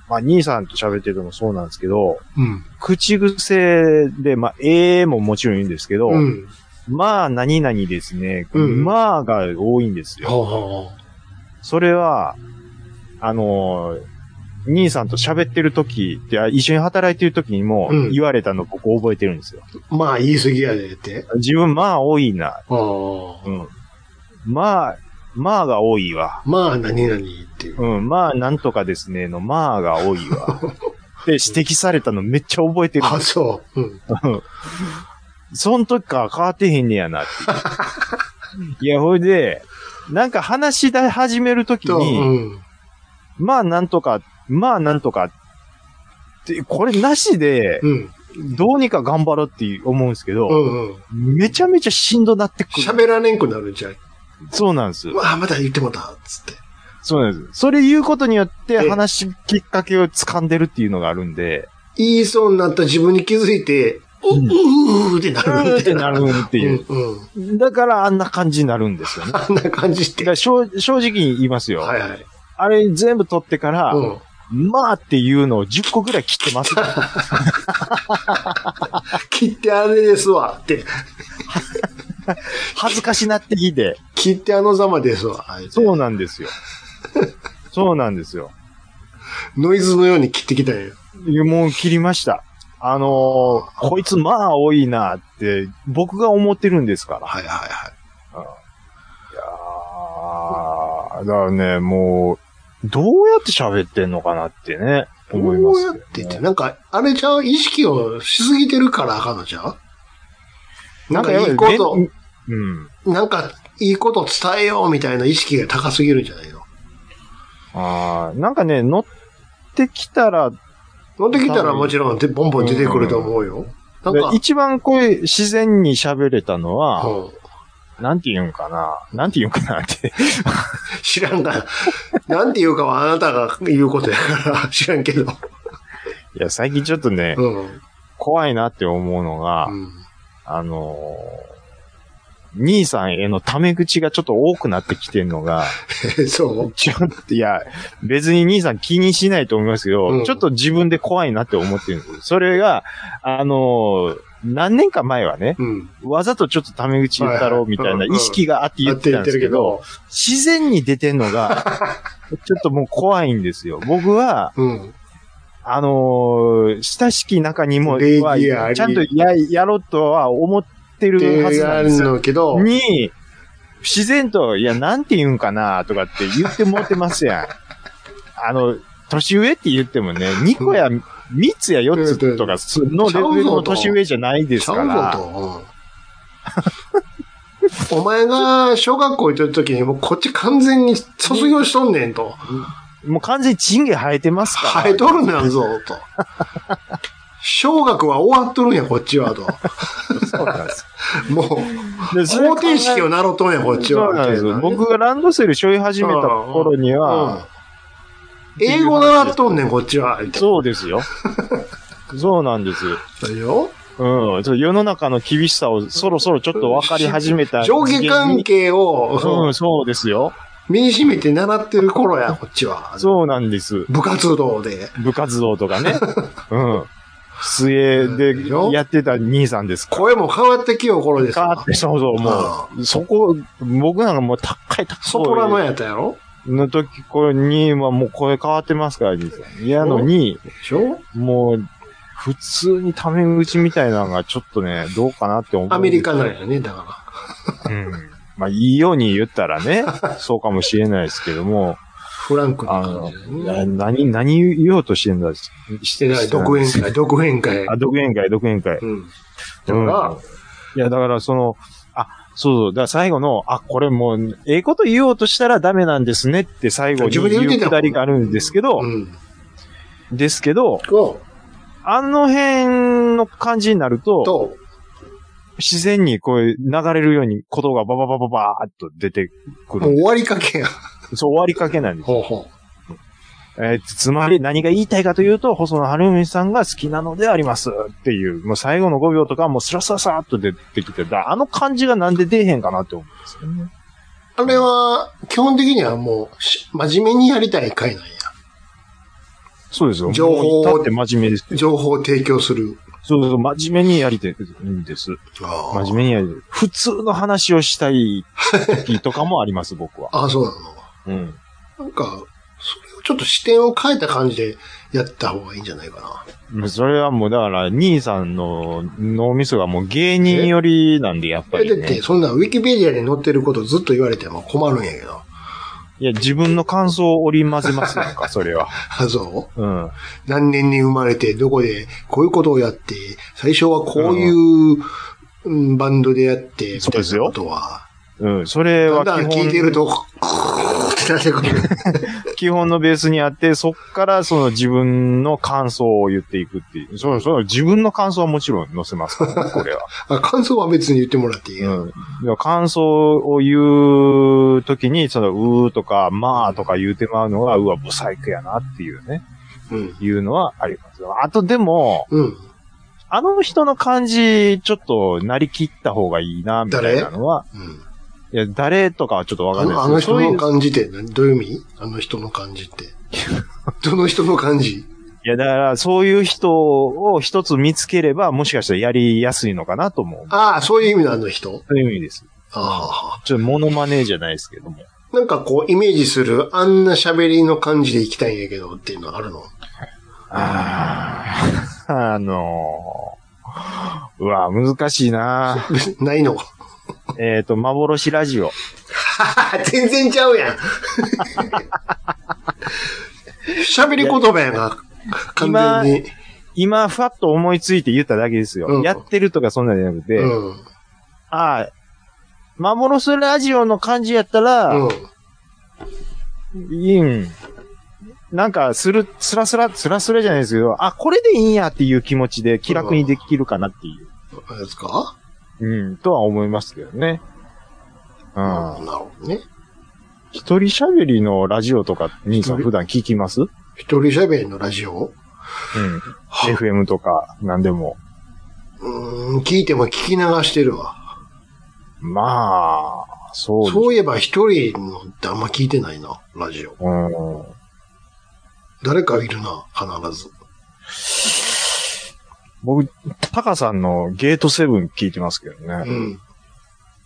Speaker 3: まあ、兄さんと喋っててもそうなんですけど、
Speaker 7: うん。
Speaker 3: 口癖で、まあ、ええももちろんいいんですけど、
Speaker 7: うん。
Speaker 3: まあ、何々ですね。
Speaker 7: うん
Speaker 3: まあが多いんです
Speaker 7: はあ
Speaker 3: よ。
Speaker 7: は
Speaker 3: それは、あのー兄さんと喋ってる時って、あ一緒に働いてる時にも
Speaker 7: うん
Speaker 3: 言われたの僕覚えてるんですよ。
Speaker 7: あ。まあ、言い過ぎやでって。
Speaker 3: 自分まあ多いな。
Speaker 7: ああ。
Speaker 3: うん。まあ、まあが多いわ。
Speaker 7: まあ、何々っていう。
Speaker 3: うん、まあなんとかですねのまあが多い わ。で、指摘されたのめっちゃ覚えてる。
Speaker 7: あ、そう。うん。
Speaker 3: そん時から変わってへんねや なっていう。いや、ほいで、なんか話し始めるとき
Speaker 7: と、う
Speaker 3: に、
Speaker 7: ん。
Speaker 3: まあなんとか、まあなんとかって、これなしで、
Speaker 7: うん。
Speaker 3: どうにか頑張ろうって思うんですけ
Speaker 7: う
Speaker 3: ど、
Speaker 7: んうん。
Speaker 3: めちゃめちゃしんどなってくる。
Speaker 7: 喋らねんくなるじゃん。
Speaker 3: そうなんです。
Speaker 7: わあ、また言ってもうた、つって。
Speaker 3: そうなんです。それ言うことによって
Speaker 7: ええ
Speaker 3: 話きっかけを掴んでるっていうのがあるんで、
Speaker 7: 言いそうになった自分に気づいて、う
Speaker 3: うん
Speaker 7: うーってな
Speaker 3: う
Speaker 7: る
Speaker 3: ー
Speaker 7: み
Speaker 3: ったて
Speaker 7: い
Speaker 3: な
Speaker 7: な。
Speaker 3: るっていう。
Speaker 7: うんうん。
Speaker 3: だからあんな感じになるんですよね。だ
Speaker 7: あんな感じして。
Speaker 3: か
Speaker 7: は
Speaker 3: ら正正直に言いますよ。
Speaker 7: いはい。
Speaker 3: あれ全部取ってから、
Speaker 7: うん。
Speaker 3: まあっていうのを10個ぐらい切って ますから。
Speaker 7: 切ってあれですわって。
Speaker 3: 恥ずかしなってきて。
Speaker 7: 切ってあのざまですわ。
Speaker 3: そうなんですよ。そうなんですよ。
Speaker 7: ノイズのように切ってきたんよ。
Speaker 3: もう切りました。あのーこいつまあ多いなって、僕が思ってるんですから。
Speaker 7: はいはいはい。
Speaker 3: ああ、だからね、もう、どうやって喋ってんのかなってね、思います
Speaker 7: こう
Speaker 3: けどね、
Speaker 7: やってって、なんか、あれちゃう意識をしすぎてるからあかんのちゃうなんかいいこ
Speaker 3: やっぱり
Speaker 7: と、
Speaker 3: ねうん。
Speaker 7: なんかいいこと伝えようみたいな意識が高すぎるんじゃないの
Speaker 3: ああ、なんかね、乗ってきたら、
Speaker 7: 乗ってきたらもちろんでボンボン出てくると思うよ。なん
Speaker 3: で
Speaker 7: か、
Speaker 3: 一番こういう自然に喋れたのは、
Speaker 7: うん
Speaker 3: なんて言うんかななんて言うんかなって。
Speaker 7: 知らんが、なんて言うかはあなたが言うことやから、知らん けど。
Speaker 3: いや、最近ちょっとね、
Speaker 7: うん。
Speaker 3: 怖いなって思うのが、
Speaker 7: うん
Speaker 3: あのー兄さんへのタメ口がちょっと多くなってきてるの が、
Speaker 7: えそう。
Speaker 3: ちょっと、いや、別に兄さん気にしないと思いますけど、
Speaker 7: うん
Speaker 3: ちょっと自分で怖いなって思ってるんですそれが、あのー何年か前はね、
Speaker 7: うん。
Speaker 3: わざとちょっとタメ口言ったろうみたいな意識があって言ってたんですけど、、自然に出てんの が、ちょっともう怖いんですよ。僕は、
Speaker 7: うん。
Speaker 3: あのー親しき中にも、
Speaker 7: 礼儀あり
Speaker 3: はちゃんとや、やろうとは思って
Speaker 7: って
Speaker 3: るはずな
Speaker 7: や
Speaker 3: んで
Speaker 7: る
Speaker 3: すよ。
Speaker 7: のけど、
Speaker 3: に、自然と、いや、なんて言うんかな、とかって言ってもうてます やん。あの、年上って言ってもね、2個や、3つや4つとか、そのレベルの年上じゃないですか
Speaker 7: ちゃう
Speaker 3: ら。
Speaker 7: ぞと。うん、お前が小学校行ってる時に、もうこっち完全に卒業しとんねんと。
Speaker 3: もう完全にチンゲ生えてますから。
Speaker 7: 生えとるなんぞ、と。小学は終わっとるんや、こっちは、と。
Speaker 3: そうなんです。
Speaker 7: もう、
Speaker 3: でそれ
Speaker 7: 方程式を習っとんや、こっちは。
Speaker 3: そうなんです
Speaker 7: みた
Speaker 3: よ。
Speaker 7: いなね
Speaker 3: 僕がランドセル背負い始めた頃には、
Speaker 7: うん英語習っとんねん、こっちは。みたい
Speaker 3: そうですよ。 そうなんです。
Speaker 7: なよ。
Speaker 3: うん。そう世の中の厳しさをそろそろちょっと分かり始めた。
Speaker 7: 上下関係を、
Speaker 3: う
Speaker 7: うん
Speaker 3: ん、そうですよ。
Speaker 7: 身に染めて習ってる頃や、こっちは。
Speaker 3: そうなんです。
Speaker 7: 部活動で。
Speaker 3: 部活動と かね。うん。水泳
Speaker 7: うん
Speaker 3: で
Speaker 7: よ
Speaker 3: やってた兄さんですか
Speaker 7: 声も変わってきよう頃です
Speaker 3: ら。
Speaker 7: わ
Speaker 3: かって、そうそう、もう、そこ、僕なんかもう高い高い。
Speaker 7: ソプラノやったやろ
Speaker 3: の時、これにはもう声変わってますから、兄さん。やのに、
Speaker 7: でしょ
Speaker 3: もう、普通にタメ口みたいなのがちょっとね、どうかなって思う。
Speaker 7: アメリカなんやね、だか
Speaker 3: うん。まあ、いいように言ったら ね、そうかもしれないですけども、
Speaker 7: ら。フランクな
Speaker 3: あ
Speaker 7: 感
Speaker 3: の
Speaker 7: じだ、
Speaker 3: な
Speaker 7: ね。
Speaker 3: 何、何言おうとしてんだし
Speaker 7: してない、 独演会、独演会。
Speaker 3: あ、独演会、独演会。
Speaker 7: うん。だから、
Speaker 3: いや、だからその、あ、そうそう、だから最後の、あ、これもう、ええこと言おうとしたらダメなんですねって最後に
Speaker 7: 自分で言
Speaker 3: 言
Speaker 7: って
Speaker 3: う
Speaker 7: た
Speaker 3: く
Speaker 7: も
Speaker 3: だ
Speaker 7: ん
Speaker 3: りがあるんですけど、
Speaker 7: うん。
Speaker 3: ですけど、
Speaker 7: こ
Speaker 3: あの辺の感じになる
Speaker 7: う、
Speaker 3: と、
Speaker 7: と、
Speaker 3: 自然にこう流れるように言葉がバババババーっと出てく
Speaker 7: もう
Speaker 3: る。
Speaker 7: 終わりかけ や。
Speaker 3: そう、終わりかけなんです。
Speaker 7: ほうほ
Speaker 3: えーつまり何が言いたいかというと、細野晴臣さんが好きなのでありますっていう、もう最後の5秒とかもうスラスラスラっと出てきて、だからあの感じがなんで出えへんかなって思うんですよね。
Speaker 7: う。あれは、基本的にはもうし、真面目にやりたい会なんや。
Speaker 3: そうですよ。
Speaker 7: 情報を
Speaker 3: だって真面目ですよ。
Speaker 7: 情報を提供する。
Speaker 3: そうそう、真面目にやりてるんです。
Speaker 7: あ
Speaker 3: 真面目にやりてる。普通の話をしたい時とかもあります、僕は。
Speaker 7: あ、そうなの。
Speaker 3: うん。
Speaker 7: なんか、それをちょっと視点を変えた感じでやった方がいいんじゃないかな。
Speaker 3: それはもう、だから、兄さんの脳みそがもう芸人寄りなんで、やっぱ
Speaker 7: え、だ
Speaker 3: り、
Speaker 7: って、
Speaker 3: ね。
Speaker 7: そんなウィキペディアに載ってることずっと言われても困るんやけど。
Speaker 3: いや、自分の感想を織り交ぜますなんか、それは。
Speaker 7: あ、そう
Speaker 3: うん。
Speaker 7: 何年に生まれて、どこで、こういうことをやって、最初はこういう、うんバンドでやって、み
Speaker 3: そう
Speaker 7: たい
Speaker 3: です
Speaker 7: な
Speaker 3: よ
Speaker 7: ことは。
Speaker 3: うん。それ
Speaker 7: だ
Speaker 3: は
Speaker 7: んだん
Speaker 3: 基
Speaker 7: 聞いてる
Speaker 3: 本、
Speaker 7: と、クーってなって くる。
Speaker 3: 基本のベースにあって、そっからその自分の感想を言っていくっていう。そうそう、自分の感想はもちろん載せますからね、こ れは。
Speaker 7: あ感想は別に言ってもらっていいや、
Speaker 3: うん。感想を言うときに、その、うーとか、まあとか言うてまうのが、うわ、ブサイクやなっていうね、
Speaker 7: うん。
Speaker 3: いうのはあります。あとでも、
Speaker 7: うん。
Speaker 3: あの人の感じ、ちょっと、なりきった方がいいな、みたいなのは、
Speaker 7: うん。
Speaker 3: いや、誰とかはちょっとわか
Speaker 7: あ
Speaker 3: んない
Speaker 7: の
Speaker 3: ですけ
Speaker 7: あ
Speaker 3: ど、そ
Speaker 7: の人
Speaker 3: うい
Speaker 7: の
Speaker 3: う
Speaker 7: 感じって何どういう意味あの人の感じって。どの人の感じ
Speaker 3: いや、だから、そういう人を一つ見つければ、もしかしたらやりやすいのかなと思う。
Speaker 7: ああ、そういう意味のあの人
Speaker 3: そういう意味です。
Speaker 7: ああ。
Speaker 3: ちょっと、モノマネじゃないですけども。
Speaker 7: なんかこう、イメージする、あんな喋りの感じで行きたいんやけどっていうのはあるの
Speaker 3: あ あ、あのー、うわ、難しいな
Speaker 7: ないの
Speaker 3: えっ、と、幻ラジオ。
Speaker 7: 全然ちゃう やん。喋り言葉やな。完全に。
Speaker 3: 今、ふわっと思いついて言っただけですよ。
Speaker 7: うん
Speaker 3: やってるとかそんなんじゃなくて、
Speaker 7: うん。うん。
Speaker 3: ああ、幻ラジオの感じやったら、いいん。なんか、する、スラスラ、スラスラじゃないですけど、あ、これでいいんやっていう気持ちで気楽にできるかなっていう、
Speaker 7: あれですか
Speaker 3: うん、とは思いますけどね。う
Speaker 7: なる
Speaker 3: ん。
Speaker 7: ほどね。
Speaker 3: 一人喋りのラジオとか、兄さん
Speaker 7: 一人
Speaker 3: 普段聞きますうん。
Speaker 7: 一人喋りのラジオ
Speaker 3: FM とか、なんでも。
Speaker 7: うーん、聞いても聞き流してるわ。
Speaker 3: まあ、そうでしょ
Speaker 7: そういえば一人のってあんま聞いてないな、ラジオ。
Speaker 3: うん。
Speaker 7: 誰かいるな、必ず。
Speaker 3: 僕、タカさんのゲートセブン聞いてますけどね。
Speaker 7: うん。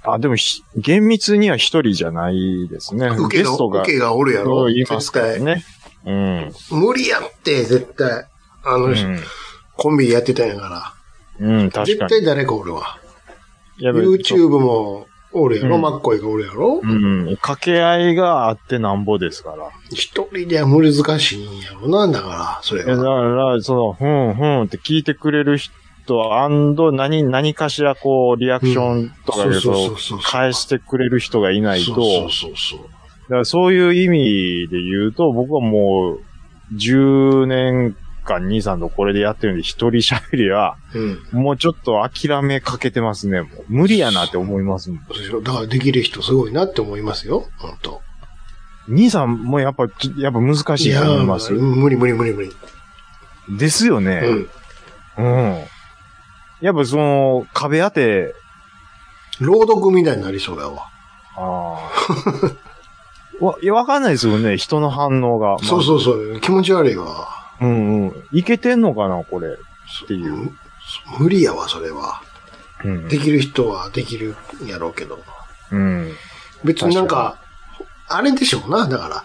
Speaker 3: あ、でもひ、厳密には一人じゃないですね。
Speaker 7: 受け
Speaker 3: ゲ
Speaker 7: の
Speaker 3: スト、が
Speaker 7: 受けがおるやろ。
Speaker 3: そう言います
Speaker 7: 絶
Speaker 3: から
Speaker 7: 対。
Speaker 3: ね。うん。
Speaker 7: 無理やって、絶対。あの、コンビでやってたんやか
Speaker 3: うん、うん、
Speaker 7: ら。
Speaker 3: 確
Speaker 7: 絶
Speaker 3: かに。
Speaker 7: 対誰かおるわ。
Speaker 3: やべ
Speaker 7: YouTube もおるやろ、
Speaker 3: うん
Speaker 7: マッコイがおるやろ。
Speaker 3: うん、掛け合いがあってなんぼですから。
Speaker 7: 一人では無理難しいんやろな、だから、それ
Speaker 3: いやだ
Speaker 7: が。
Speaker 3: から、その、ふんふんって聞いてくれる人、何、何かしらこう、リアクションとかで、
Speaker 7: そうそ
Speaker 3: そう
Speaker 7: そう
Speaker 3: う
Speaker 7: そう
Speaker 3: 返してくれる人がいない
Speaker 7: そ
Speaker 3: と、
Speaker 7: うそうそうそう。
Speaker 3: だからそういう意味で言うと、僕はもう、10年間兄さんとこれでやってるんで、一人喋りは、
Speaker 7: うん。
Speaker 3: もうちょっと諦めかけてますね。もう無理やなって思いますもん。
Speaker 7: そうでしょだからできる人すごいなって思いますよ、本当
Speaker 3: 兄さんもやっぱ、ちょやっぱ難しいと思います
Speaker 7: いや。無理無理無理無理。
Speaker 3: ですよね。
Speaker 7: うん。
Speaker 3: うん。やっぱその、壁当て、
Speaker 7: 朗読みたいになりそうやわ。
Speaker 3: あ あ。わ、いや、わかんないですよね。人の反応が。まあ
Speaker 7: そうそうそう、気持ち悪いわ。
Speaker 3: うんうん。いけてんのかな、これ。
Speaker 7: って
Speaker 3: いう。
Speaker 7: 無理やわ、それは。
Speaker 3: うん
Speaker 7: できる人はできるんやろうけど。
Speaker 3: うん。
Speaker 7: 別になんか、あれでしょうな。だから、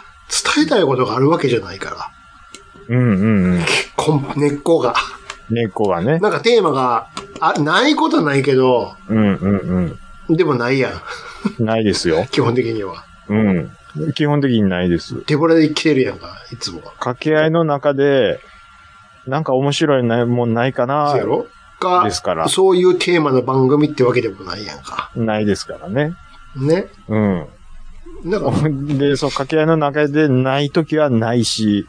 Speaker 7: 伝えたいことがあるわけじゃないから。
Speaker 3: うんうんうん。
Speaker 7: 根根っこが。
Speaker 3: 猫がね。
Speaker 7: なんかテーマが、あ、ないことはないけど、
Speaker 3: うんうん
Speaker 7: でもないやん。
Speaker 3: うん。ないですよ。
Speaker 7: 基本的には。
Speaker 3: うん。基本的にないです。
Speaker 7: 手ぶらで来てるやんか、いつも。
Speaker 3: 掛け合いの中で、なんか面白いなもんないか
Speaker 7: そうや
Speaker 3: な、
Speaker 7: ろか
Speaker 3: ですから
Speaker 7: そういうテーマの番組ってわけでもないやんか。
Speaker 3: ないですからね。
Speaker 7: ね。
Speaker 3: うん。
Speaker 7: だから、
Speaker 3: で、そう、掛け合いの中でないときはない し、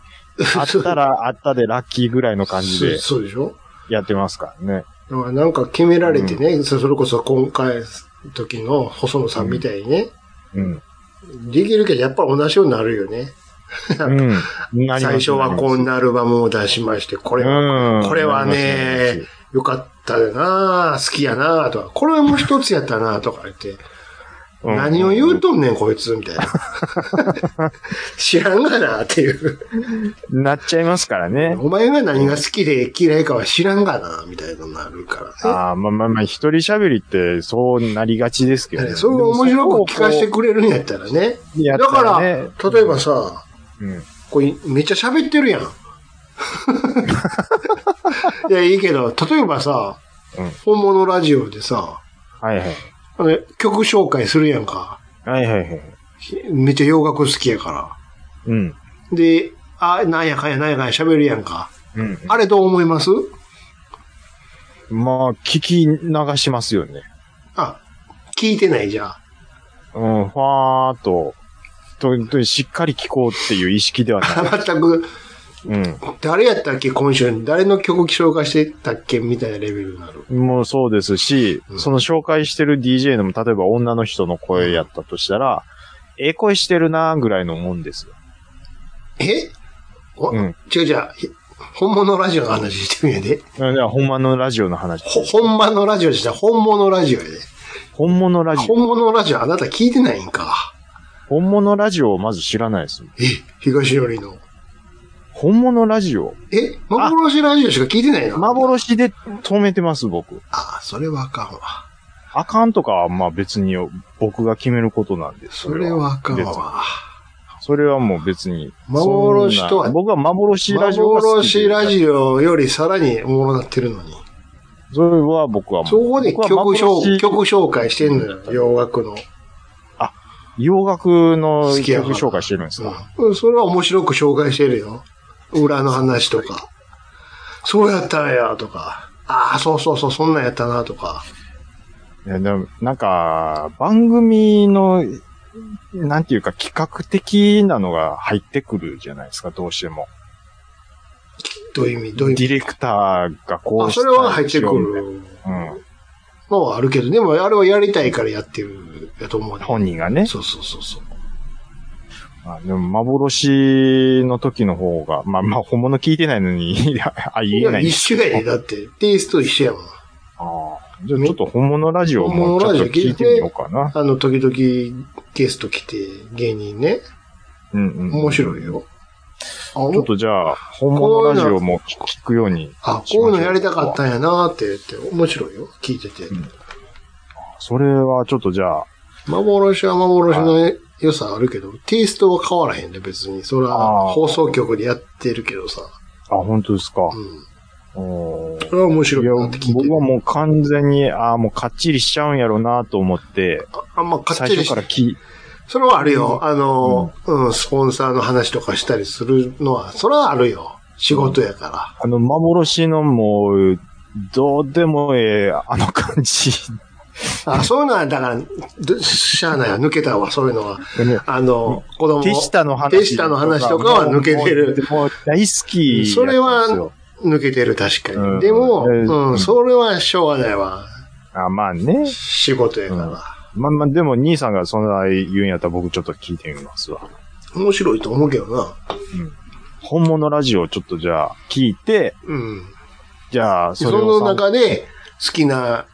Speaker 3: あったらあったでラッキーぐらいの感じで
Speaker 7: そうそうでしょ
Speaker 3: やってますからね。
Speaker 7: だからなんか決められてね、そそれこそ今回時の細野さんみたいにね、
Speaker 3: うん。
Speaker 7: できるけどやっぱ同じようになるよね。
Speaker 3: うん。なります
Speaker 7: 最初はこん。なアルバムを出しまして、これは、
Speaker 3: うん。
Speaker 7: これは
Speaker 3: なり
Speaker 7: ね
Speaker 3: ます、
Speaker 7: よかったよな好きやなとか、これはもう一つやったなとか言って、
Speaker 3: うん
Speaker 7: 何を言うとんねん、こいつ、みたいな。 知らんがなっていう。
Speaker 3: なっちゃいますからね。
Speaker 7: お前が何が好きで嫌いかは知らんがなみたいなのになるからね。
Speaker 3: ああ、まあまあまあ、一人喋りってそうなりがちですけどね。
Speaker 7: それが面白く聞かせてくれるんやったらね。
Speaker 3: やった
Speaker 7: だからら、
Speaker 3: ね
Speaker 7: 例えばさ、
Speaker 3: うん。
Speaker 7: これめっちゃ喋っ てるやん。いや、いいけど、例えばさ、
Speaker 3: うん
Speaker 7: 本物ラジオでさ、
Speaker 3: はいはい。
Speaker 7: あの曲紹介するやんか。
Speaker 3: はいはいはい。
Speaker 7: めっちゃ洋楽好きやか
Speaker 3: うん。
Speaker 7: ら。で、あ、なんやかんやなんやかんや喋るやんか。
Speaker 3: うん。
Speaker 7: あれどう思います
Speaker 3: まあ、聞き流しますよね。
Speaker 7: あ、聞いてないじゃん。
Speaker 3: うん、ファーっと、と、と、しっかり聞こうっていう意識ではない。
Speaker 7: 全く、
Speaker 3: う
Speaker 7: 誰やったっけ今週誰の曲紹介してたっけみたいなレベルになる。
Speaker 3: ん。もうそうですし、
Speaker 7: うん
Speaker 3: その紹介してる DJ のも、例えば女の人の声やったとしたら、ええ声してるなぐらいのもんですよ。
Speaker 7: えお、
Speaker 3: うん
Speaker 7: 違う違う。ひ本物ラジオの話してるんやで。
Speaker 3: だから、ほんまのラジオの話。
Speaker 7: ほ、本場のラジオじゃない本物ラジオやで。
Speaker 3: 本物ラジオ。
Speaker 7: 本物ラジオあなた聞いてないんか。
Speaker 3: 本物ラジオをまず知らないですもん。
Speaker 7: え、東寄りの。
Speaker 3: 本物ラジオ
Speaker 7: え、幻ラジオしか聞いてないの
Speaker 3: 幻で止めてます、僕。
Speaker 7: ああ、それはあかんわ。
Speaker 3: あかんとかは、まあ別に僕が決めることなんです。
Speaker 7: それはあかん
Speaker 3: 別に
Speaker 7: わ。
Speaker 3: それはもう別に。
Speaker 7: 幻とは
Speaker 3: そんな僕は幻ラジオが好きで
Speaker 7: 幻ラジオよりさらにおもろなってるのに。
Speaker 3: それは僕はもう。
Speaker 7: そこで曲
Speaker 3: 僕は
Speaker 7: 紹
Speaker 3: 幻
Speaker 7: 曲紹介してんのよ、洋楽の。
Speaker 3: 洋楽の
Speaker 7: 好きやか
Speaker 3: 曲
Speaker 7: ら
Speaker 3: 紹介してるんですか
Speaker 7: うん、それは面白く紹介してるよ。裏の話とか。そうやったんや、とか。ああ、そうそうそう、そんなんやったな、とか。
Speaker 3: いやでもなんか、番組のなんていうか企画的なのが入ってくるじゃないですか、どうしても。
Speaker 7: どういう意味どういう
Speaker 3: デ
Speaker 7: 意味
Speaker 3: ィレクターがこう
Speaker 7: あ、
Speaker 3: した
Speaker 7: そ
Speaker 3: い
Speaker 7: れは入っ
Speaker 3: で
Speaker 7: てく
Speaker 3: すよ
Speaker 7: る
Speaker 3: ね。
Speaker 7: のはあるけど、でもあれはやりたいからやってるやと思う
Speaker 3: うん。
Speaker 7: ね。
Speaker 3: 本人がね。
Speaker 7: そうそうそうそう。
Speaker 3: まあ、でも幻の時の方が、まあまあ本物聞いてないのに、いやあ、
Speaker 7: い
Speaker 3: 言えな
Speaker 7: や、
Speaker 3: いん
Speaker 7: 一
Speaker 3: です
Speaker 7: 緒やで、だって。テイスト一緒やもん。
Speaker 3: あーじゃあちょっと本物ラジオもちょっと聞いてみようかな。
Speaker 7: あの、時々ゲスト来て、芸人ね。
Speaker 3: うんうん。
Speaker 7: 面白いよ。あ、
Speaker 3: ちょっとじゃあ、本物ラジオも聞聞くように。
Speaker 7: あ、こういうのやりたかったんやなーって言って、面白いよ。聞いてて。
Speaker 3: んそれはちょっとじゃあ、
Speaker 7: 幻は幻の良さあるけど、テイストは変わらへんで、別に。それは
Speaker 3: あー
Speaker 7: 放送局でやってるけどさ。
Speaker 3: あ、本当ですか。
Speaker 7: うん。
Speaker 3: おー
Speaker 7: それは面
Speaker 3: い
Speaker 7: 白い
Speaker 3: や
Speaker 7: なって聞いて
Speaker 3: 僕
Speaker 7: る
Speaker 3: は。もう完全に、ああ、もうかっちりしちゃうんやろうなと思って、
Speaker 7: あんまかっ
Speaker 3: 最
Speaker 7: ちり
Speaker 3: 初
Speaker 7: し
Speaker 3: から聞い、
Speaker 7: それはあるよ。あの、うん、スポンサーの話とかしたりするのは、それはあるよ。仕事やか
Speaker 3: あの、幻のもう、どうでもええ、あの感じ。
Speaker 7: ら。あ、そういうのは、だからど、しゃあないわ。抜けたわ、そういうのは。あの、子供。
Speaker 3: 手下の話。
Speaker 7: 手下の話とかは抜けてる。
Speaker 3: もうもう大好きやったんですよ。
Speaker 7: それは抜けてる、確かに。
Speaker 3: うん
Speaker 7: でも、
Speaker 3: え
Speaker 7: う、
Speaker 3: うんん
Speaker 7: それはしょうがないわ。
Speaker 3: あまあね。
Speaker 7: 仕事やか
Speaker 3: まあまあ、でも兄さんがそんな言うんやったら僕ちょっと聞いてみますわ。
Speaker 7: ら。面白いと思うけどな。
Speaker 3: 本物ラジオちょっとじゃあ聞いて、
Speaker 7: うん。
Speaker 3: じゃあ
Speaker 7: そ
Speaker 3: それを
Speaker 7: の
Speaker 3: 参考
Speaker 7: 中で、好きな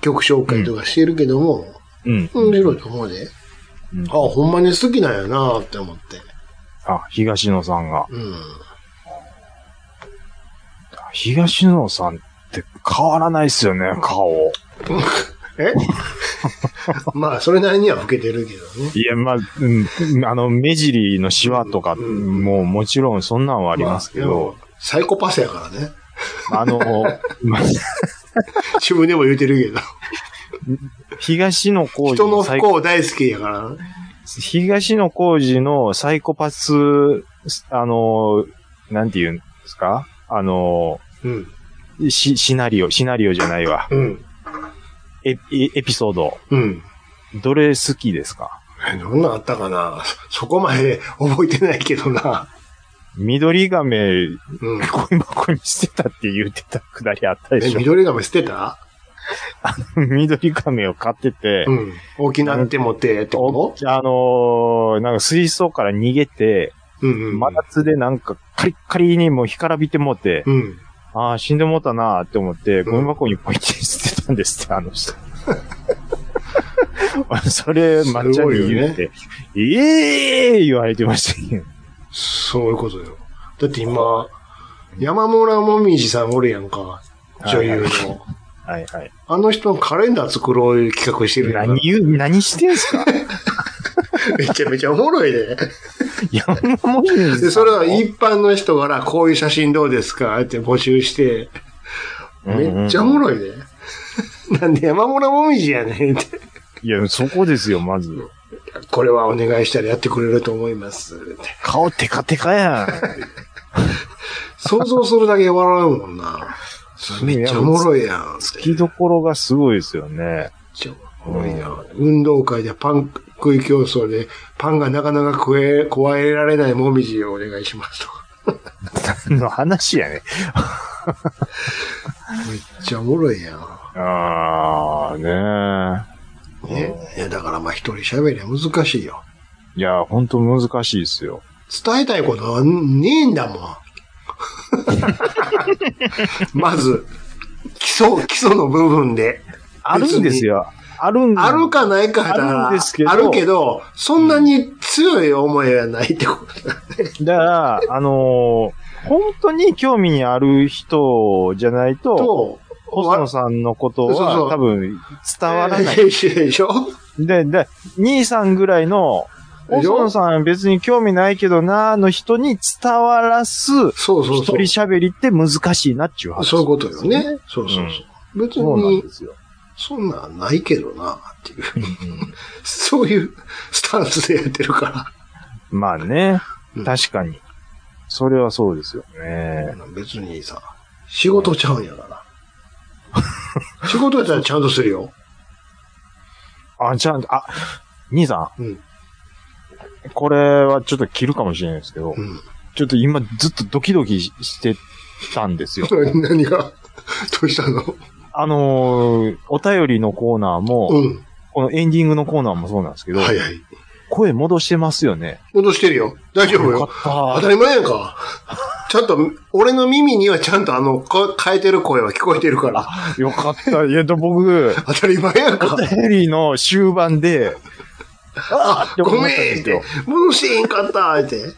Speaker 7: 曲紹介とかしてるけども、
Speaker 3: うん。
Speaker 7: 面白いと思うで。
Speaker 3: うん
Speaker 7: あ、ほんまに好きなんやなって思って。
Speaker 3: あ、東野さんが。
Speaker 7: うん。
Speaker 3: 東野さんって変わらないっすよね、顔。
Speaker 7: えまあ、それなりには老けてるけどね。
Speaker 3: いや、まあ、うん、あの、目尻のシワとか、
Speaker 7: うん
Speaker 3: もうもちろんそんなんはありますけ
Speaker 7: まあ
Speaker 3: ど、。
Speaker 7: でもサイコパスやからね。
Speaker 3: あの、まあ
Speaker 7: 自分でも言うてるけど。
Speaker 3: 東野幸治
Speaker 7: 人の
Speaker 3: の
Speaker 7: 不
Speaker 3: サイ、
Speaker 7: 幸大好きやからね。
Speaker 3: 東野幸治のサイコパス、あの、なんて言うんですかあの、
Speaker 7: うん。
Speaker 3: シシナリオ、シナリオじゃないわ。
Speaker 7: うん。
Speaker 3: エピエピソード。
Speaker 7: うん。
Speaker 3: どれ好きですか
Speaker 7: えどんなんあったかな そそこまで覚えてないけどな。
Speaker 3: 緑亀、
Speaker 7: うん。
Speaker 3: 恋箱に捨てたって言ってたくだりあったで
Speaker 7: え、
Speaker 3: しょ
Speaker 7: 緑亀捨てた
Speaker 3: 緑亀を買ってて、
Speaker 7: うん。大きなって持ってってこ
Speaker 3: あのーなんか水槽から逃げて、
Speaker 7: とうんうん。
Speaker 3: 真夏でなんかカリッカリにもう干からびてもって、
Speaker 7: うん。
Speaker 3: ああ、死んでもうたなーって思って、
Speaker 7: うん
Speaker 3: ゴミ箱にポイって捨てたんですって、あの 人。それ、抹茶に言って、ええー言われてましたけど。
Speaker 7: そういうことよ。だって今、山村もみじさんおるやんか。女優の。
Speaker 3: はいはい。
Speaker 7: あの人のカレンダー作ろういう企画してるやんか
Speaker 3: 何。言う、何してんす か
Speaker 7: めちゃめちゃおもろ いで。
Speaker 3: 山本さん
Speaker 7: で、それは一般の人からこういう写真どうですかって募集して、めっちゃおもろいで。 なんで山村もみじやねんって。
Speaker 3: いや、そこですよ、まず。
Speaker 7: これはお願いしたらやってくれると思いますって。
Speaker 3: 顔テカテカや
Speaker 7: 想像するだけ笑うもんな。
Speaker 3: ん。
Speaker 7: めっちゃおもろいやん。
Speaker 3: 好きどころがすごいですよ ね。
Speaker 7: めっちゃおもろいやん。運動会でパン食い競争で、パンがなかなか食え、加えられないもみじをお願いしますとか。
Speaker 3: の話やね。
Speaker 7: めっちゃおもろいやん。
Speaker 3: ああ、ね
Speaker 7: ね。いや、だからまあ一人喋りは難しいよ。
Speaker 3: え。いや、ほんと難しいですよ。
Speaker 7: 伝えたいことはねえんだもん。まず、基礎、基礎の部分で。
Speaker 3: あるんですよ。あるん
Speaker 7: あるかないかだ
Speaker 3: あるんですけど
Speaker 7: あるけど、そんなに強い思いはないってことだ。
Speaker 3: だから、あのー本当に興味ある人じゃないと、
Speaker 7: と、
Speaker 3: 細野さんのこと
Speaker 7: そうそう
Speaker 3: は多分伝わらない。
Speaker 7: でしょでしょ
Speaker 3: で、で、兄さんぐらいの、
Speaker 7: で
Speaker 3: お
Speaker 7: しょ
Speaker 3: そんさん別に興味ないけどなーの人に伝わらす、
Speaker 7: そうそう
Speaker 3: 一
Speaker 7: そ
Speaker 3: 人
Speaker 7: う。
Speaker 3: 喋りって難しいなっていう話。
Speaker 7: そういうことよね。。そうそうそう。別
Speaker 3: そうなん
Speaker 7: に
Speaker 3: で、すよ。
Speaker 7: そんなんないけどな、っていう。 そういうスタンスでやってるか
Speaker 3: まあね
Speaker 7: うん、
Speaker 3: 確かに。それはそうですよね。
Speaker 7: ら。別にさ、仕事ちゃうん やから。仕事やったらちゃんとするよ。
Speaker 3: あ、ちゃんと、あ、兄さん。
Speaker 7: うん
Speaker 3: これはちょっと切るかもしれないですけど、
Speaker 7: うん
Speaker 3: ちょっと今ずっとドキドキしてたんですよ。
Speaker 7: 何何が、どうしたの
Speaker 3: あのーお便りのコーナーも、
Speaker 7: うん。
Speaker 3: このエンディングのコーナーもそうなんですけど、
Speaker 7: はいはい。
Speaker 3: 声戻してますよね。
Speaker 7: 戻してるよ。大丈夫
Speaker 3: よ
Speaker 7: よ。
Speaker 3: か
Speaker 7: 当
Speaker 3: った
Speaker 7: り前やんか。ちゃんと、俺の耳にはちゃんとあの、こ変えてる声は聞こえてるから。
Speaker 3: た。よかった。いや、で僕、
Speaker 7: 当たり前やんか。
Speaker 3: ヘリの終盤で、あー
Speaker 7: ごめ
Speaker 3: っ
Speaker 7: んっ
Speaker 3: 思った
Speaker 7: て
Speaker 3: んで。
Speaker 7: 戻してへんかったって。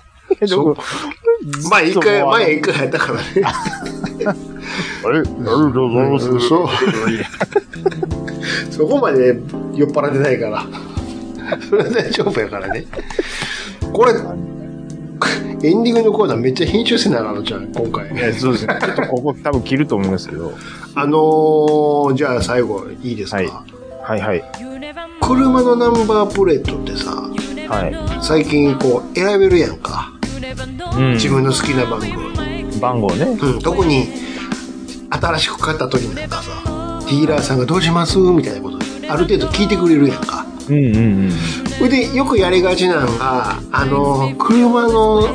Speaker 3: すよ。
Speaker 7: 前一回、前一
Speaker 3: 回。
Speaker 7: 回やったからね。
Speaker 3: あれありがとうございます。
Speaker 7: そう。そこまで酔っ払ってないから。それは大丈夫やからね。これ、エンディングのコーナーめっちゃ編集せなあかんのじゃん、今回。
Speaker 3: いやそうですね。ちょっとここ多分切ると思いますけど。
Speaker 7: あのー、じゃあ最後、いいですか、
Speaker 3: はいはいはい。
Speaker 7: 車のナンバープレートってさ、
Speaker 3: は
Speaker 7: 最近こう、選べるやんか。
Speaker 3: い。うん
Speaker 7: 自分の好きな番号。
Speaker 3: 番号ね。
Speaker 7: うん、特に、新しく買った時なんかさ、ディーラーさんがどうしますみたいなこと、ある程度聞いてくれるやんか。
Speaker 3: うんうんうん。
Speaker 7: それでよくやりがちなのがあの車の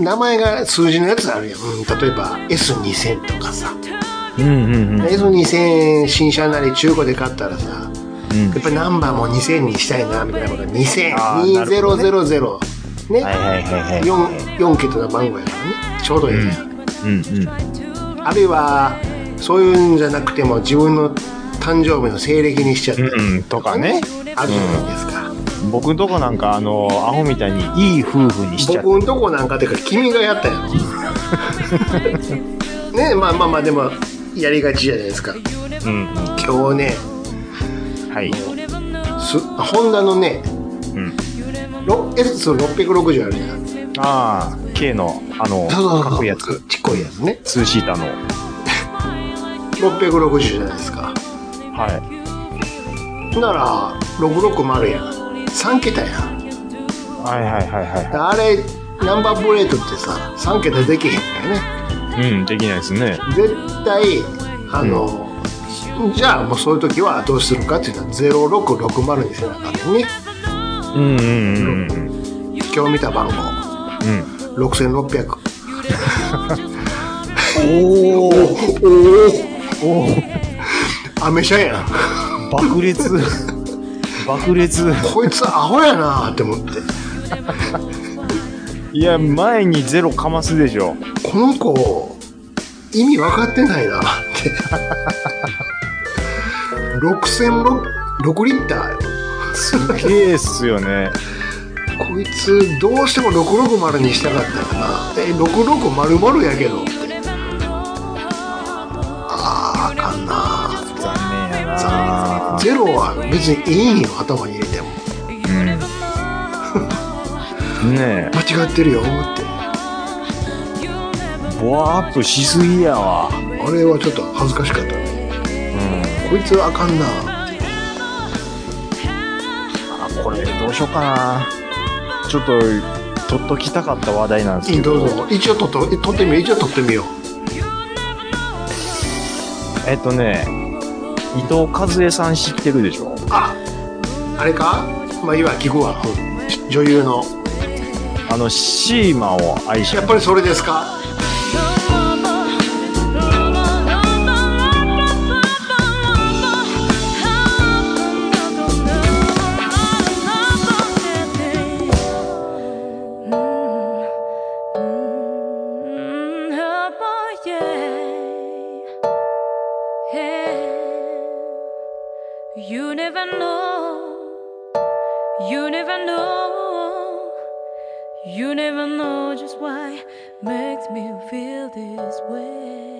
Speaker 7: 名前が数字のやつあるやん、うん例えば S2000 とかさ、
Speaker 3: うんうんうん。
Speaker 7: S2000 新車なり中古で買ったらさ
Speaker 3: うん
Speaker 7: やっぱりナンバーも2000にしたいなみたいなこと
Speaker 3: あーなるほどね
Speaker 7: 20002000ね
Speaker 3: はいはいはいはい。
Speaker 7: 4, 4桁の番号やからねちょうどいいやん、
Speaker 3: うんうん。
Speaker 7: あるいはそういうんじゃなくても自分の誕生日の西暦にしちゃったり
Speaker 3: うんうんとかね
Speaker 7: あるじゃないですか、
Speaker 3: 僕んとこなんかあの、アホみたいにいい夫婦にしちゃって。
Speaker 7: 僕んとこなんかてか君がや ったやろねえまあまあまあでもやりがちじゃないですか
Speaker 3: うんう
Speaker 7: 今日ね
Speaker 3: ん。はい。
Speaker 7: すホンダのね
Speaker 3: うん。
Speaker 7: ろ S660 あるじゃんそう
Speaker 3: ああ、K の、あの、
Speaker 7: そう
Speaker 3: かっ
Speaker 7: そ
Speaker 3: こ
Speaker 7: う
Speaker 3: いいやつ。
Speaker 7: ちっこいやつね
Speaker 3: ツーシーターの。
Speaker 7: 660じゃないですか
Speaker 3: はい。
Speaker 7: なら660やん3桁やん
Speaker 3: はいはいはいは
Speaker 7: あれナンバープレートってさ3桁できへんからね
Speaker 3: い。うん、できないですね。
Speaker 7: 絶対あの、じゃあもうそういう時はどうするかっていうのは0660にせなあかんねん
Speaker 3: うんうんうんう
Speaker 7: ね
Speaker 3: ん。
Speaker 7: 今日見た番号
Speaker 3: うん。
Speaker 7: 6600
Speaker 3: おおおお
Speaker 7: アメ車やん
Speaker 3: 爆裂爆裂
Speaker 7: こいつアホやなって思って
Speaker 3: いや前にゼロかますでしょ
Speaker 7: この子意味分かってないなって6006リッターよ
Speaker 3: ケースよね
Speaker 7: こいつどうしても660にしたかったかなえ6600やけどってあーあかんな
Speaker 3: 残念やな
Speaker 7: ゼロは別にいいんよ頭に入れても
Speaker 3: うんね
Speaker 7: 間違ってるよって
Speaker 3: えボアアップしすぎやわ
Speaker 7: あれはちょっと恥ずかしかったね
Speaker 3: うん
Speaker 7: こいつはあかんな
Speaker 3: あこれどうしようかなちょっと取っときたかった話題なんですけど
Speaker 7: どうぞ一応撮って撮ってみよう一応撮ってみよう
Speaker 3: えっとね伊藤和恵さん知ってるでしょ
Speaker 7: ああれかまあいいわ聞くわ、うん女優の
Speaker 3: あのシーマを愛し
Speaker 7: やっぱりそれですか
Speaker 9: You never know, you never know. You never know just why makes me feel this way.